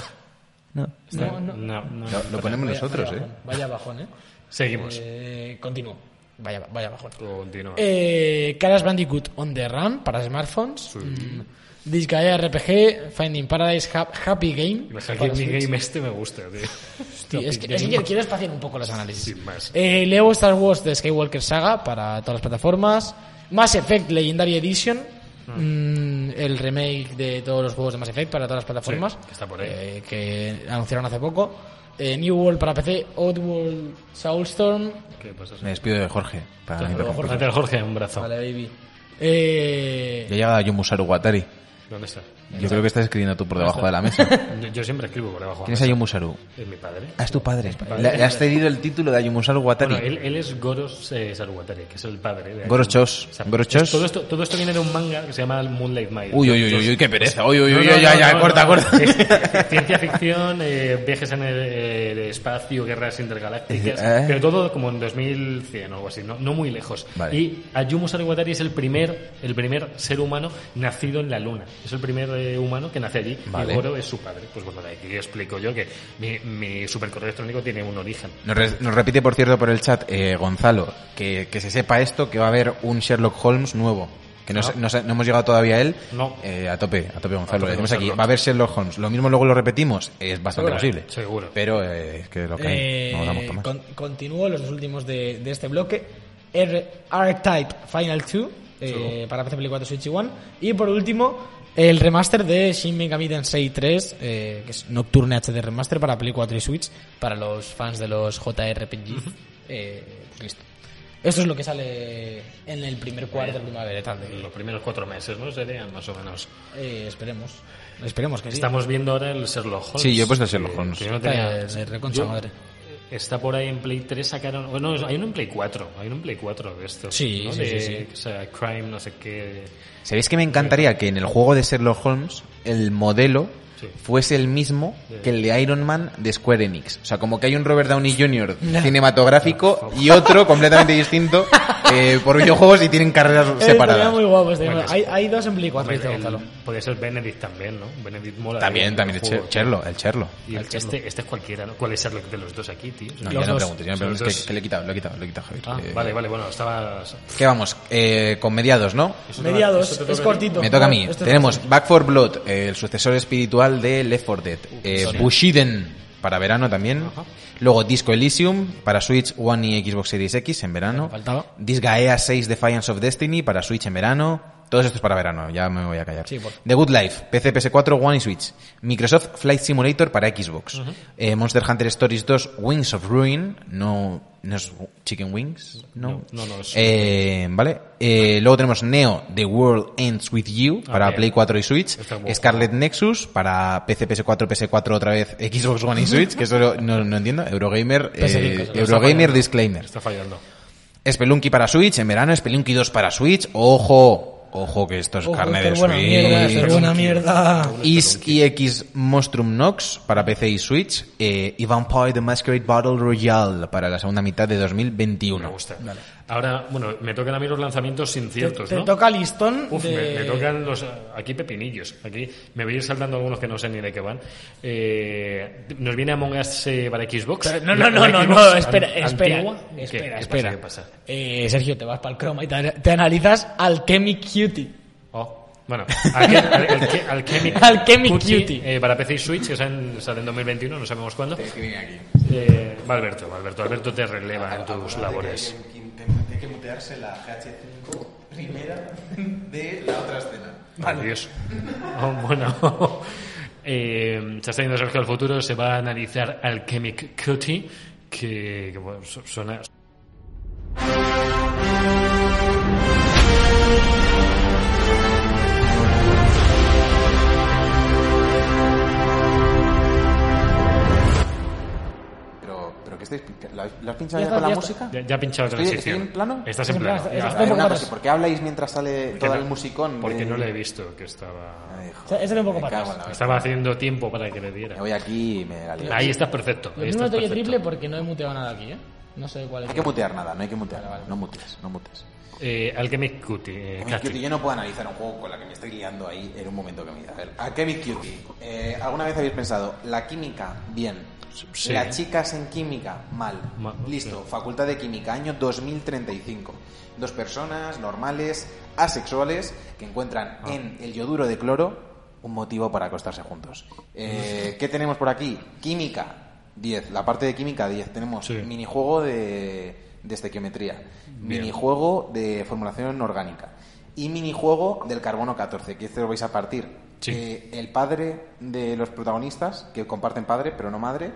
S3: No.
S4: No, no.
S2: No, no.
S3: Lo, lo ponemos
S4: Vaya-
S3: nosotros,
S4: vaya
S3: ¿eh?
S4: bajón, Vaya bajón, ¿eh?
S2: Seguimos.
S4: Eh, continúo. Vaya, vaya bajón.
S2: Continúa.
S4: Eh, Crash Bandicoot on the Run para smartphones. Mm, Disgaea RPG, Finding Paradise, Hap- Happy Game.
S2: Imagina que
S4: para
S2: mi
S4: Switch.
S2: game este me gusta, tío.
S4: Sí, es que, es que quiero espaciar un poco los análisis.
S2: Sin más.
S4: Eh, Lego Star Wars de Skywalker Saga para todas las plataformas. Mass Effect Legendary Edition. mm, el remake de todos los juegos de Mass Effect para todas las plataformas.
S2: Sí, que está por ahí.
S4: eh, que anunciaron hace poco. Eh, New World para PC, Old World Soulstorm.
S2: ¿Qué pasa?
S3: Me despido de Jorge. Para
S4: Ah,
S2: Date
S3: mi
S2: al
S3: propio-
S2: Jorge, date al Jorge un brazo.
S4: Vale, baby. Eh,
S3: Ya llegaba Yomusaru Watari.
S2: ¿Dónde está?
S3: Yo creo que estás escribiendo tú por debajo de la mesa.
S2: Yo, yo siempre escribo por debajo. de la
S3: ¿Quién es
S2: mesa.
S3: Ayumusaru?
S2: Es mi padre.
S3: Ah, es tu padre. Le, le has cedido el título de Ayumusaru Watari.
S2: Bueno, él, él es Goros eh, Saruwatari, que es el padre. de-
S3: Goros Chos. Goros Chos.
S2: Todo esto, todo esto viene de un manga que se llama Moonlight Mile.
S3: Uy, uy, uy, uy, uy, qué pereza. Uy, uy,
S2: No,
S3: uy,
S2: no,
S3: uy, ya,
S2: no,
S3: ya,
S2: no,
S3: corta,
S2: no.
S3: corta.
S2: Es ciencia ficción, eh, viajes en el, eh, el espacio, guerras intergalácticas,
S3: ¿Eh?
S2: pero todo como en 2100 o algo así, no, no muy lejos.
S3: Vale.
S2: Y Ayumu Saruwatari es el primer, el primer ser humano nacido en la luna. Es el primer eh, humano que nace allí.
S3: Vale.
S2: Y Goro es su padre. Pues bueno, de aquí explico yo que mi, mi supercorreo electrónico tiene un origen.
S3: Nos, re- nos repite, por cierto, por el chat, eh, Gonzalo, que, que se sepa esto, que va a haber un Sherlock Holmes nuevo. Que no,
S2: Ah.
S3: se- no se- no hemos llegado todavía a él.
S2: No.
S3: Eh, a tope, a tope, Gonzalo.
S2: A tope,
S3: lo decimos
S2: Gonzalo.
S3: aquí. Va a haber Sherlock Holmes. Lo mismo luego lo repetimos. Es bastante
S2: Seguro,
S3: posible.
S2: seguro.
S3: Pero eh, es que lo que hay.
S4: Eh,
S3: No nos damos Tomás.
S4: con- continúo los dos últimos de, de este bloque. R, R-Type Final 2 eh, para PC, Play 4, Switch y One. Y por último, el remaster de Shin Megami Tensei 3, eh, que es Nocturne HD Remaster para Play 4 y Switch, para los fans de los JRPG. eh, pues listo. Esto es lo que sale en el primer cuarto de primavera. tal, de-
S2: Los primeros cuatro meses, ¿no? Serían más o menos.
S4: eh, esperemos. Esperemos que sí.
S2: Estamos viendo ahora el Sherlock Holmes.
S3: Sí, yo pues, he puesto el Sherlock Holmes.
S2: que yo no
S4: Vaya,
S2: tenía-
S4: de reconcha
S2: yo-
S4: Eh, madre.
S2: Está por ahí en Play 3 sacaron... Bueno, hay uno en Play 4. Hay uno en Play 4 de esto.
S4: Sí,
S2: ¿no?
S4: sí,
S2: de,
S4: sí, sí.
S2: O sea, Crime, no sé qué...
S3: ¿Sabéis que me encantaría que en el juego de Sherlock Holmes el modelo
S2: Sí.
S3: fuese el mismo
S2: Sí.
S3: que el de Iron Man de Square Enix? O sea, como que hay un Robert Downey Jr. cinematográfico y otro completamente distinto eh, por videojuegos y tienen carreras
S4: Eh, estaría
S3: separadas.
S4: muy guapo, estaría muy
S2: Bueno,
S4: guapo. Hay, hay dos en Play 4,
S2: Hombre,
S4: dice
S2: el-
S4: Gonzalo.
S2: podría ser Benedict también, ¿no? Benedict mola. ¿eh?
S3: También,
S2: el
S3: también el
S2: juego.
S3: Cher- Cherlo, el Cherlo.
S2: Y el- este, este es cualquiera, ¿no? ¿Cuál es Sherlock de los dos aquí, tío?
S3: No,
S4: Los
S3: ya no
S4: dos.
S3: preguntes, ya no
S2: Son los
S3: preguntes, que,
S2: dos.
S3: que le he quitado, lo he quitado, lo he quitado, Javier.
S2: Ah,
S3: Eh,
S2: vale, vale, bueno, estaba...
S3: ¿Qué vamos? Eh, con mediados, ¿no?
S2: eso te va-
S4: Mediados,
S2: eso te toca a
S4: es
S2: ti.
S4: cortito.
S3: Me toca a mí.
S4: Bueno, esto es
S3: Tenemos Back for Blood, eh, el sucesor espiritual de Left 4 Dead. Eh, Bushiden, para verano también. Luego Disco Elysium, para Switch One y Xbox Series X en verano.
S4: faltaba.
S3: Disgaea 6 Defiance of Destiny, para Switch en verano. Todos estos para verano, ya me voy a callar.
S4: Sí, por-
S3: The Good Life, PC, PS4, One y Switch. Microsoft Flight Simulator para Xbox. Eh, Monster Hunter Stories 2, Wings of Ruin. No, no es Chicken Wings, ¿no?
S2: No, no, no es-
S3: Eh, vale. Eh, luego tenemos Neo, The World Ends With You para
S2: bien.
S3: Play 4 y Switch.
S2: Está guapo.
S3: Scarlet Nexus para PC, PS4, PS4 otra vez, Xbox One y Switch, que eso lo- no, no entiendo. Eurogamer, eh,
S4: PS5, se lo
S2: está
S3: Eurogamer
S2: fallando.
S3: Disclaimer.
S2: Está fallando.
S3: Spelunky para Switch en verano, Spelunky 2 para Switch. Ojo, ojo que esto es
S4: Ojo,
S3: carne
S4: esto
S3: de
S4: es buena
S3: Switch.
S4: mierda, esto es buena mierda.
S3: Is EX Monstrum Nox para PC y Switch eh, y Vampire the Masquerade Battle Royale para la segunda mitad de 2021.
S2: Me gusta. Ahora, bueno, me tocan a mí los lanzamientos inciertos,
S4: Te
S2: ¿no?
S4: toca listón
S2: Uf,
S4: de...
S2: me, me tocan los aquí pepinillos. Aquí me voy a ir saltando algunos que no sé ni de qué van. Eh, ¿Nos viene Among Us eh, para Xbox?
S4: Pero No, no,
S2: ¿Para
S4: no, no,
S2: Xbox
S4: no,
S2: an-
S4: espera, espera,
S2: antigua? ¿Qué?
S4: espera,
S2: ¿Qué
S4: espera.
S2: pasa? ¿Qué pasa?
S4: Eh, Sergio, te vas para el croma y te, te analizas Alchemic Cutie.
S2: Oh, Bueno, Alchem- Al- Alchem- Alchemic,
S4: Alchemic Cutie.
S2: eh, para PC y Switch, que salen- sale en 2021, no sabemos cuándo. Eh, va Alberto, va Alberto, Alberto te releva en tus labores.
S3: Tiene que mutearse la GH5 primera de la otra escena.
S2: Adiós. Oh, bueno. Eh, se está yendo Sergio al futuro, se va a analizar Alchemic Cutie, que, que, bueno, su- suena...
S3: Pero, pero ¿qué estáis pinchando? ¿Lo, habéis- lo has
S4: Ya
S3: pinchado ya
S4: está,
S3: con la
S4: ya
S3: música?
S2: Ya, ya he pinchado
S3: ¿Estoy-
S2: transición.
S3: estoy en plano?
S2: Estás en
S4: En
S2: plano.
S4: plano,
S2: ya.
S4: estás
S3: A ver,
S4: un poco
S3: una
S4: para
S3: cosa, ¿Por qué habláis mientras sale todo
S2: no-
S3: el musicón? de-
S2: Porque no le he visto que estaba...
S3: Ay,
S4: O sea,
S3: joder,
S4: ese era un poco
S3: me
S4: para
S3: cago en
S4: atrás.
S3: la-
S2: Estaba haciendo tiempo para que le
S3: Me
S2: diera.
S3: voy aquí y me la lío.
S2: Ahí estás perfecto.
S4: Yo
S2: ahí
S4: mismo
S2: estás
S4: doy el
S2: perfecto.
S4: triple porque no he muteado nada aquí, ¿eh? No sé cuál
S3: No
S4: es.
S3: hay que mutear nada, no hay que mutear. No mutes, no mutes.
S2: Eh, Alchemic Cutie. eh,
S3: Alchemic
S2: Cutie.
S3: Cutie, yo no puedo analizar un juego con la que me estoy liando ahí en un momento que me A ver, Alchemic Cutie, eh, ¿alguna vez habéis pensado la química? Bien.
S2: Sí.
S3: Las chicas en química, mal.
S2: Ma-
S3: Listo, Facultad de Química, año 2035. Dos personas normales, asexuales, que encuentran
S2: Ah.
S3: en el yoduro de cloro un motivo para acostarse juntos. Eh, ¿Qué tenemos por aquí? Química, 10. La parte de química, 10. Tenemos
S2: Sí.
S3: minijuego de, de estequiometría,
S2: Bien.
S3: minijuego de formulación orgánica y minijuego del carbono 14, que este lo vais a partir.
S2: Sí.
S3: Eh, el padre de los protagonistas, que comparten padre, pero no madre.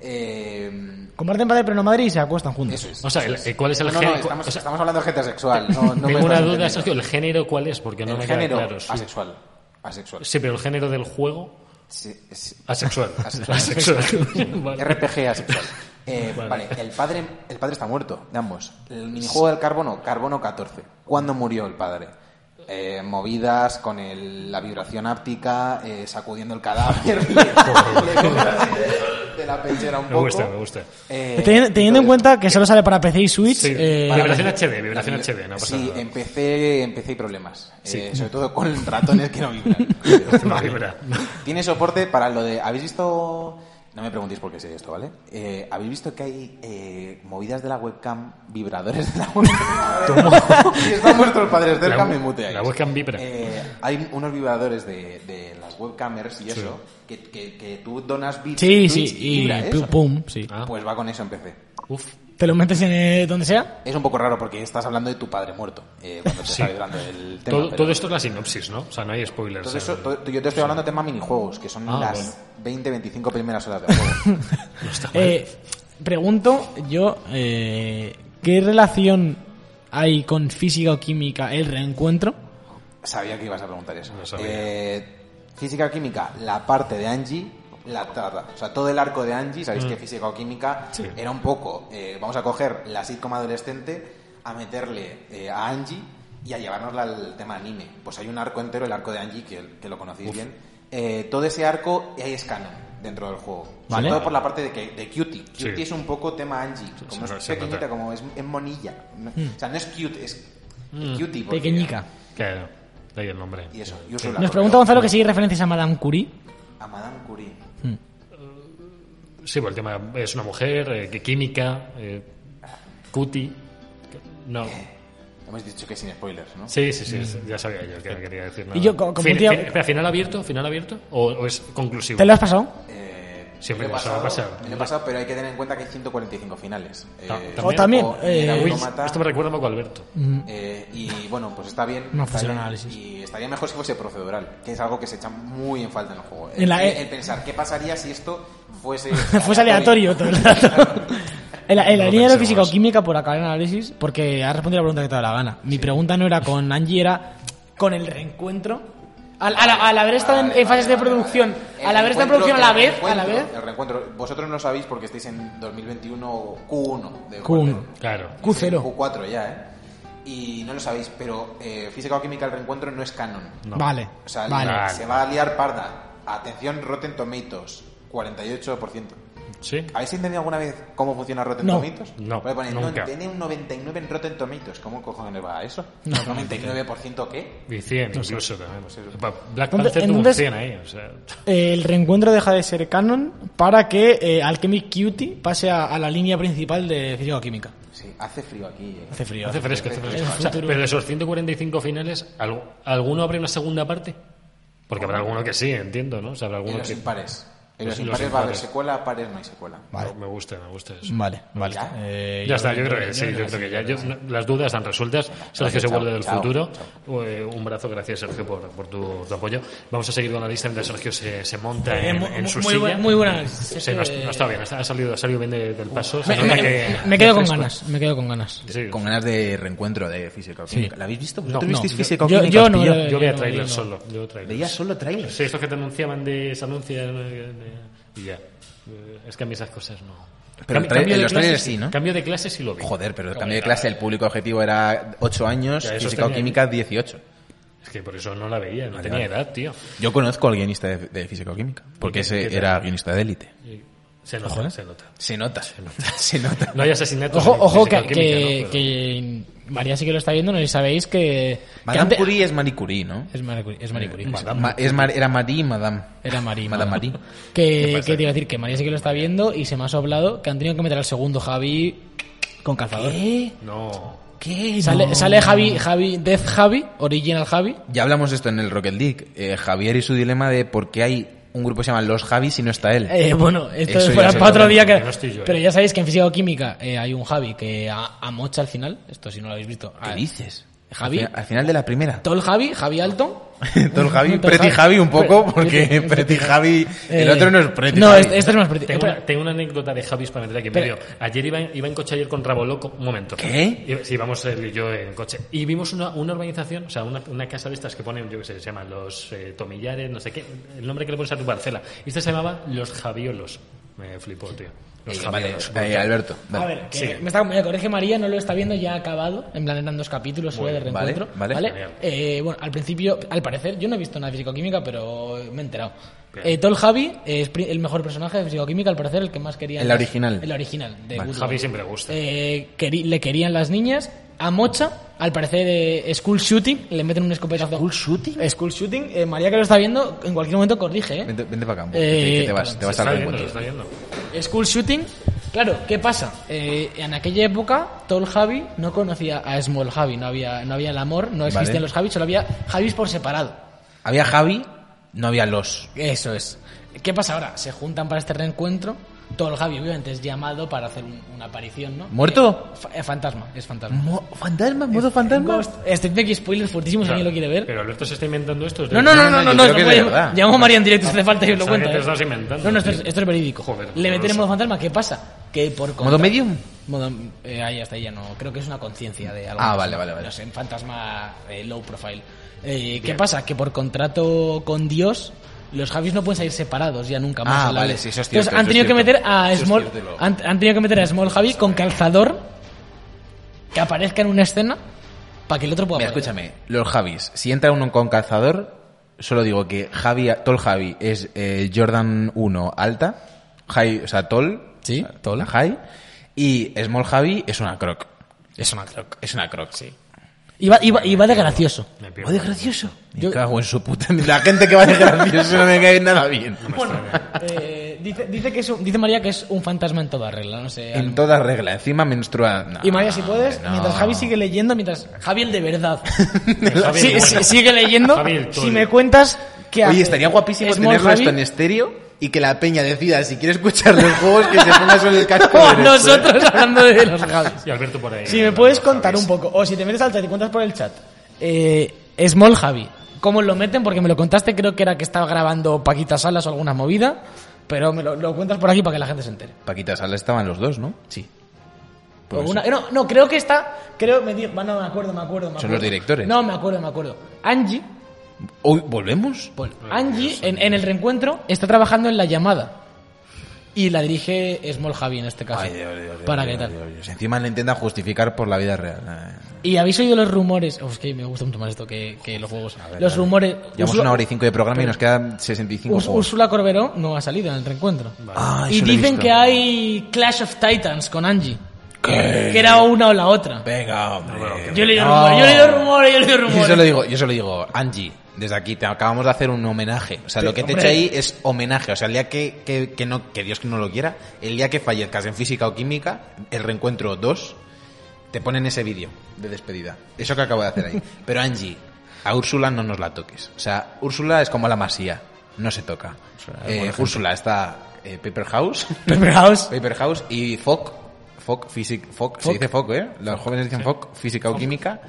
S3: eh,
S4: Comparten padre pero no madre y se acuestan juntos.
S3: eso es.
S2: O sea, el- eh, ¿cuál es el
S3: No, no,
S2: género?
S3: estamos,
S2: O sea,
S3: estamos hablando de gente sexual. No, no me
S2: Tengo
S3: estás
S2: una duda,
S3: entendiendo.
S2: Sergio. ¿El género cuál es? Porque no
S3: el
S2: me queda
S3: género
S2: claro. sí.
S3: asexual. Asexual.
S2: Sí, pero el género del juego.
S3: Sí, es-
S2: Asexual.
S3: Asexual.
S2: Asexual. Vale.
S3: RPG asexual. Eh,
S2: Vale.
S3: vale. el padre el padre está muerto, de ambos. El minijuego del carbono, carbono 14. ¿Cuándo murió el padre? Eh, movidas con el- la vibración áptica, eh, sacudiendo el cadáver, le- le coge así de, de la pechera un
S2: Me
S3: poco.
S2: gusta, me gusta.
S3: Eh,
S4: Teni- Teniendo, en
S3: entonces,
S4: cuenta que solo sale para PC y Switch.
S2: Sí,
S4: eh,
S2: vibración HD, vibración HD, no pasa
S3: eh, sí,
S2: nada.
S3: empecé, empecé y problemas.
S2: Sí.
S3: Eh, sobre todo con ratones que no vibran.
S2: No vibra.
S3: Tiene soporte para lo de. ¿Habéis visto.? No me preguntéis por qué sé esto, ¿vale? Eh, ¿Habéis visto que hay eh, movidas de la webcam, vibradores de la webcam? si están vuestros padres cerca,
S2: La-
S3: me muteáis.
S2: la webcam vibra.
S3: Eh, hay unos vibradores de, de las webcamers y eso, que, que, que tú donas bits
S4: Sí,
S3: en
S4: sí,
S3: Twitch
S4: y
S3: vibra eso.
S4: pum, pum, sí.
S2: Ah.
S3: Pues va con eso en PC.
S2: Uf.
S4: Te lo metes en eh, donde sea.
S3: Es un poco raro porque estás hablando de tu padre muerto eh, cuando te
S2: Sí.
S3: está vibrando el tema.
S2: Todo,
S3: pero-
S2: todo esto es la sinopsis, ¿no? O sea, no hay spoilers. eh,
S3: Todo eso-
S2: en-
S3: todo- yo te estoy hablando de temas minijuegos, que son
S2: Ah,
S3: las 20-25 primeras horas del juego.
S2: no está mal.
S4: Eh, pregunto yo, eh, ¿qué relación hay con física o química el reencuentro?
S3: sabía que ibas a preguntar eso.
S2: Lo sabía.
S3: Eh, física o química, la parte de Angie la trata. O sea, todo el arco de Angie, sabéis que física o química
S2: Mm. Sí.
S3: era un poco, eh, vamos a coger la sitcom adolescente, a meterle eh, a Angie y a llevárnosla al tema anime. Pues hay un arco entero, el arco de Angie, que, que lo conocéis bien. Eh, todo ese arco eh, es canon dentro del juego.
S4: Vale.
S3: Sobre todo por la parte de, que, de Cutie. Cutie
S2: Sí.
S3: es un poco tema Angie. Como
S2: se-
S3: es
S2: se nota. Mm.
S3: pequeñita, como es, es monilla. No- O sea, no es cute, es Cutie. porque-
S4: Pequeñica.
S2: Claro, de ahí el nombre.
S3: y eso, y Úrsula
S4: Nos
S3: Correo.
S4: pregunta Gonzalo que si hay referencias a Madame Curie.
S3: A Madame Curie.
S2: Sí, bueno, el tema es una mujer, eh, que química, eh, cutie. que- No.
S3: Eh, Hemos dicho que sin spoilers, ¿no?
S2: Sí, sí, sí, es- ya sabía yo que no quería decir nada.
S4: Mm. Y yo, co- como
S2: Fin-
S4: un tío-
S2: fin- espera, ¿Final abierto? ¿Final abierto? ¿O, o es conclusivo?
S4: ¿Te lo has pasado?
S3: Eh,
S2: Siempre
S3: me lo he
S2: que eso ha
S3: pasado,
S2: pasado.
S3: me lo he pasado, pero hay que tener en cuenta que hay 145 finales.
S2: Ta-
S3: Eh,
S2: también. O
S4: también,
S3: o
S4: eh,
S3: Nier
S2: Uy,
S3: Automata,
S2: esto me recuerda un poco a Alberto.
S4: Mm.
S3: eh, y bueno, pues está bien.
S4: No
S3: está
S4: funciona
S3: bien,
S4: análisis.
S3: Y estaría mejor si fuese procedural, que es algo que se echa muy en falta en el juego.
S4: En la- E-
S3: el, el pensar qué pasaría si esto fuese.
S4: Fuese aleatorio todo el rato. En la, en la
S2: No
S4: línea de
S2: pensemos.
S4: física o química, por acabar el análisis, porque has respondido la pregunta que te da la gana. Mi pregunta no era con Angie, era con el reencuentro. Al, al- al haber estado en-
S3: Vale,
S4: en fases de
S3: vale, vale,
S4: producción,
S3: vale.
S4: al haber estado en producción a la vez, a la
S3: El
S4: vez.
S3: reencuentro, el reencuentro. Vosotros no lo sabéis porque estáis en 2021 Q1 de
S4: Q1.
S3: Warner.
S2: Claro.
S4: Q0.
S3: Q4 ya, ¿eh? Y no lo sabéis, pero eh, Física o Química el reencuentro no es canon.
S2: No.
S4: Vale.
S3: O sea,
S4: vale.
S2: Vale.
S3: se va a liar parda. Atención, Rotten Tomatoes, 48%.
S2: ¿Sí?
S3: ¿Habéis entendido alguna vez cómo funciona Rotten
S4: No.
S3: Tomatoes?
S2: No,
S3: Voy a poner,
S2: nunca.
S3: tiene un 99 en Rotten Tomatoes. ¿Cómo cojones va eso? ¿99% qué?
S2: Y 100 incluso también.
S3: eso.
S2: Pa- Black
S4: Entonces-
S2: Panther tuvo un
S4: entonces-
S2: 100 ahí, o sea...
S4: Eh, El reencuentro deja de ser canon para que eh, Alchemic Cutie pase a, a la línea principal de física o química.
S3: Sí, hace frío aquí. eh.
S4: Hace frío.
S2: Hace fresco, hace
S3: fresco.
S2: fresco.
S4: Es
S2: O sea,
S4: futuro.
S2: pero de esos 145 finales, ¿algu- ¿alguno habrá una segunda parte? Porque habrá alguno que sí, entiendo, ¿no? O sea, habrá
S3: En
S2: alguno
S3: los
S2: que...
S3: impares. En
S2: Los-
S3: los
S2: los
S3: impares va a haber
S2: impares.
S3: secuela, a pares no hay secuela.
S2: No, me gusta, me gusta eso.
S4: Vale, vale.
S3: Ya.
S4: Eh,
S2: Ya está, yo creo que sí, yo creo que ya. Yo- las dudas están resueltas. Sergio se
S3: chao,
S2: vuelve del
S3: chao,
S2: futuro. Eh, un brazo, gracias Sergio por, por tu, tu apoyo. Vamos a seguir con la lista mientras Sergio se, se monta
S4: Eh,
S2: en,
S4: mu-
S2: en su
S4: muy,
S2: silla.
S4: buen- muy buena. Sí,
S2: Sí, no, no está bien, ha salido, ha salido bien de- del paso. se
S4: Me,
S2: nota
S4: me-
S2: que-
S4: me quedo con
S2: fresco.
S4: ganas, me quedo con ganas.
S2: Sí.
S3: Con ganas de reencuentro de física o química. ¿La habéis visto? ¿Vosotros
S2: no,
S3: visteis
S2: yo-
S3: física o
S4: yo-
S3: química?
S4: yo
S3: os
S4: no,
S3: pilló?
S4: yo-
S2: Yo veía
S4: no,
S2: trailers
S4: no.
S2: solo. Yo trailers.
S3: Veía solo trailers.
S2: Sí, estos que te anunciaban de se anuncia eh, de- y ya. Eh, Es que a mí esas cosas no.
S3: Pero
S2: Cam-
S3: el tra-
S2: cambio
S3: en
S2: de
S3: los
S2: clase
S3: trailers sí, ¿no?
S2: Cambio de clase sí lo vi.
S3: Joder, pero el
S2: Joder,
S3: cambio de clase, el público objetivo era 8 años,
S2: Ya, esos
S3: física o
S2: tenían-
S3: química 18.
S2: Es que por eso no la veía, no
S3: Vale,
S2: tenía
S3: vale.
S2: edad, tío.
S3: Yo conozco al guionista de, de física o química, porque
S2: ¿Qué
S3: ese
S2: tal?
S3: era guionista de élite.
S2: Y Se nota, se nota.
S3: Se nota, se nota. se nota.
S2: No hay asesinatos.
S4: ¿eh? Ojo,
S2: en
S4: ojo, que,
S2: física o química, ¿no?
S4: que,
S2: Pero-
S4: que María sí que lo está viendo, no sé si sabéis que... que
S3: Madame
S4: antes-
S3: Curie es Marie Curie, ¿no?
S4: Es Marie Curie. Es Marie Curie.
S2: Eh,
S3: Ma- es Mar- era Marie y Madame.
S4: Era Marie.
S3: Madame Marie. ¿Qué
S4: Que,
S3: pasa?
S4: que te iba a decir que María sí que lo está viendo y se me ha soplado que han tenido que meter al segundo Javi con calzador.
S2: No.
S4: ¿Qué? Sale, sale Javi, Javi, Death Javi, Original Javi.
S3: Ya hablamos de esto en el Rocket League. eh, Javier y su dilema de por qué hay un grupo que se llama Los Javis y no está él.
S4: Eh, bueno, esto
S3: Eso ya
S4: es para,
S3: se
S4: para otro
S3: toca,
S4: día que...
S2: no estoy yo,
S4: Pero
S2: eh.
S4: ya sabéis que en Física o Química eh, hay un Javi que a- amocha al final. Esto si no lo habéis visto.
S3: ¿Qué
S4: Ah,
S3: dices?
S4: Javi.
S3: Al, final de la primera.
S4: Todo el Javi, Javi Alto.
S3: Todo el Javi,
S4: Todo el
S3: Preti Javi un poco,
S4: Pre-
S3: porque
S4: Preti-
S3: Preti Javi, el
S4: Eh,
S3: otro no es Preti
S4: No,
S3: Javi.
S4: este, este es más Preti.
S2: Tengo
S4: Espera.
S2: una, tengo una anécdota de Javis para meter aquí en
S4: Espera.
S2: medio. Ayer iba en, iba en coche ayer con Raboloco, un momento.
S3: ¿Qué?
S2: Iba- sí, íbamos él y yo en coche. Y vimos una, una urbanización, o sea, una, una casa de estas que ponen, yo qué sé, se llaman los eh, tomillares, no sé qué, el nombre que le pones a tu parcela. Y esta se llamaba Los Javiolos. Me flipó, tío. Los
S3: Vale,
S2: Javiolos.
S3: ahí, eh, Alberto.
S4: A
S3: dale.
S4: ver, que
S2: Sí.
S4: me, está, me corrige María, no lo está viendo, ya ha acabado. En plan, eran dos capítulos solo de
S3: bien, vale,
S4: reencuentro.
S3: vale.
S4: Vale,
S2: Genial.
S4: Eh, bueno, al principio, al parecer, yo no he visto nada de fisicoquímica, pero me he enterado.
S2: Bien.
S4: Eh, Tol Javi es pri- el mejor personaje de fisicoquímica, al parecer, el que más quería.
S3: En la original.
S4: En la original, de
S3: Vale.
S4: Good
S2: Javi
S4: One.
S2: siempre le gusta.
S4: Eh, queri- le querían las niñas. A Mocha, al parecer, eh, School Shooting, le meten un escopetazo. ¿School Shooting? School Shooting. Eh, María, que lo está viendo, en cualquier momento corrige, ¿eh?
S3: Vente, para acá, un poco,
S4: Eh,
S3: que te vas, te
S4: perdón,
S3: vas
S2: Se
S3: al
S2: está viendo, se
S3: reencuentro.
S2: está viendo.
S4: School Shooting. Claro, ¿qué pasa? Eh, en aquella época, Tall Javi no conocía a Small Javi, no había, no había el amor, no existían
S3: Vale.
S4: los Javis, solo había Javis por separado.
S3: Había Javi, no había los.
S4: Eso es. ¿Qué pasa ahora? Se juntan para este reencuentro. Tall Javi, obviamente, es llamado para hacer un- una aparición, ¿no?
S3: ¿Muerto?
S4: Eh, fa- eh, fantasma, es fantasma.
S3: Mo- ¿Fantasma? ¿Modo fantasma?
S4: Ghost. Este, Estoy haciendo aquí spoilers fortísimos, si
S2: Claro.
S4: alguien lo quiere ver.
S2: Pero Alberto se está inventando esto. es de-
S4: No, no, no, no,
S3: no,
S4: no,
S3: yo
S4: no,
S3: creo
S4: no
S3: que
S4: puede-
S3: de verdad.
S4: Llamo a María en directo si hace falta y os lo
S2: Pensaba que
S4: cuento.
S2: te
S4: ¿eh?
S2: estás inventando,
S4: No, no, esto es,
S2: tío.
S4: esto es verídico.
S2: Joder,
S4: Le meteremos
S2: horroroso.
S4: fantasma, ¿qué pasa? Que por
S3: ¿Modo
S4: contra-
S3: medium?
S4: Modo, eh, ahí hasta ya no, creo que es una conciencia de algo.
S3: Ah,
S4: más,
S3: vale,
S4: ¿no?
S3: vale, vale.
S4: No sé, un fantasma eh, low profile. Eh, ¿Qué pasa? Que por contrato con Dios, los Javis no pueden salir separados ya nunca más.
S3: Ah,
S4: en la
S3: vale,
S4: ley.
S3: sí, eso es
S4: Entonces,
S3: cierto,
S4: han
S3: eso
S4: tenido
S3: es
S4: que meter
S3: cierto.
S4: a
S3: Eso es
S4: Small,
S3: cierto, y lo-
S4: han, han tenido que meter a Small Javi con calzador que aparezca en una escena para que el otro pueda.
S3: Mira,
S4: aparecer.
S3: escúchame, los Javis, si entra uno con calzador, solo digo que Javi, Tol Javi es eh, Jordan 1 alta, high, o sea, Tol,
S4: Sí,
S3: o sea,
S4: tall.
S3: la high, y Small Javi es una croc.
S4: Es una croc.
S3: Es una croc, sí.
S4: Iba, iba, iba de gracioso.
S2: Me
S3: ¡Oh,
S2: pierdo.
S3: desgracioso! Me
S4: Yo-
S3: cago en su puta. La gente que va de gracioso no me cae nada bien.
S4: Eh, dice, dice, que es un- dice María que es un fantasma en toda regla, no sé.
S3: En toda regla, encima menstrua. no,
S4: y María, si puedes,
S3: Ah, no.
S4: mientras Javi sigue leyendo, mientras Javi el de verdad
S2: Javi,
S4: Sí,
S2: bueno.
S4: sí, sigue leyendo,
S2: Javi, el todo.
S4: si me cuentas que
S3: Oye, estaría guapísimo tenerlo esto en estéreo y que la peña decida si quiere escuchar los juegos que se ponga sobre el casco. derecho.
S4: Oh, nosotros hablando de los Javis.
S2: Y Alberto por ahí.
S4: Si me puedes contar un poco, o si te metes al chat y cuentas por el chat, eh, Small Javi, ¿cómo lo meten? Porque me lo contaste, creo que era que estaba grabando Paquita Salas o alguna movida, pero me lo, lo cuentas por aquí para que la gente se entere.
S3: Paquita Sala estaban los dos, ¿no?
S4: Sí.
S3: Pues
S4: Alguna- eh, no, no, creo que está. Creo, me dijo. No, me acuerdo, me acuerdo. me
S3: Son
S4: acuerdo.
S3: los directores.
S4: No, me acuerdo, me acuerdo. Angie,
S3: Hoy volvemos.
S4: bueno, Angie en, en el reencuentro está trabajando en la llamada. Y la dirige Small Javi en este caso.
S3: Ay, Dios, Dios, Dios,
S4: para
S3: Dios,
S4: qué tal.
S3: Dios, Dios. Pues Encima le intentan justificar por la vida real. Eh,
S4: Y habéis oído los rumores. Oh, es que me gusta mucho más esto que, que los juegos.
S3: ver,
S4: los
S3: a ver.
S4: rumores.
S3: Llevamos
S4: Úrsula-
S3: una hora y cinco de programa y nos quedan 65
S4: Úrs-
S3: juegos.
S4: Úrsula Corberó no ha salido en el reencuentro.
S3: Ah,
S4: y
S3: eso lo he
S4: dicen
S3: visto.
S4: que hay Clash of Titans con Angie. Que era una o la otra.
S3: Venga, hombre.
S4: Yo he leído
S3: No.
S4: rumores, yo he leído rumores, yo he leído
S3: Yo
S4: rumores.
S3: solo digo, yo solo digo, Angie, desde aquí te acabamos de hacer un homenaje. O sea, lo que te he hecho ahí es homenaje. O sea, el día que, que, que no, que Dios no lo quiera, el día que fallezcas en física o química, el reencuentro 2, te ponen ese vídeo de despedida. Eso que acabo de hacer ahí. Pero Angie, a Úrsula no nos la toques. O sea, Úrsula es como la masía, no se toca. Eh, Úrsula está eh, Paper House,
S4: Paper House.
S3: Paper House y Fock. Fock, physic, Fock, se
S4: Fock.
S3: dice Fock, ¿eh? Los jóvenes dicen Fock, física o química.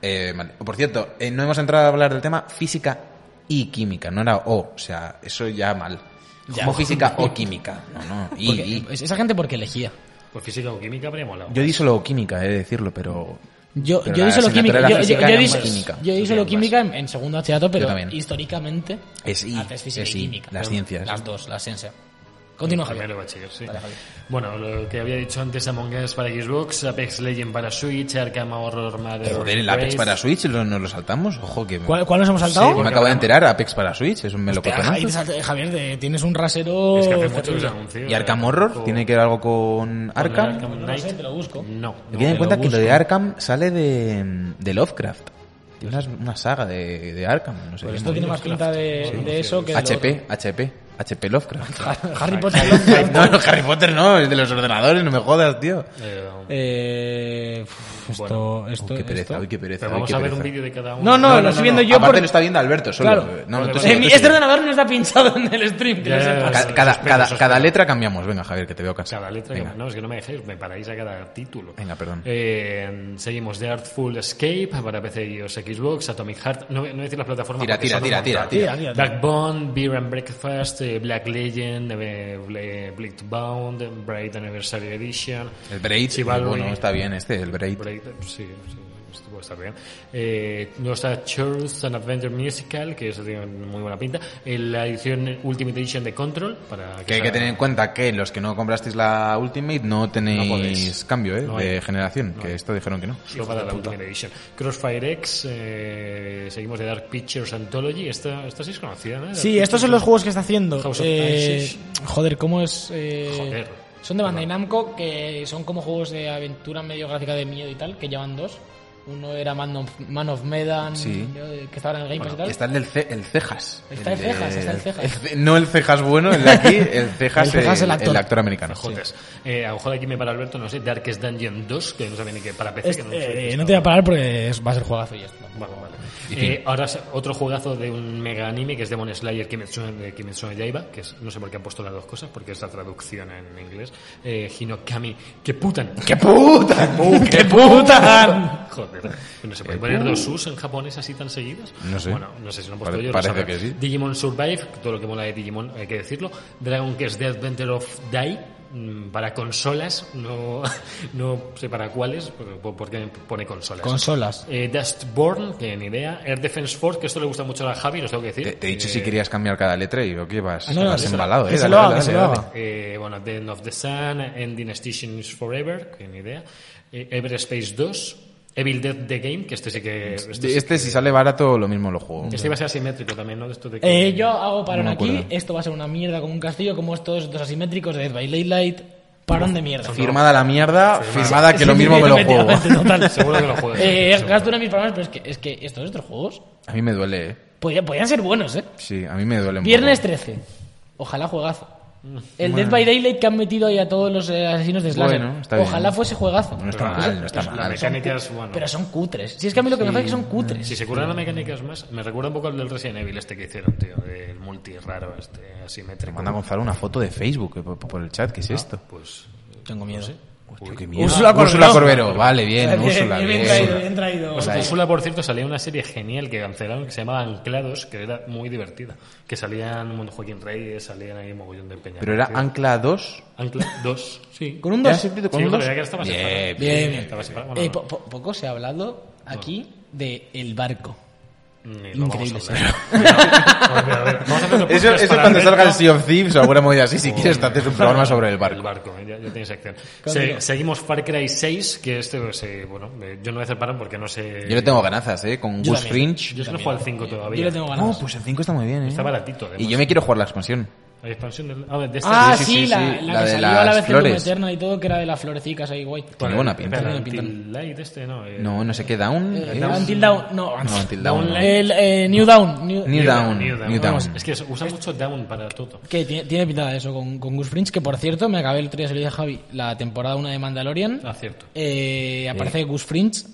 S3: Eh, vale. Por cierto, eh, no hemos entrado a hablar del tema física y química, no era O, o sea, eso ya mal.
S4: Ya.
S3: Como física o química. No, no, y,
S4: Porque-
S3: y.
S4: es- Esa gente porque elegía.
S2: Pues física o química habría molado.
S3: Yo di solo química, he de decirlo, pero.
S4: Yo,
S3: pero
S4: yo
S3: la
S4: di solo
S3: asignatura
S4: química.
S3: era
S4: Yo, yo,
S3: física,
S4: yo
S3: era
S4: di-
S3: más química.
S4: yo di solo química en, en segundo bachillerato, pero
S3: también.
S4: históricamente
S3: Es I,
S4: antes física
S3: es
S4: y
S3: I,
S4: química.
S3: las
S4: Pero
S3: ciencias.
S4: Las dos, la ciencia. Continúa, Javier.
S2: Primero bachiller, sí.
S4: Vale, Javier.
S2: Bueno, lo que había dicho antes, Among Us para Xbox, Apex Legend para Switch, Arkham Horror Mother
S3: Joder, el Apex
S2: Race.
S3: para Switch lo- nos lo saltamos. Ojo que.
S4: Pues- ¿Cuál, cuál nos hemos
S3: pues, Sí,
S4: saltado?
S3: me acabo de enterar, Apex para Switch, es un
S4: Hostia,
S3: melocotonazo.
S4: Javier, Javier, de- tienes un rasero.
S2: Es que hace mucho que eh, se
S4: terrible.
S2: anunció.
S3: ¿Y Arkham
S4: eh.
S3: Horror? ¿Tiene que ver algo con Arkham?
S2: Arkham
S4: No lo
S2: Knight.
S4: sé, te lo busco.
S2: No.
S3: Ten en
S4: lo
S3: cuenta que lo
S4: busco.
S3: de Arkham sale de, de Lovecraft. Tiene una, una saga de, de Arkham, no sé.
S4: Pero
S3: qué
S4: esto tiene más pinta de, de eso que. de lo
S3: HP, HP, HP Lovecraft.
S4: otro. Harry Potter.
S3: no, no, Harry Potter no, el de los ordenadores, no me jodas, tío.
S2: Eh,
S4: eh, uf, uff, esto, esto,
S3: Uy, qué pereza,
S4: esto.
S3: uy, qué pereza.
S2: Pero
S3: uy,
S2: vamos
S3: qué
S2: a ver
S3: pereza.
S2: un vídeo de cada uno.
S4: No, no, lo estoy viendo yo
S3: Aparte
S4: por...
S3: lo está viendo Alberto solo.
S4: Claro.
S3: No, no, tú
S2: Vale,
S3: sí,
S2: vale.
S4: Eh, mi-
S3: tú sí.
S4: este ordenador no está pinchado en el stream, que
S2: Ya,
S4: lo
S2: ya,
S4: sepas.
S2: ya.
S3: Ca- cada,
S2: Espera,
S3: cada,
S2: espera.
S3: cada letra cambiamos. Venga, Javier, que te veo casi.
S2: Cada letra,
S3: Venga.
S2: que- no, es que no me dejéis, me paráis a cada título.
S3: Venga, perdón.
S2: Eh, seguimos de Artful Escape para PC, iOS, Xbox, Atomic Heart. No, no voy a decir las plataformas.
S3: Tira,
S2: porque
S3: tira,
S2: son un
S3: tira,
S2: montón.
S3: tira, tira.
S4: Tira, tira, tira.
S2: Backbone, Beer and Breakfast, eh, Black Legend, eh, Bla- Blitzbound, eh, Bright Anniversary Edition.
S3: El Braid,
S2: Chivalry.
S3: bueno, está bien este, el Braid.
S2: Braid, sí, sí, esto puede estar bien. Eh, luego está Church and Adventure Musical, que eso tiene muy buena pinta. Eh, La edición Ultimate Edition de Control, para
S3: Que hay que
S2: sea-
S3: tener en cuenta que los que no comprasteis la Ultimate no
S2: No
S3: tenéis
S2: podéis.
S3: cambio ¿eh?
S2: No hay.
S3: de generación,
S2: No
S3: que
S2: hay.
S3: esto dijeron que no.
S2: Solo para la Ultimate Edition. Crossfire X, eh, seguimos de Dark Pictures Anthology. Esta, esta sí es conocida, ¿no?
S4: Sí, estos son los juegos que está haciendo.
S2: House of
S4: Eh,
S2: Ashes.
S4: joder, ¿cómo es? eh,
S2: Joder.
S4: Son de Bandai Namco, que son como juegos de aventura medio gráfica de miedo y tal, que llevan dos. Uno era Man of, Man of Medan,
S3: Sí.
S4: eh, que estaba en el Game Pass
S3: Bueno,
S4: y tal.
S3: está el del ce- el cejas.
S4: Está el
S3: de-
S4: cejas, está el cejas.
S3: ce- no el cejas bueno, el de aquí, el cejas,
S4: El cejas, el actor.
S3: americano.
S2: Jotas. Eh, a lo mejor aquí me para Alberto, no sé, Darkest Dungeon 2, que no sabe ni qué para PC.
S4: Es-
S2: que no, sé
S4: eh,
S2: qué es.
S4: no te voy a parar porque es- va a ser juegazo y esto.
S2: Bueno, vale. Eh, ahora es otro juegazo de un mega anime que es Demon Slayer Kimetsu, de Kimetsu no Yaiba, que es- no sé por qué han puesto las dos cosas, porque es la traducción en inglés. Eh, Hinokami, que putan.
S3: ¡Qué puta!
S4: ¡Qué puta!
S2: Joder, ¿no se puede poner dos sus en japonés así tan seguidos?
S3: No sé.
S2: Bueno, no sé si lo han puesto
S3: Pare-
S2: ellos,
S3: parece
S2: lo sabrán.
S3: que sí.
S2: Digimon Survive, todo lo que mola de Digimon, hay que decirlo. Dragon Quest The Adventure of Die, mm, para consolas, no, no sé para cuáles, pero- porque pone consolas.
S4: Consolas.
S2: Eh, Dustborn, que ni idea. Air Defense Force, que esto le gusta mucho a Javi, lo tengo que decir.
S3: Te, te he dicho
S2: Eh,
S3: si querías cambiar cada letra y digo que vas,
S4: Ah, no, no,
S3: vas
S4: que se-
S3: embalado,
S4: que
S3: eh.
S4: se
S3: Dale,
S4: lo
S3: dale,
S4: haga, que se
S3: dale,
S4: lo
S3: dale.
S4: haga.
S2: Eh, bueno, The End of the Sun, Ending Stations Forever, que ni idea. Eh, Everspace 2, Evil Dead The Game, que este sí que. Este, sí
S3: Este, si sale barato, lo mismo lo juego.
S2: que- este iba a ser asimétrico también, ¿no? De esto de que- Oh.
S4: Eh, yo hago parón
S3: No me
S4: aquí.
S3: acuerdo.
S4: Esto va a ser una mierda como un castillo, como estos dos asimétricos de Dead by Daylight. Parón de mierda.
S3: Firmada la mierda, firmada que
S4: Sí,
S3: lo
S4: sí,
S3: mismo
S4: sí,
S3: me lo juego.
S4: efectivamente, total.
S2: Seguro que lo juegas.
S4: Eh,
S2: Seguro.
S4: gasto una de mis palabras, pero es que, es que estos otros juegos
S3: A mí me duele, eh.
S4: podían, podían ser buenos, ¿eh?
S3: Sí, a mí me duele un
S4: Viernes
S3: poco.
S4: 13. Ojalá juegazo. El Dead by Daylight que han metido ahí a todos los eh, asesinos de Slasher.
S3: Bueno, está bien.
S4: Ojalá fuese juegazo.
S3: No está mal, no está
S2: La
S3: mal.
S2: mecánica es, bueno.
S4: Pero son cutres. Si es que a mí lo que me pasa es que son cutres.
S2: Si se curan las mecánicas más, me recuerda un poco al del Resident Evil este que hicieron, tío, del multi raro, este
S3: Te
S2: asimétrico.
S3: manda Gonzalo una foto de Facebook eh, por, por el chat, ¿qué es esto?
S2: Pues
S4: Tengo miedo.
S3: Uy, qué
S4: Úrsula Corbero.
S3: Úrsula Corbero, vale, bien,
S4: Bien,
S3: Úrsula.
S4: bien
S3: bien.
S4: traído, bien traído.
S2: Pues en Úrsula, por cierto, salía una serie genial que cancelaron que se llamaba Anclados, que era muy divertida. Que salían un montón de Joaquín Reyes, salían ahí mogollón de peña.
S3: Pero era Ancla 2.
S2: Ancla 2, sí.
S4: Con un
S3: ¿Ya
S4: 2.
S3: has escrito con
S2: Sí,
S3: un
S2: joder,
S3: dos?
S2: ya que estaba
S3: Bien,
S2: separado.
S4: bien, bien.
S2: Estaba separado,
S4: Eh,
S2: bueno,
S4: po- po- poco se ha hablado aquí de El Barco.
S2: ni lo vamos a
S4: increíble,
S2: hablar. Mira, a ver, a ver, vamos a hacer otro
S3: Eso,
S2: podcast
S3: eso
S2: para
S3: cuando
S2: Alberto.
S3: salga el Sea of Thieves o alguna movida así, si quieres te haces un programa sobre el
S2: El
S3: barco.
S2: barco, eh, ya, ya tiene sección. Se-
S4: Continúa.
S2: seguimos Far Cry 6, que este, pues, eh, bueno, eh, yo no voy a hacer parón porque no sé...
S3: Yo le tengo ganazas, ¿eh? Con
S4: Yo
S3: Gus
S4: también.
S3: Fringe.
S2: Yo es que no juego al 5 todavía.
S4: Yo le tengo
S3: No,
S4: ganas.
S3: pues el 5 está muy bien, ¿eh?
S2: Está baratito, además.
S3: Y yo me quiero jugar la expansión.
S2: La expansión del... Ah, de este-
S4: ah, sí,
S3: sí, sí, sí,
S4: la,
S3: sí, la
S4: la que
S3: de
S4: salió a la
S3: las
S4: vez que Doom
S3: flores.
S4: Eternal y todo, que era de las florecicas ahí, guay.
S3: Tiene buena pinta.
S2: Espera,
S4: Tiene buena
S2: Until Light este, no. eh,
S3: No, no sé qué, Down.
S4: Eh,
S3: ¿eh?
S4: Until Dawn, no.
S3: No, Until Down. no.
S4: El eh, New Down. New-
S3: New Down, New Down. Este-
S2: Vamos, Es que usa mucho down para todo.
S4: Que tiene, tiene pintada eso con, con Gus Fringe, que por cierto, me acabé el otro día, se lo dije a Javi, la temporada 1 de Mandalorian.
S2: Ah, cierto.
S4: Eh, aparece Gus Fringe.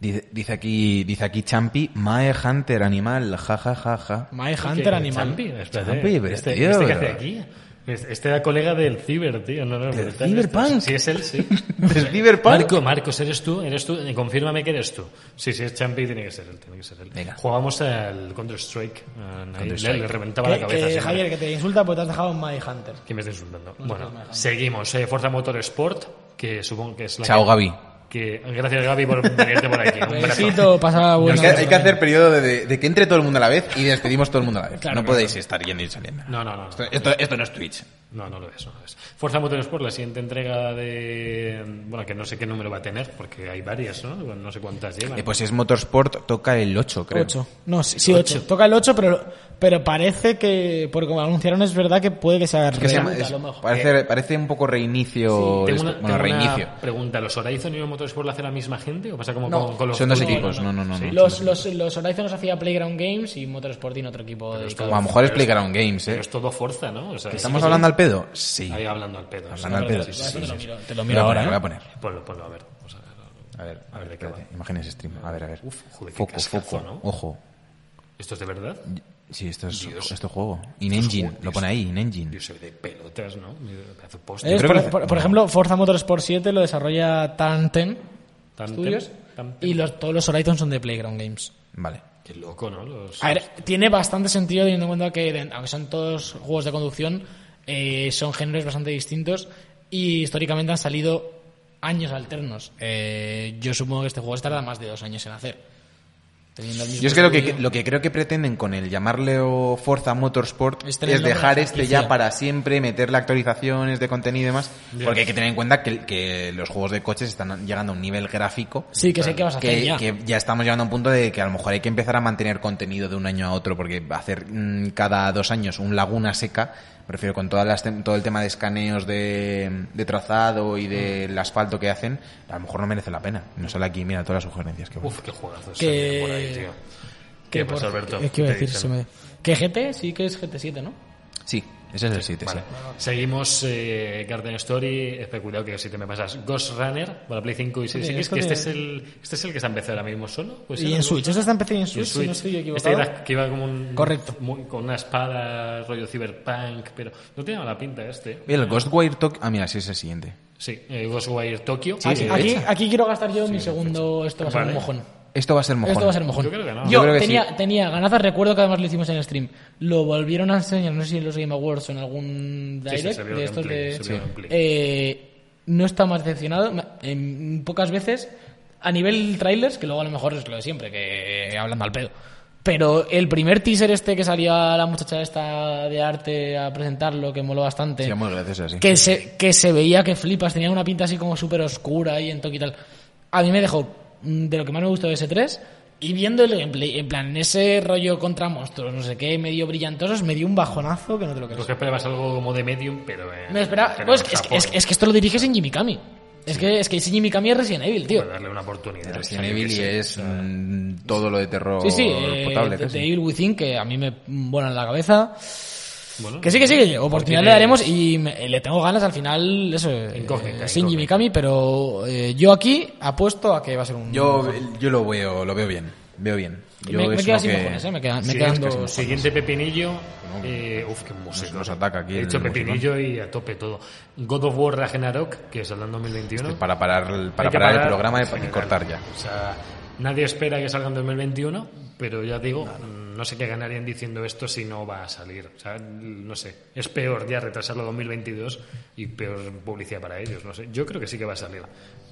S3: Dice, dice aquí, dice aquí Champi, Mae Hunter Animal, ja ja ja ja.
S4: My Hunter
S2: ¿Qué?
S4: Animal.
S2: Champi, espérate.
S3: Champi, pero
S2: este,
S3: tío,
S2: este que
S3: pero-
S2: hace aquí. Este este era colega del Ciber, tío. No, no,
S3: ¿Del
S2: brutal.
S3: Cyberpunk?
S2: Sí, es él, sí.
S3: ¿Del Cyberpunk?
S2: Marco, Marcos, ¿eres tú? ¿Eres tú? Eh, Confírmame que eres tú. Sí, sí, es Champi, tiene que ser él. Tiene que ser él.
S3: Venga.
S2: Jugábamos al Counter-Strike. ah, ahí
S3: Counter-Strike.
S2: le, le reventaba
S4: Que,
S2: la cabeza.
S4: que,
S2: siempre.
S4: Javier, que te insulta porque te has dejado en My Hunter.
S2: Que me está insultando. Bueno, seguimos. eh, Forza Motorsport, que supongo que es la
S3: Chao,
S2: que-
S3: Gaby.
S2: Que, gracias, Gaby, por venirte por aquí. Un abrazo.
S4: Besito, Pues pasa
S3: Hay
S4: buenas
S3: que, pues. hay que hacer periodo de, de- de que entre todo el mundo a la vez y despedimos todo el mundo a la vez.
S4: Claro,
S3: no
S4: claro.
S3: podéis estar yendo y saliendo.
S2: No, no, no.
S3: Esto,
S2: no.
S3: esto, esto no es Twitch.
S2: No, no lo es, no lo es. Forza Motorsport, la siguiente entrega de... Bueno, que no sé qué número va a tener, porque hay varias, ¿no? Bueno, no sé cuántas llevan.
S3: Eh, pues si es Motorsport, toca el 8, creo.
S4: 8. No, sí, 8. Toca el 8, pero, pero parece que, por como anunciaron, es verdad que puede que sea
S3: Que se llama-
S4: reboot,
S3: es-
S4: a lo mejor.
S3: parece, parece un poco
S2: Eh,
S3: reinicio.
S2: Tengo
S3: esto-
S2: una,
S3: bueno,
S2: tengo una
S3: reinicio.
S2: pregunta. ¿Los Horizon y los Motorsport la hace la misma gente? ¿O pasa como
S4: No,
S2: con, con los...
S3: Son dos
S2: fútbol?
S3: equipos, no, no, no.
S2: Sí.
S3: no.
S4: Los, los, los Horizon los hacía Playground Games y Motorsport tiene otro equipo de
S3: O a lo mejor es Playground Games,
S2: Pero
S3: ¿eh?
S2: es todo Forza, ¿no? O sea,
S3: ¿Estamos
S2: sí,
S3: hablando al pedo? Sí.
S2: Ahí hablando al pedo.
S3: Hablando al pedo,
S2: Sí,
S3: sí,
S2: sí, sí,
S3: sí,
S4: Te lo
S2: sí.
S4: miro, te lo
S3: Mira,
S4: miro ahora.
S3: voy a
S4: ¿eh?
S3: poner.
S2: Ponlo, ponlo, a ver. Vamos a ver.
S3: A ver,
S2: A ver, ¿de qué
S3: espérate,
S2: va?
S3: Imágenes stream. A ver, a ver.
S2: Uf, joder, qué
S3: foco,
S2: cascazo,
S3: foco.
S2: ¿no?
S3: Ojo.
S2: ¿Esto es de verdad?
S3: Sí, esto es
S2: Dios.
S3: esto juego. In Engine,
S2: juegos.
S3: lo pone ahí, In Engine.
S2: Yo soy de pelotas, ¿no? Me hace
S4: Es,
S2: postre.
S3: creo que
S4: por,
S3: lo-
S4: por- por ejemplo, Forza Motorsport 7 lo desarrolla Tanten
S2: Tanten,
S4: Studios
S2: Tanten.
S4: y los, todos los Horizons son de Playground Games.
S3: Vale.
S2: Qué loco, ¿no? Los-
S4: A ver, tiene bastante sentido teniendo en cuenta que, de- aunque son todos juegos de conducción, eh, son géneros bastante distintos y históricamente han salido años alternos. Eh, yo supongo que este juego se tarda más de dos años en hacer. Teniendo el mismo
S3: Yo es que lo, que
S4: estudio.
S3: lo que creo que pretenden con el llamarle o Forza Motorsport
S4: Es
S3: es,
S4: tener el nombre
S3: dejar
S4: de la
S3: este
S4: franquicia.
S3: ya para siempre, meterle actualizaciones de contenido y demás,
S2: Ya.
S3: porque hay que tener en cuenta que, que los juegos de coches están llegando a un nivel gráfico
S4: Sí, que sé que vas a hacer
S3: que,
S4: ya.
S3: que ya estamos llegando a un punto de que a lo mejor hay que empezar a mantener contenido de un año a otro, porque hacer mm, cada dos años un laguna seca, me refiero con todas las, tem- todo el tema de escaneos de, de trazado y
S4: Mm.
S3: del asfalto que hacen, a lo mejor no merece la pena. No sale aquí, mira todas las sugerencias que
S2: Uf, qué juegazos.
S4: Que-
S2: salían por ahí, tío. ¿Qué pasa, pues, Alberto?
S4: ¿Qué iba a
S2: Te
S4: decir?
S2: dicen.
S4: Se me- Que GT sí que es GT7, ¿no?
S3: Sí, ese es el 7.
S2: Vale. Seguimos eh, Garden Story, especulado que si te me pasas Ghost Runner para Play 5 y 6
S4: Oye,
S2: X,
S4: esto
S2: que este
S4: de-
S2: es el este es el que se ha empezado ahora mismo solo. Pues
S4: y en Switch. Esto está en PC y en Switch, si no estoy yo
S2: Este
S4: equivocado.
S2: era que iba como un
S4: Correcto.
S2: muy- con una espada rollo cyberpunk, pero no tiene mala pinta este.
S3: Oye, el Ghostwire Tokyo. Ah, mira, sí es el siguiente.
S2: Sí, eh, Ghostwire Tokyo.
S3: Sí,
S4: aquí,
S3: sí,
S4: Ah, aquí,
S3: fecha.
S4: aquí quiero gastar yo mi segundo. Esto va a ser
S2: Vale.
S4: un mojón.
S3: Esto va a ser mojón.
S4: Esto va a ser mojón.
S2: Yo creo que no.
S3: Yo creo que
S4: tenía,
S3: sí.
S4: tenía ganazas, recuerdo que además lo hicimos en el stream. Lo volvieron a enseñar, no sé si en los Game Awards o en algún
S2: Sí, sí,
S4: direct
S2: se vio
S4: de
S2: en
S4: estos
S2: Play,
S4: de-
S2: se vio en Play.
S4: Eh, no está más decepcionado. ma- en pocas veces, a nivel trailers, que luego a lo mejor es lo de siempre, que eh, hablando al pedo. Pero el primer teaser este que salió a la muchacha esta de arte a presentarlo, que moló bastante.
S3: Sí, muy gracioso, sí.
S4: Que se, que se veía que flipas, tenía una pinta así como súper oscura y en toque y tal. A mí me dejó mm, de lo que más me gustó de ese 3 y viendo el gameplay, en plan, ese rollo contra monstruos, no sé qué, medio brillantosos, me dio un bajonazo que no te lo
S2: Creo
S4: crees.
S2: que esperabas algo como de medium, pero. eh,
S4: Me esperaba,
S2: pero
S4: pues,
S2: en
S4: es,
S2: Japón.
S4: es- es que esto lo diriges en Jimmy Kami. Es que, es que ese Jimmy Kami es Resident Evil, tío.
S2: Para darle una oportunidad.
S3: Resident
S2: o sea, yo
S3: Evil
S2: qué
S3: y
S2: sé.
S3: es mm, todo lo de terror
S4: Sí, sí, eh,
S3: potable.
S4: The- The
S3: casi.
S4: Evil Within, que a mí me vuela en la cabeza.
S2: Bueno,
S4: Que sí, que sí, que oportunidad
S2: Tiene-
S4: le daremos y me- eh, le tengo ganas al final, eso, eh,
S2: Incógnita,
S4: sin Jimmy
S2: incógnita.
S4: Kami, pero eh, yo aquí apuesto a que va a ser un...
S3: Yo, yo lo veo, lo veo bien. Veo bien.
S4: Me-
S3: Yo
S4: me,
S3: es
S4: queda
S3: uno
S4: sin
S3: que-
S4: mojones, eh, me, queda- me
S2: Siguiente-
S4: quedan dos...
S2: Siguiente pepinillo. eh, uf, qué música.
S3: Nos- nos ataca aquí
S2: He
S3: el
S2: dicho
S3: musicón.
S2: pepinillo y a tope todo. God of War Ragnarok, que saldrá en 2021.
S3: Para parar, el-
S2: Hay
S3: para
S2: que
S3: parar el
S2: parar,
S3: programa y,
S2: sí,
S3: y cortar ya.
S2: O sea, nadie espera que salga en 2021, pero ya digo, mm, no, sé qué ganarían diciendo esto si no va a salir. O sea, no sé. Es peor ya retrasarlo a 2022 y peor publicidad para ellos. No sé. Yo creo que sí que va a salir.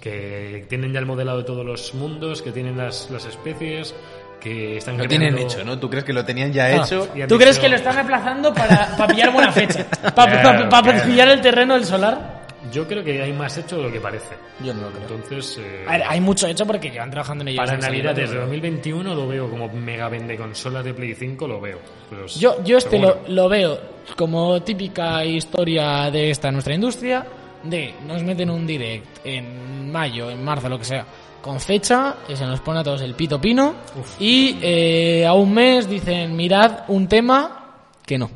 S2: Que tienen ya el modelado de todos los mundos, que tienen las, las especies, que están
S3: Lo tienen
S2: creando-
S3: hecho, ¿no? ¿Tú crees que lo tenían ya hecho?
S2: y han
S4: ¿Tú crees
S2: dicho-
S4: que lo están aplazando para, para pillar buena fecha? Para
S2: Claro, claro.
S4: pillar el terreno del solar.
S2: Yo creo que hay más hecho de lo que parece.
S4: Yo no lo creo.
S2: Entonces, eh,
S4: A ver, hay mucho hecho porque llevan trabajando en ello.
S2: para
S4: desde
S2: Navidad desde
S4: salió.
S2: 2021 lo veo como mega vende consolas de Play 5, lo veo. Pero
S4: Yo, yo este
S2: seguro.
S4: lo, lo veo como típica historia de esta nuestra industria, de nos meten un direct en mayo, en marzo, lo que sea, con fecha, y se nos pone a todos el pito pino,
S2: Uf.
S4: y eh, a un mes dicen, mirad un tema que no,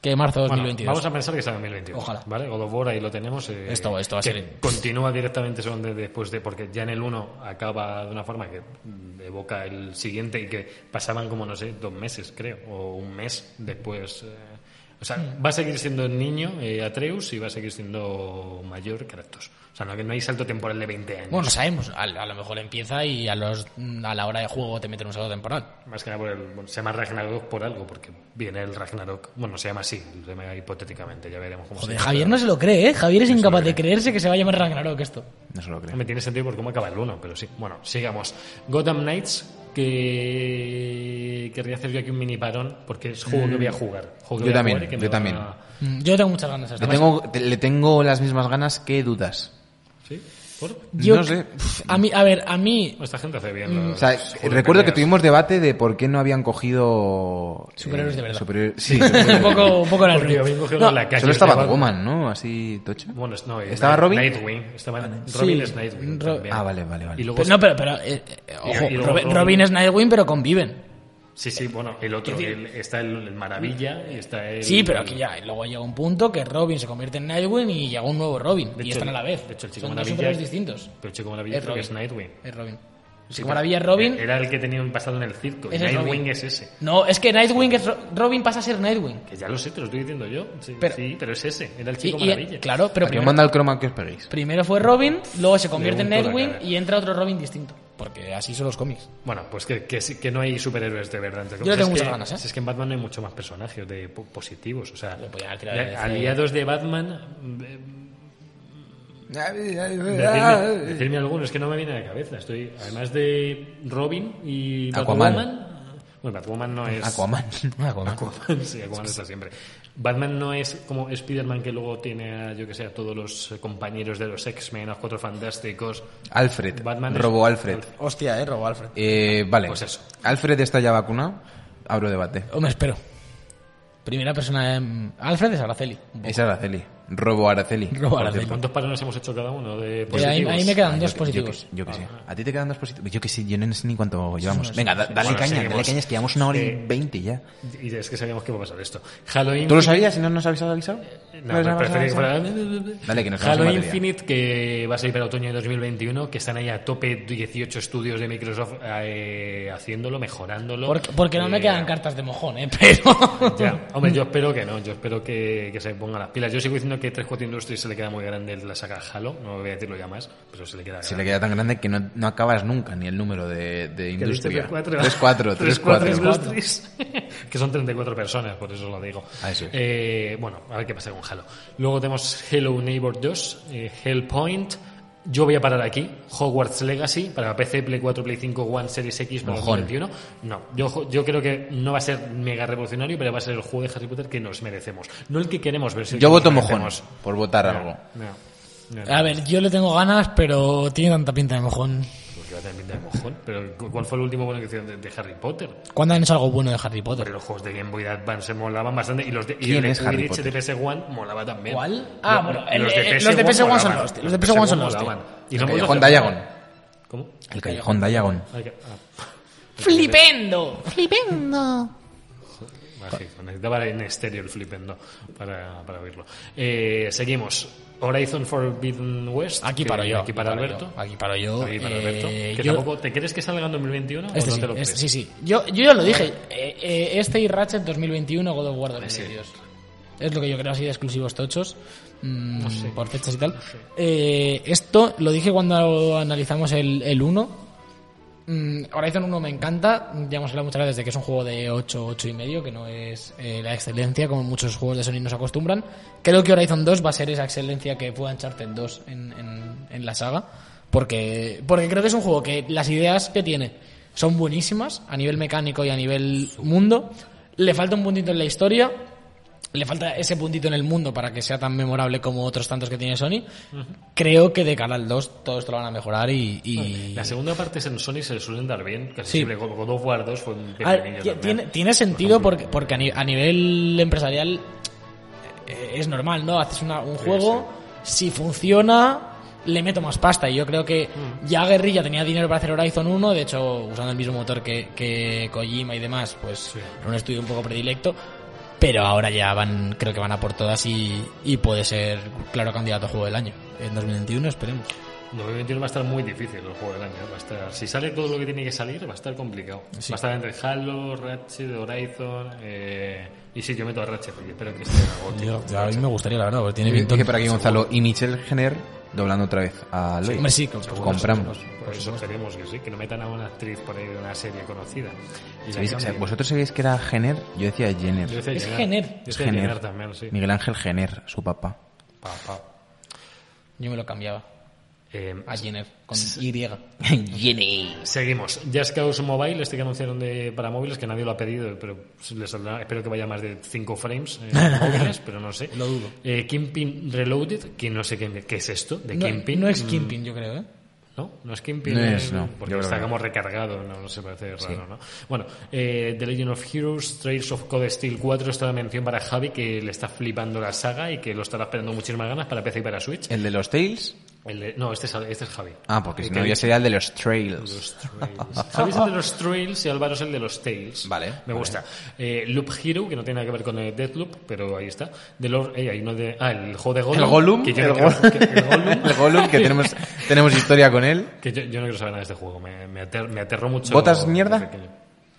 S4: que marzo de
S2: Bueno,
S4: 2022.
S2: vamos a pensar que está en 2022.
S4: Ojalá.
S2: ¿Vale? God of War ahí lo tenemos. eh,
S4: Esto- esto va a
S2: que
S4: ser-
S2: Continúa directamente son de- después de. Porque ya en el 1 acaba de una forma que mm, evoca el siguiente y que pasaban como, no sé, dos meses, creo, o un mes después. eh, o sea, va a seguir siendo niño eh, Atreus y va a seguir siendo mayor Kratos. O sea, no, que no hay salto temporal de 20 años.
S4: Bueno, no sabemos. A, a lo mejor empieza y a, los, a la hora de juego te meten un salto temporal.
S2: Más que nada por el, bueno, se llama Ragnarok por algo, porque viene el Ragnarok. Bueno, se llama así, se llama hipotéticamente, ya veremos cómo
S4: Joder,
S2: se llama,
S4: Javier
S2: pero-
S4: no se lo cree, ¿eh? Javier es incapaz de creerse que se va a llamar Ragnarok esto.
S3: No se lo creo.
S2: Me tiene sentido por cómo acaba el 1, pero sí. Bueno, sigamos. Gotham Knights, que querría hacer yo aquí un mini parón, porque es juego que voy a jugar. Juego que
S3: Mm, Yo
S2: voy a
S3: también,
S2: jugar y que
S3: yo
S2: me va-
S3: también.
S4: Mm, Yo tengo muchas ganas.
S3: Le
S4: además.
S3: tengo, te- le tengo las mismas ganas que dudas.
S2: ¿Sí? ¿Por?
S4: Yo-
S3: no sé.
S4: A mí, a ver, a mí
S2: Esta gente hace bien. los
S3: Mm, O sea, eh,
S2: juegos
S3: recuerdo que
S2: peleas.
S3: tuvimos debate de por qué no habían cogido... eh,
S4: Superhéroes de verdad.
S3: superhéroe- sí, superhéroes de
S4: un poco, un poco la
S2: Porque
S4: ruina.
S2: habéis cogido
S4: No,
S2: la calle.
S3: Solo estaba
S2: estaba-
S3: Woman, ¿no? Así, tocha.
S2: Bueno, no, eh,
S3: ¿Estaba Robin?
S2: Nightwing. Estaba
S4: Sí.
S2: Robin es Nightwing.
S4: Ro-
S2: también.
S3: Ah, vale, vale, vale.
S2: Y luego
S4: pero, no, pero, pero, eh, eh,
S2: Y-
S4: ojo,
S2: y luego
S4: Robin,
S2: Robin-
S4: Robin es Nightwing, pero conviven.
S2: Sí, sí, bueno, el otro, el- está el, el Maravilla, está el...
S4: mm. Sí, pero aquí ya, y luego llega un punto que Robin se convierte en Nightwing y llega un nuevo Robin.
S2: De
S4: y
S2: hecho,
S4: están a la vez.
S2: de hecho, el Chico
S4: Son dos
S2: Maravilla-
S4: superhéroes distintos.
S2: Pero Chico Maravilla
S4: Es
S2: creo que es
S4: Robin.
S2: Nightwing.
S4: Es Robin.
S2: Sí,
S4: Chico Maravilla es Robin.
S2: Era el que tenía un pasado en el circo. y
S4: Ese es
S2: Nightwing
S4: Robin.
S2: es ese.
S4: No, es que Nightwing es Ro- Robin pasa a ser Nightwing.
S2: Que ya lo sé, te lo estoy diciendo yo. Sí, sí, pero,
S4: Pero-
S2: es ese. Era el
S4: Y-
S2: Chico
S4: y-
S2: Maravilla.
S4: claro, pero
S3: Aquí os
S4: primero,
S3: manda el croma que os peguéis.
S4: primero fue Robin, luego se convierte en
S2: unto la
S4: Nightwing
S2: cara.
S4: y entra otro Robin distinto. Porque así son los cómics.
S2: Bueno, pues que, que, sí- que no hay superhéroes de verdad. Entonces,
S4: Yo le
S2: es
S4: tengo muchas
S2: que-
S4: ganas, ¿eh?
S2: Es que en Batman no hay mucho más personajes de po- positivos. O sea,
S4: Le podían haber tirado de
S2: ya-
S4: DC.
S2: aliados de Batman... eh, Decidme, decidme alguno, es que no me viene a la cabeza. Estoy, además de Robin y
S3: Aquaman.
S2: Batwoman. Bueno, Batwoman no es.
S3: Aquaman.
S2: Aquaman, sí, Aquaman está siempre. Batman no es como Spider-Man que luego tiene a, yo que sé, a todos los eh, compañeros de los X-Men, a los Cuatro Fantásticos.
S3: Alfred.
S2: Batman es-
S3: Robo Alfred.
S2: Alfred.
S4: Hostia, eh, robo Alfred.
S3: Eh, vale.
S2: Pues eso.
S3: Alfred está ya vacunado. Abro debate.
S4: O me espero. Primera persona en... Alfred es Araceli.
S3: Es Araceli. Robo Araceli.
S4: Robo Araceli.
S2: ¿Cuántos parones hemos hecho cada uno de
S4: Eh, ahí,
S2: positivos?
S4: ahí me quedan
S3: Ah, yo
S4: dos
S3: que-
S4: positivos.
S3: Yo que, yo que sé. A ti te quedan dos positivos. Yo que sé, yo Ah. no sé ni cuánto llevamos. Venga, da- dale
S2: Bueno,
S3: caña, dale
S2: seguimos.
S3: caña, es que llevamos una hora y
S2: Eh,
S3: veinte ya.
S2: Y es que sabíamos que iba a pasar esto. Halloween.
S3: ¿Tú lo sabías y no nos habéis avisado?
S2: No,
S3: ¿No
S4: Pues
S3: nos
S2: me
S3: habéis
S2: prefería que eh,
S3: avisado?
S2: fuera-
S3: Dale, que nos vamos en
S2: Halo
S3: materia.
S2: Infinite, que va a salir para otoño de 2021, que están ahí a tope 18 estudios de Microsoft eh, haciéndolo, mejorándolo.
S4: Porque, porque no me
S2: Eh,
S4: quedan cartas de mojón, eh, pero...
S2: Ya, hombre, yo espero que no, yo espero que, que se pongan las pilas. Yo sigo diciendo que 3-4 Industries se le queda muy grande la saga Halo, no voy a decirlo ya más, pero se le queda
S3: Se le
S2: grande.
S3: queda tan grande que no, no acabas nunca ni el número de, de
S2: Que dice
S3: industria.
S2: 3-4. 3-4
S3: 3-4, 3-4.
S2: Industries. que son 34 personas, por eso os lo digo.
S3: Ah, eso es.
S2: Eh, bueno, a ver qué pasa con Halo. Luego tenemos Hello Neighbor 2, eh, Hellpoint. Yo voy a parar aquí. Hogwarts Legacy para PC, Play 4, Play 5, One, Series X para
S3: Mojón.
S2: 2021. No, yo, yo creo que no va a ser mega revolucionario, pero va a ser el juego de Harry Potter que nos merecemos. No el que queremos ver. sino el
S3: Yo
S2: que
S3: voto
S2: nos
S3: mojón
S2: merecemos.
S3: por votar
S2: No,
S3: algo.
S2: no, no.
S4: A ver, yo le tengo ganas, pero tiene tanta pinta de mojón.
S2: Porque va a tener pinta de mojón. Pero ¿cu- ¿cuál fue el último bueno que hicieron de- de Harry Potter?
S4: ¿Cuándo han hecho algo bueno de Harry
S2: Pero
S4: Potter?
S2: los juegos de Game Boy Advance molaban bastante y los de, y
S3: ¿Quién
S2: el
S3: es Harry
S2: Quidditch de
S3: Potter?
S2: PS1 molaba también.
S4: ¿Cuál? Ah, bueno, el- el- los
S2: PS1
S4: de PS1 son
S2: molaban.
S4: los- los de PS1 son los
S2: molaban. Y
S3: El
S2: no hemos
S3: Callejón
S2: hecho-
S3: Diagon.
S2: ¿Cómo?
S3: El Callejón Diagon.
S2: Ay, que- ah,
S4: ¡Flipendo!
S2: mágico. Necesitaba en estéreo el flipendo para, para oírlo. Eh, seguimos. Horizon Forbidden West.
S4: Aquí
S2: que-
S4: paro yo.
S2: Aquí para
S4: yo,
S2: Alberto.
S4: aquí paro yo.
S2: Aquí para
S4: eh,
S2: Alberto. Que
S4: yo-
S2: tampoco- ¿Te crees que salga en 2021
S4: Este
S2: o no
S4: sí,
S2: te lo crees?
S4: este sí, sí. Yo, yo ya lo dije. eh, eh, este y Ratchet 2021, God of War
S2: Sí.
S4: 2022. Es lo que yo creo así de exclusivos tochos. mm,
S2: No sé.
S4: Por fechas y tal. Eh, esto lo dije cuando analizamos el, el 1. Mm, Horizon 1 me encanta. Ya hemos hablado muchas veces de que es un juego de 8, 8 y medio, que no es eh, la excelencia como muchos juegos de Sony nos acostumbran. Creo que Horizon 2 va a ser esa excelencia que fue Uncharted 2 en, en- en la saga. Porque, porque creo que es un juego que las ideas que tiene son buenísimas a nivel mecánico y a nivel mundo. Le falta un puntito en la historia. Le falta ese puntito en el mundo para que sea tan memorable como otros tantos que tiene Sony. Creo que de cara al 2 todo esto lo van a mejorar y...
S3: Eh,
S4: y-
S2: La segunda parte es en Sony se le suelen dar bien. Casi
S4: Sí.
S2: siempre God God of War 2 fue
S3: Ah,
S2: un
S4: A ver,
S2: pepinillo
S4: ti-
S2: también.
S4: tiene, tiene sentido porque, porque a, ni- a nivel empresarial eh, es normal, ¿no? Haces una- un juego, si funciona, le meto más pasta. Y yo creo que ya Guerrilla tenía dinero para hacer Horizon 1, de hecho, usando el mismo motor que, que Kojima y demás, pues era un estudio un poco predilecto. Pero ahora ya van, creo que van a por todas y, y puede ser, claro, candidato a juego del año. En 2021, esperemos.
S2: 2021 va a estar muy difícil el juego del año. Va a estar, si sale todo lo que tiene que salir, va a estar complicado. Va a estar entre Halo, Ratchet, Horizon. Eh, y sí, yo meto a Ratchet porque espero que esté a Gotti.
S4: Pues Yo- a mí me gustaría, la verdad, porque tiene
S3: Dice
S4: pintón.
S3: por aquí Gonzalo y Michel Jenner doblando otra vez a Lois.
S4: Hombre, sí, con-
S3: Pues compramos.
S2: Por eso queremos que sí, que no metan a una actriz por ahí de una serie conocida. Y
S3: ¿Sabéis- o sea,
S2: cambien.
S3: ¿Vosotros sabíais que era Jenner? Yo decía
S2: Yo
S3: Jenner.
S2: decía
S4: Es
S2: llenar.
S4: Jenner.
S2: Yo
S3: Es
S2: decía llenar también, sí.
S3: Miguel Ángel Jenner, su papá.
S2: Pa, pa.
S4: Yo me lo cambiaba
S2: Eh,
S4: a Jenner con Y.
S2: Seguimos. Just Cause Mobile, este que anunciaron de, para móviles, que nadie lo ha pedido, pero le saldrá- espero que vaya más de 5 frames eh, móviles, pero no sé.
S4: Lo dudo.
S2: Eh, Kingpin Reloaded, que no sé qué, qué es esto, de
S4: no,
S2: Kingpin. Mm,
S4: no es Kimping, yo creo, ¿eh?
S2: ¿No? No es Kingpin,
S3: No
S2: eh,
S3: es, no.
S2: porque
S3: Yo creo
S2: está
S3: que no.
S2: como recargado, no, no se parece raro, ¿no? Bueno, eh, The Legend of Heroes, Trails of Code Steel 4, está la mención para Javi, que le está flipando la saga y que lo estará esperando muchísimas ganas para PC y para Switch.
S3: El de los Tales
S2: El de- no, este es, este es Javi.
S3: Ah, porque si
S2: El
S3: no,
S2: que
S3: ya
S2: dice
S3: sería el de los trails.
S2: los trails. Javi es el de los trails y Álvaro es el de los tails.
S3: Vale,
S2: Me
S3: vale.
S2: gusta. Eh, Loop Hero, que no tiene nada que ver con el Deathloop, pero ahí está. The Lord, eh, ahí no de, ah, el juego de Gollum.
S3: El Gollum.
S2: Que yo
S3: el,
S2: no quiero-
S3: Go-
S2: que- el Gollum.
S3: el Gollum, que tenemos, tenemos historia con él.
S2: Que yo, yo no quiero saber nada de este juego. Me, me, ater- me aterró mucho.
S3: ¿Votas
S2: de
S3: mierda?
S2: pequeño.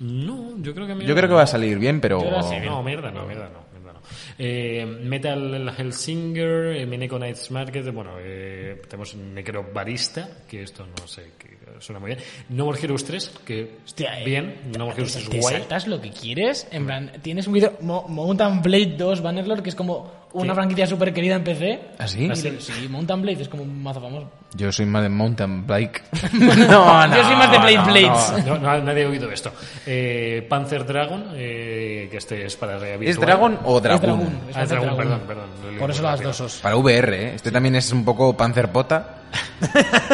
S2: No, yo creo que mierda
S3: Yo creo que
S2: no.
S3: va a salir bien, pero...
S2: Yo era así, no, mierda no, mierda no. mierda no. Eh, Metal Hellsinger, eh, Mineko Nights Market, bueno, eh, tenemos Necrobarista, que esto no sé, que suena muy bien. No More Heroes 3, que
S4: Hostia, eh,
S2: bien, No More Heroes 3
S4: Te
S2: Pues guay.
S4: saltas lo que quieres. En plan, tienes un vídeo. Mo- Mountain Blade 2 Bannerlord, que es como una
S2: Sí.
S4: franquicia súper querida en PC.
S3: ¿Ah, sí?
S4: Y le- Sí, Mountain Blade es como un mazo famoso.
S3: Yo soy más de mountain bike. no,
S4: Yo soy más de Blade Blades.
S2: No, no, nadie ha oído esto. Eh, Panzer Dragon, eh, que este es para realidad
S3: ¿Es
S2: virtual.
S3: Dragon o Dragon?
S4: Es Dragoon. es
S2: Ah,
S4: Dragoon.
S2: Dragoon, perdón, perdón, lo he leído
S4: Por eso
S2: muy
S4: las
S2: rápido.
S4: dos os.
S3: Para VR, ¿eh? Este también es un poco panzerpota.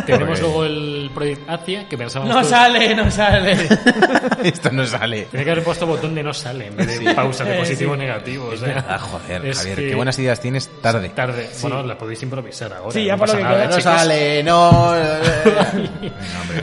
S2: Tenemos luego el Project Acia, que pensábamos
S4: No
S2: que-
S4: sale, no sale.
S3: Esto no sale.
S2: Tiene que haber puesto botón de no sale en vez de pausa de
S4: Eh,
S2: positivo o
S4: sí.
S2: negativo. O sea,
S3: Ah, joder,
S2: es
S3: Javier,
S2: que
S3: qué buenas ideas tienes tarde.
S2: Tarde. Bueno, la podéis improvisar ahora.
S4: Sí, ya
S2: no pasa
S4: para lo que
S2: nada,
S4: queda.
S3: No
S2: chicos.
S3: sale, no.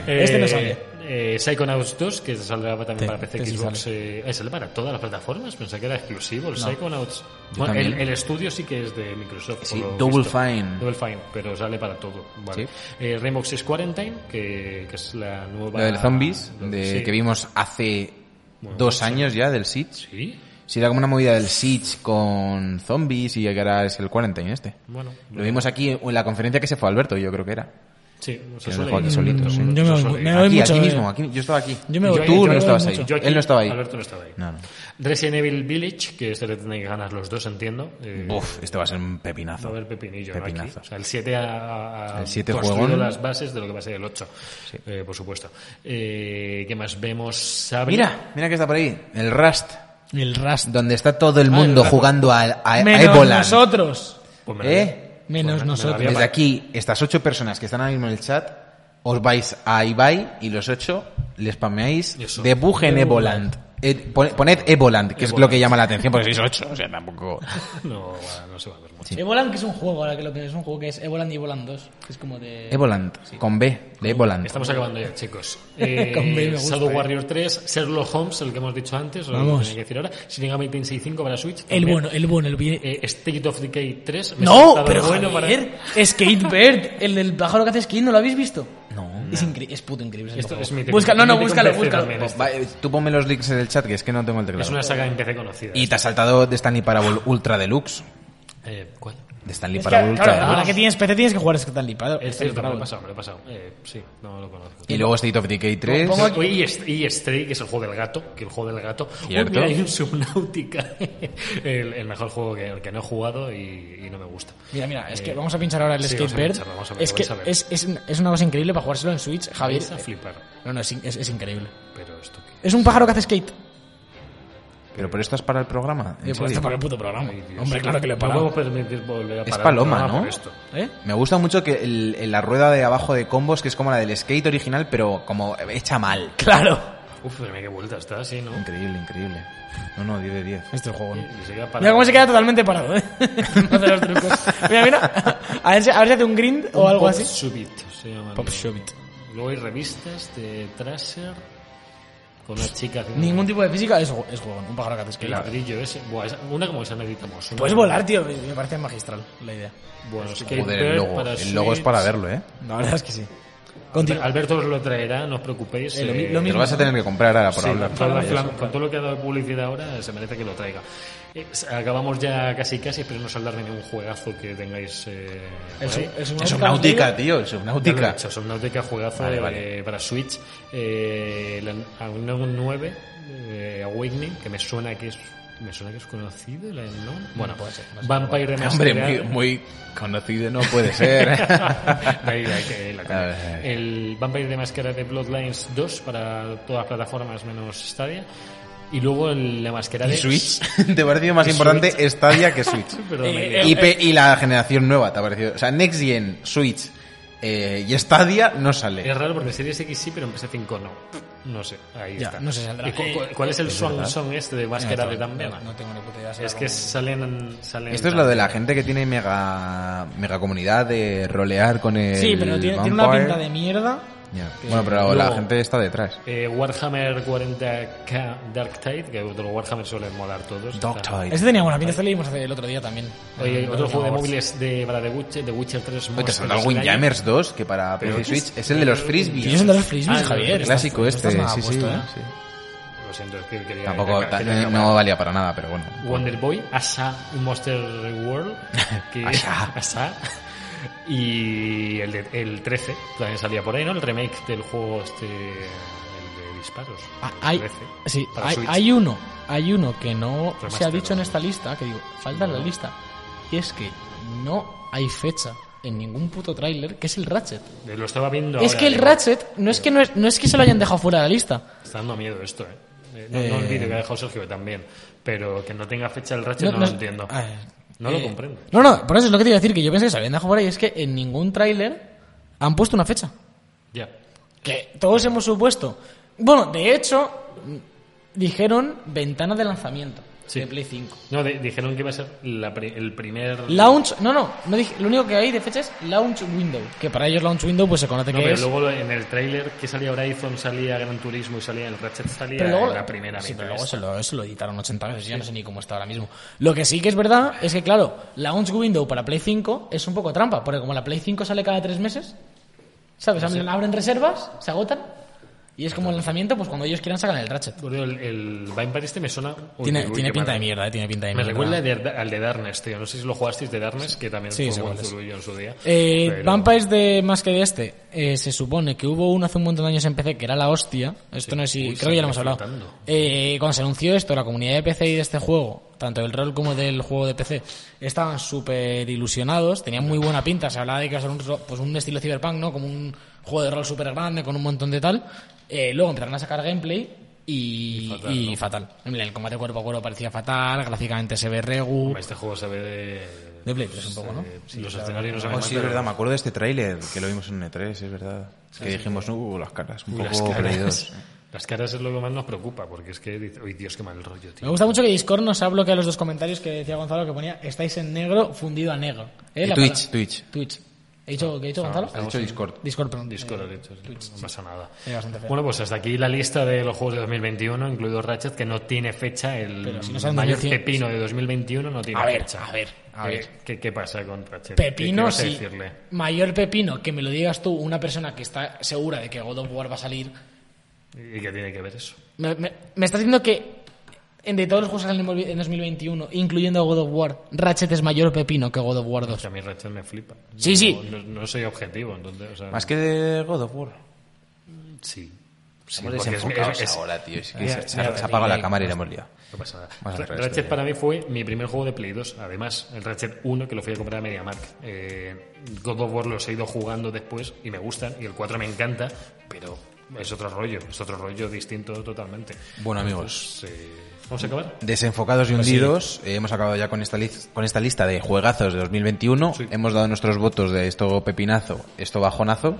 S2: Eh,
S4: Este no sale.
S2: Eh, Psychonauts 2, que saldrá también
S4: Sí,
S2: para PC,
S4: este sí
S2: Xbox. eh, eh, sale para todas las plataformas. Pensé que era exclusivo el Psychonauts.
S3: Yo
S2: Bueno, el,
S3: también.
S2: el estudio sí que es de Microsoft. por
S3: Sí,
S2: lo
S3: Double Fine.
S2: Double Fine, pero sale para todo. Vale.
S3: Sí.
S2: Eh, Rainbow Six Quarantine, que, que es la nueva.
S3: La del zombies, de,
S2: Sí.
S3: que vimos hace
S2: Bueno,
S3: dos
S2: sí.
S3: años ya, del Siege.
S2: Sí.
S3: Sí, era como una movida del Siege con zombies y que ahora es el Quarantine este.
S2: Bueno,
S3: Lo vimos aquí en la conferencia que se fue Alberto, yo creo que era.
S2: sí, se
S3: lo
S2: suele
S3: dejó aquí
S2: ir.
S3: solito, sí.
S2: Se
S4: Yo me voy-
S2: suele ir.
S4: me voy
S3: Aquí,
S4: mucho,
S3: aquí
S4: eh.
S3: mismo, aquí, yo estaba aquí.
S4: Yo me voy-
S3: Tú
S4: yo
S3: no
S4: me voy
S3: estabas ahí.
S4: mucho.
S2: Yo aquí-
S3: Él no estaba ahí.
S2: Alberto no estaba ahí.
S3: No, no.
S2: Resident Evil Village, que este le tenéis ganas los dos, entiendo. Eh,
S3: Uf, este va a ser un pepinazo.
S2: va a haber pepinillo, ¿no? Aquí.
S3: Pepinazo.
S2: O sea, el 7 ha, ha
S3: El siete
S2: construido
S3: juegón.
S2: las bases de lo que va a ser el 8, eh, por supuesto. Eh, ¿Qué más vemos? Sabre.
S3: Mira, mira que está por ahí. El Rust.
S4: El Rust. Ah,
S3: Donde está todo el mundo
S2: Rust.
S3: jugando a, a, a
S4: Menos
S3: Evoland.
S4: nosotros.
S2: Pues me la-
S3: ¿Eh?
S4: Menos
S2: Bueno,
S4: nosotros.
S2: me la
S3: Desde
S2: había-
S3: aquí, estas ocho personas que están ahora mismo en el chat, os vais a Ibai y los ocho le spameáis
S2: Eso.
S3: debujen Evoland. Eh, pon- poned Evoland, que es lo que llama la atención, porque sois ocho, o sea, tampoco...
S2: No, bueno, no se va a ver mucho.
S4: Evoland, que es un juego, ahora que lo pienso, es un juego que es Evoland y Evoland 2. Que es como de.
S3: Evoland, con B, de Evoland.
S2: Estamos acabando ya, chicos. Eh,
S4: Con B me gusta,
S2: Shadow
S4: eh.
S2: Warrior 3, Sherlock Holmes, el que hemos dicho antes, o lo
S4: Vamos.
S2: que tenía que decir ahora. Shinigami Tensei 5 para Switch.
S4: el
S2: también.
S4: bueno, el bueno, el bien.
S2: Eh, State of Decay 3. me he
S4: no,
S2: saltado
S4: pero
S2: el
S4: bueno, Javier, Skatebird, el del pájaro que hace skate, ¿no lo habéis visto?
S3: No.
S4: Es, incre- es puto increíble. ese
S2: Esto
S4: juego.
S2: es mítico.
S4: Busca, no, no,
S2: Mítico en
S4: búscalo,
S2: PC
S4: búscalo.
S2: también,
S3: Pues va, eh, tú ponme los links en el chat, que es que no tengo el teclado.
S2: Es una saga en PC conocida.
S3: Y te has saltado de Stanley Parable Ultra Deluxe.
S2: Eh, ¿Cuál?
S3: De Stanley
S4: Es que,
S3: Parable Ultra
S4: claro,
S3: Deluxe.
S4: ahora que tienes PC tienes que jugar este Stanley Parable.
S2: Es
S4: Stanley
S2: cierto, me lo he
S4: Parable.
S2: pasado, me lo he pasado. Eh, sí, no lo conozco.
S3: Y luego State of Decay 3.
S4: Pongo aquí-
S2: Y, est- y Stray, que es el juego del gato, que el juego del gato. Uy,
S3: Cierto.
S2: mira, hay un Subnautica. el, el mejor juego que, el que no he jugado y, y no me gusta.
S4: Mira, mira, es que
S2: Eh,
S4: vamos a pinchar ahora el
S2: sí, vamos a
S4: Skatebird.
S2: pincharlo, vamos a ver,
S4: Es que
S2: vais a ver.
S4: es, es, un- es una cosa increíble para jugárselo en Switch, Javier.
S2: vais a flipar.
S4: No, no, es, in- es- es increíble.
S2: Pero esto que.
S4: Es un pájaro que hace skate.
S3: Pero por esto es para el programa. ¿en
S4: Eh, pues
S3: serio?
S4: esto para el puto programa.
S2: Ay, Dios.
S4: Hombre, claro que lo he
S2: No
S4: parado.
S2: podemos permitir volver a
S3: Es
S2: parar el
S3: Paloma,
S2: programa
S3: ¿no?
S2: por esto.
S4: ¿Eh?
S3: Me gusta mucho que el- el- la rueda de abajo de combos, que es como la del skate original, pero como hecha mal.
S4: Claro.
S2: Uf, mira qué vuelta está, sí, ¿no?
S3: Increíble, increíble. No, no, 10 de 10.
S4: Este juego. ¿no?
S2: Y se queda
S4: Mira
S2: parado.
S4: cómo se queda totalmente parado, ¿eh? No hace los trucos. Mira, mira. A ver, si, a ver si hace un grind o
S2: Un
S4: algo
S2: Pop
S4: así.
S2: Subit, se llama.
S4: Pop Shobit.
S2: Luego hay revistas de Tracer con una chica haciendo
S4: Ningún tipo de física es, es juego, un pájaro que hace skate.
S2: El ladrillo ese. Buah, esa- una como esa necesitamos. Una-
S4: Puedes Pues volar, tío. Me me parece magistral la idea.
S2: ¿eh? Bueno, Skatebird
S3: Joder, el logo.
S2: para
S3: El logo es para verlo, ¿eh?
S4: La verdad es que sí. Continúa.
S2: Alberto os lo traerá, no os preocupéis.
S4: Eh, lo mi-
S2: eh,
S4: lo
S3: Te
S4: mismo.
S3: lo vas a tener que comprar ahora por
S2: sí,
S3: hablar.
S2: con toda la flam- con todo lo que ha dado de publicidad ahora, eh, se merece que lo traiga. Eh, s- acabamos ya casi casi, espero no saldarme ningún juegazo que tengáis. Eh, por
S4: El su-
S2: ahí.
S4: el
S3: El
S4: Subnautica
S3: Subnautica,
S4: Online.
S3: tío, el
S2: Ya lo he
S3: Subnautica.
S2: dicho, Subnautica, juegazo
S3: Vale,
S2: eh,
S3: vale.
S2: para Switch. Eh, la Unknown 9, eh, Awakening, que me suena que es. Me suena que es conocido, la Unknown. Bueno,
S4: puede ser, no sé.
S2: Vampire
S3: Hombre,
S2: Remastered.
S3: muy, muy conocido no puede ser.
S2: De ahí la que- la coña.
S3: A ver, a ver.
S2: El Vampire de Máscara de Bloodlines 2 para todas las plataformas menos Stadia. Y luego el- la Máscara de
S3: ¿Y Switch? ¿Te ha parecido más
S2: Y
S3: importante Stadia que Switch?
S2: Perdón,
S4: Eh,
S2: me he
S4: eh,
S2: liado.
S3: Y, pe- y la generación nueva, ¿te ha parecido? O sea, Next Gen, Switch eh, y Stadia no
S2: Es
S3: sale.
S2: raro porque Series X sí, pero en PS5 no. No sé, ahí
S4: Ya,
S2: está.
S4: no sé, saldrá.
S2: ¿Y cu- cu- ¿Cuál, es el swan song este de Básquera de Dambena?
S4: No tengo ni puta idea. será
S2: Es que
S4: como-
S2: salen, salen...
S3: Esto es lo de la gente que tiene mega, mega comunidad de rolear con el.
S4: Sí, pero tiene, tiene una
S3: Vampire.
S4: pinta de mierda.
S3: Ya. Bueno, pero la
S2: Luego-
S3: gente está detrás.
S2: Eh, Warhammer 40k Dark Tide, que de los Warhammer suelen molar todos. Está-
S4: Este tenía buena pinta, este lo vimos hace- el otro día también. Eh,
S2: Oye,
S4: El-
S2: otro
S4: el-
S2: juego de
S4: el-
S2: móviles de, para The Witcher, The Witcher 3.
S3: Oye, te
S2: Monster
S3: salta el Windjammers 2, que para
S2: Pero
S3: PC y
S2: es-
S3: Switch es el de los frisbees.
S4: Tienes el de los frisbees,
S2: Ah, el
S4: Javier.
S2: de-
S3: clásico
S4: Estás-
S3: este,
S4: estás nada
S3: sí, sí,
S4: puesto, ¿eh?
S3: sí.
S2: Lo siento, es que quería...
S3: Tampoco, eh,
S2: quería
S3: ta-
S2: acabar.
S3: no valía para nada, pero bueno.
S2: Wonder Boy, Asa Monster World, que
S3: Asa.
S2: Asa. y el, de- el 13 también salía por ahí, ¿no? El remake del juego este el de disparos.
S4: Ah, hay,
S2: 13,
S4: sí,
S2: para
S4: hay,
S2: Switch.
S4: hay uno, hay uno que no se ha
S2: Remaster,
S4: dicho en
S2: ¿no?
S4: esta lista, que digo, falta en la lista, y es que no hay fecha en ningún puto tráiler, que es el Ratchet.
S2: Eh, Lo estaba viendo
S4: es
S2: ahora,
S4: que el
S2: digo,
S4: Ratchet, no es que, no, es, no es que se lo hayan dejado fuera de la lista.
S2: Está dando miedo esto, ¿eh? Eh, No, no el vídeo que ha dejado Sergio también, pero que no tenga fecha el Ratchet no, lo entiendo.
S4: Ah,
S2: No
S4: eh,
S2: lo comprendo.
S4: No, no, por eso es lo que te iba a decir, que yo pensé que se lo habían dejado fuera, y es que en ningún tráiler han puesto una fecha.
S2: Ya.
S4: Que todos hemos supuesto. Bueno, de hecho, mm, dijeron ventana de lanzamiento
S2: Sí.
S4: de Play 5.
S2: No, de- dijeron que iba a ser la pri- el primer...
S4: Launch, no, no, no dije, lo único que hay de fecha es Launch Window, que para ellos Launch Window pues se conoce
S2: No,
S4: que
S2: pero
S4: es.
S2: luego en el tráiler que salía Horizon, salía Gran Turismo y salía el Ratchet, salía
S4: pero luego-
S2: en Eh, la primera
S4: sí,
S2: mitad
S4: pero luego
S2: esta.
S4: se lo, se lo editaron 80 veces, ya no sé ni cómo está ahora mismo. Lo que sí que es verdad es que, claro, Launch Window para Play 5 es un poco trampa, porque como la Play 5 sale cada tres meses, ¿sabes? Abren reservas, se agotan, y es como el lanzamiento, pues cuando ellos quieran sacan el Ratchet.
S2: Gordo, el, el Vampire este me suena. Uy,
S4: tiene
S2: uy,
S4: tiene
S2: qué
S4: pinta
S2: mala.
S4: de mierda, eh, tiene pinta de
S2: Me
S4: mierda.
S2: recuerda de- al de Darkness, tío. No sé si lo jugasteis de Darkness, que también
S4: Sí, sé
S2: fue un
S4: cuál
S2: buen
S4: es.
S2: zurullo en su día.
S4: Eh,
S2: Pero-
S4: Vampires de más que de este, eh, se supone que hubo uno hace un montón de años en PC que era la hostia. Esto
S2: Sí.
S4: no es si,
S2: Uy,
S4: creo que ya lo hemos
S2: se me
S4: hablado.
S2: está flotando.
S4: Eh, cuando se anunció esto, la comunidad de PC y de este juego, tanto del rol como del juego de PC, estaban súper ilusionados, tenían muy buena pinta. Se hablaba de que iba a ser un, ro- pues un estilo cyberpunk, ¿no? Como un juego de rol súper grande con un montón de tal. Eh, luego empezaron a sacar gameplay y, y fatal. El combate cuerpo a cuerpo parecía fatal, gráficamente se ve regu.
S2: Hombre, Este juego se ve de.
S4: De Play 3 un poco, ¿no?
S2: eh, sí, los escenarios no se ven
S3: Oh,
S2: mal,
S3: sí, es
S2: pero-
S3: verdad, me acuerdo de este tráiler que lo vimos en E3, es verdad. que dijimos, uh, las caras, un
S2: Uy, las
S3: poco Play 2.
S2: caras. Las caras es lo que más nos preocupa, porque es que. dice, Uy, Dios, qué mal rollo, tío.
S4: Me gusta mucho que Discord nos ha bloqueado los dos comentarios que decía Gonzalo que ponía estáis en negro fundido a negro. ¿Eh?
S3: Y
S4: La
S3: Twitch,
S4: palabra-
S3: Twitch.
S4: Twitch. ¿He dicho, ¿qué he dicho Gonzalo?
S3: Has dicho Discord.
S4: Discord, perdón.
S2: Discord, de hecho, no pasa nada.
S4: Eh, Es bastante feo.
S2: Bueno, pues hasta aquí la lista de los juegos de 2021, incluido Ratchet, que no tiene fecha. El
S4: Pero si no saben
S2: mayor
S4: dónde tiene-
S2: pepino de 2021 no tiene
S4: A ver,
S2: fecha.
S4: a ver, a
S2: Eh,
S4: ver.
S2: ¿Qué, qué pasa con Ratchet? ¿Qué- qué
S4: Pepino,
S2: vas a
S4: sí.
S2: decirle?
S4: Mayor pepino, que me lo digas tú, una persona que está segura de que God of War va a salir.
S2: ¿Y qué tiene que ver eso?
S4: Me, me- me estás diciendo que en de todos los juegos que salen en 2021, incluyendo God of War, Ratchet es mayor pepino que God of War 2.
S2: O sea, Pues a mí Ratchet me flipa.
S4: Sí,
S2: No-
S4: sí.
S2: No, no soy objetivo, entonces. O sea,
S3: Más que de God of War.
S2: Sí. Sí,
S3: Estamos
S2: porque es-
S3: desenfocados
S2: es- es-
S3: ahora, tío. es que
S2: Mira,
S3: se, se-
S2: mira,
S3: se apaga la
S2: mira,
S3: cámara y la hemos liado.
S2: No pasa nada.
S3: Más
S2: Ra-
S3: atrás,
S2: Ratchet
S3: todavía.
S2: para mí fue mi primer juego de Play 2, además. El Ratchet 1 que lo fui a comprar a MediaMark. Eh, God of War los he ido jugando después y me gustan. Y el 4 me encanta, pero es otro rollo. Es otro rollo distinto totalmente.
S3: Bueno, amigos.
S2: Pues, eh, ¿Vamos a acabar?
S3: Desenfocados y hundidos, eh, hemos acabado ya con esta, liz- con esta lista de juegazos de 2021.
S2: Sí.
S3: Hemos dado nuestros votos de esto pepinazo, esto bajonazo.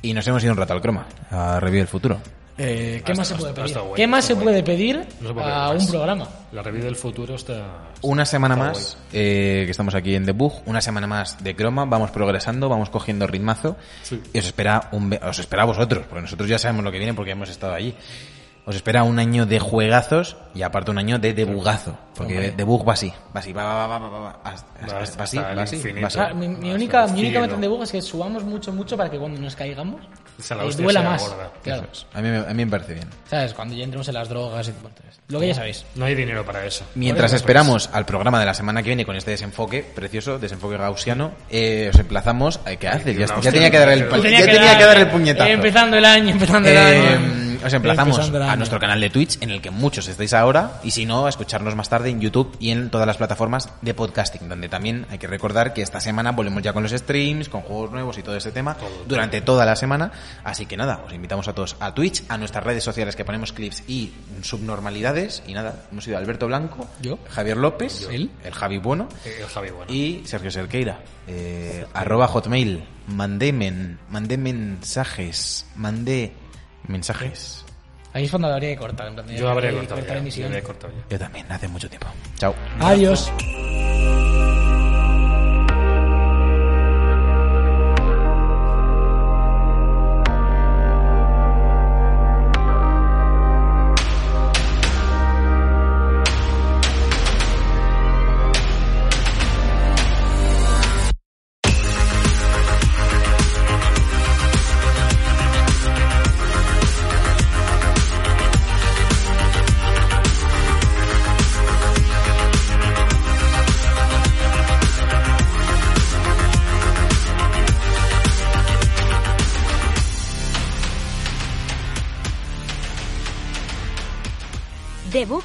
S3: Y nos hemos ido un rato al croma, a Review del Futuro.
S4: Eh, ¿Qué
S2: Ha
S4: más se
S2: estado-
S4: puede
S2: ha
S4: pedir?
S2: estado guay,
S4: ¿Qué
S2: ha
S4: más se
S2: estado
S4: puede
S2: guay.
S4: pedir
S2: No se puede pedir
S4: a
S2: más.
S4: un programa?
S2: La review del futuro está...
S3: Una semana
S2: Está
S3: más eh, que estamos aquí en Debug, una semana más de croma, vamos progresando, vamos cogiendo ritmazo
S2: Sí.
S3: y os espera un ve- os espera a vosotros, porque nosotros ya sabemos lo que viene porque hemos estado allí. Os espera un año de juegazos y aparte un año de debugazo, porque debug va así, va así, va, va, va, va, va, va, hasta- hasta-
S2: hasta-
S3: va así,
S2: hasta el
S3: va así, va
S2: infinito.
S3: así.
S4: Ah, mi, mi
S2: Hasta
S4: única,
S2: el
S4: mi única
S2: cielo.
S4: meta de bug es que subamos mucho, mucho para que cuando nos caigamos
S2: Esa la
S4: nos
S2: hostia
S4: duela
S2: sea
S4: más.
S2: gorda.
S4: Claro.
S3: Eso es. A mí, me- a mí me parece bien.
S4: ¿Sabes? Cuando ya entremos en las drogas y tonterías. Lo que ya sabéis.
S2: No hay dinero para eso.
S3: Mientras
S2: Por eso,
S3: esperamos al programa de la semana que viene con este desenfoque precioso, desenfoque gaussiano, eh, os emplazamos. ay, ¿Qué haces? Ya,
S2: una
S3: ya
S2: hostia,
S3: Pues tenía que dar el,
S2: pero-
S3: ya tenía que dar el puñetazo.
S4: empezando el año, empezando el
S3: Eh,
S4: año.
S3: Os emplazamos
S4: Empezando el
S3: a
S4: año.
S3: nuestro canal de Twitch, en el que muchos estáis ahora, y si no, a escucharnos más tarde en YouTube y en todas las plataformas de podcasting, donde también hay que recordar que esta semana volvemos ya con los streams, con juegos nuevos y todo este tema durante toda la semana. Así que nada, os invitamos a todos a Twitch, a nuestras redes sociales que ponemos clips y subnormalidades. Y nada, hemos ido Alberto Blanco,
S4: Yo.
S3: Javier López,
S4: Él.
S3: el Javi Bueno,
S2: Eh, Javi, bueno.
S3: y Sergio Cerqueira. Eh, arroba hotmail. Mandémen. Mandé mensajes. Mandé mensajes.
S4: Ahí es cuando habría que cortar. En plan, de-
S2: Yo habré
S4: de-
S2: cortado
S4: cortar
S2: ya, yo
S4: emisión.
S2: habré cortado ya.
S3: Yo también, hace mucho tiempo. Chao.
S4: Adiós.
S1: The Book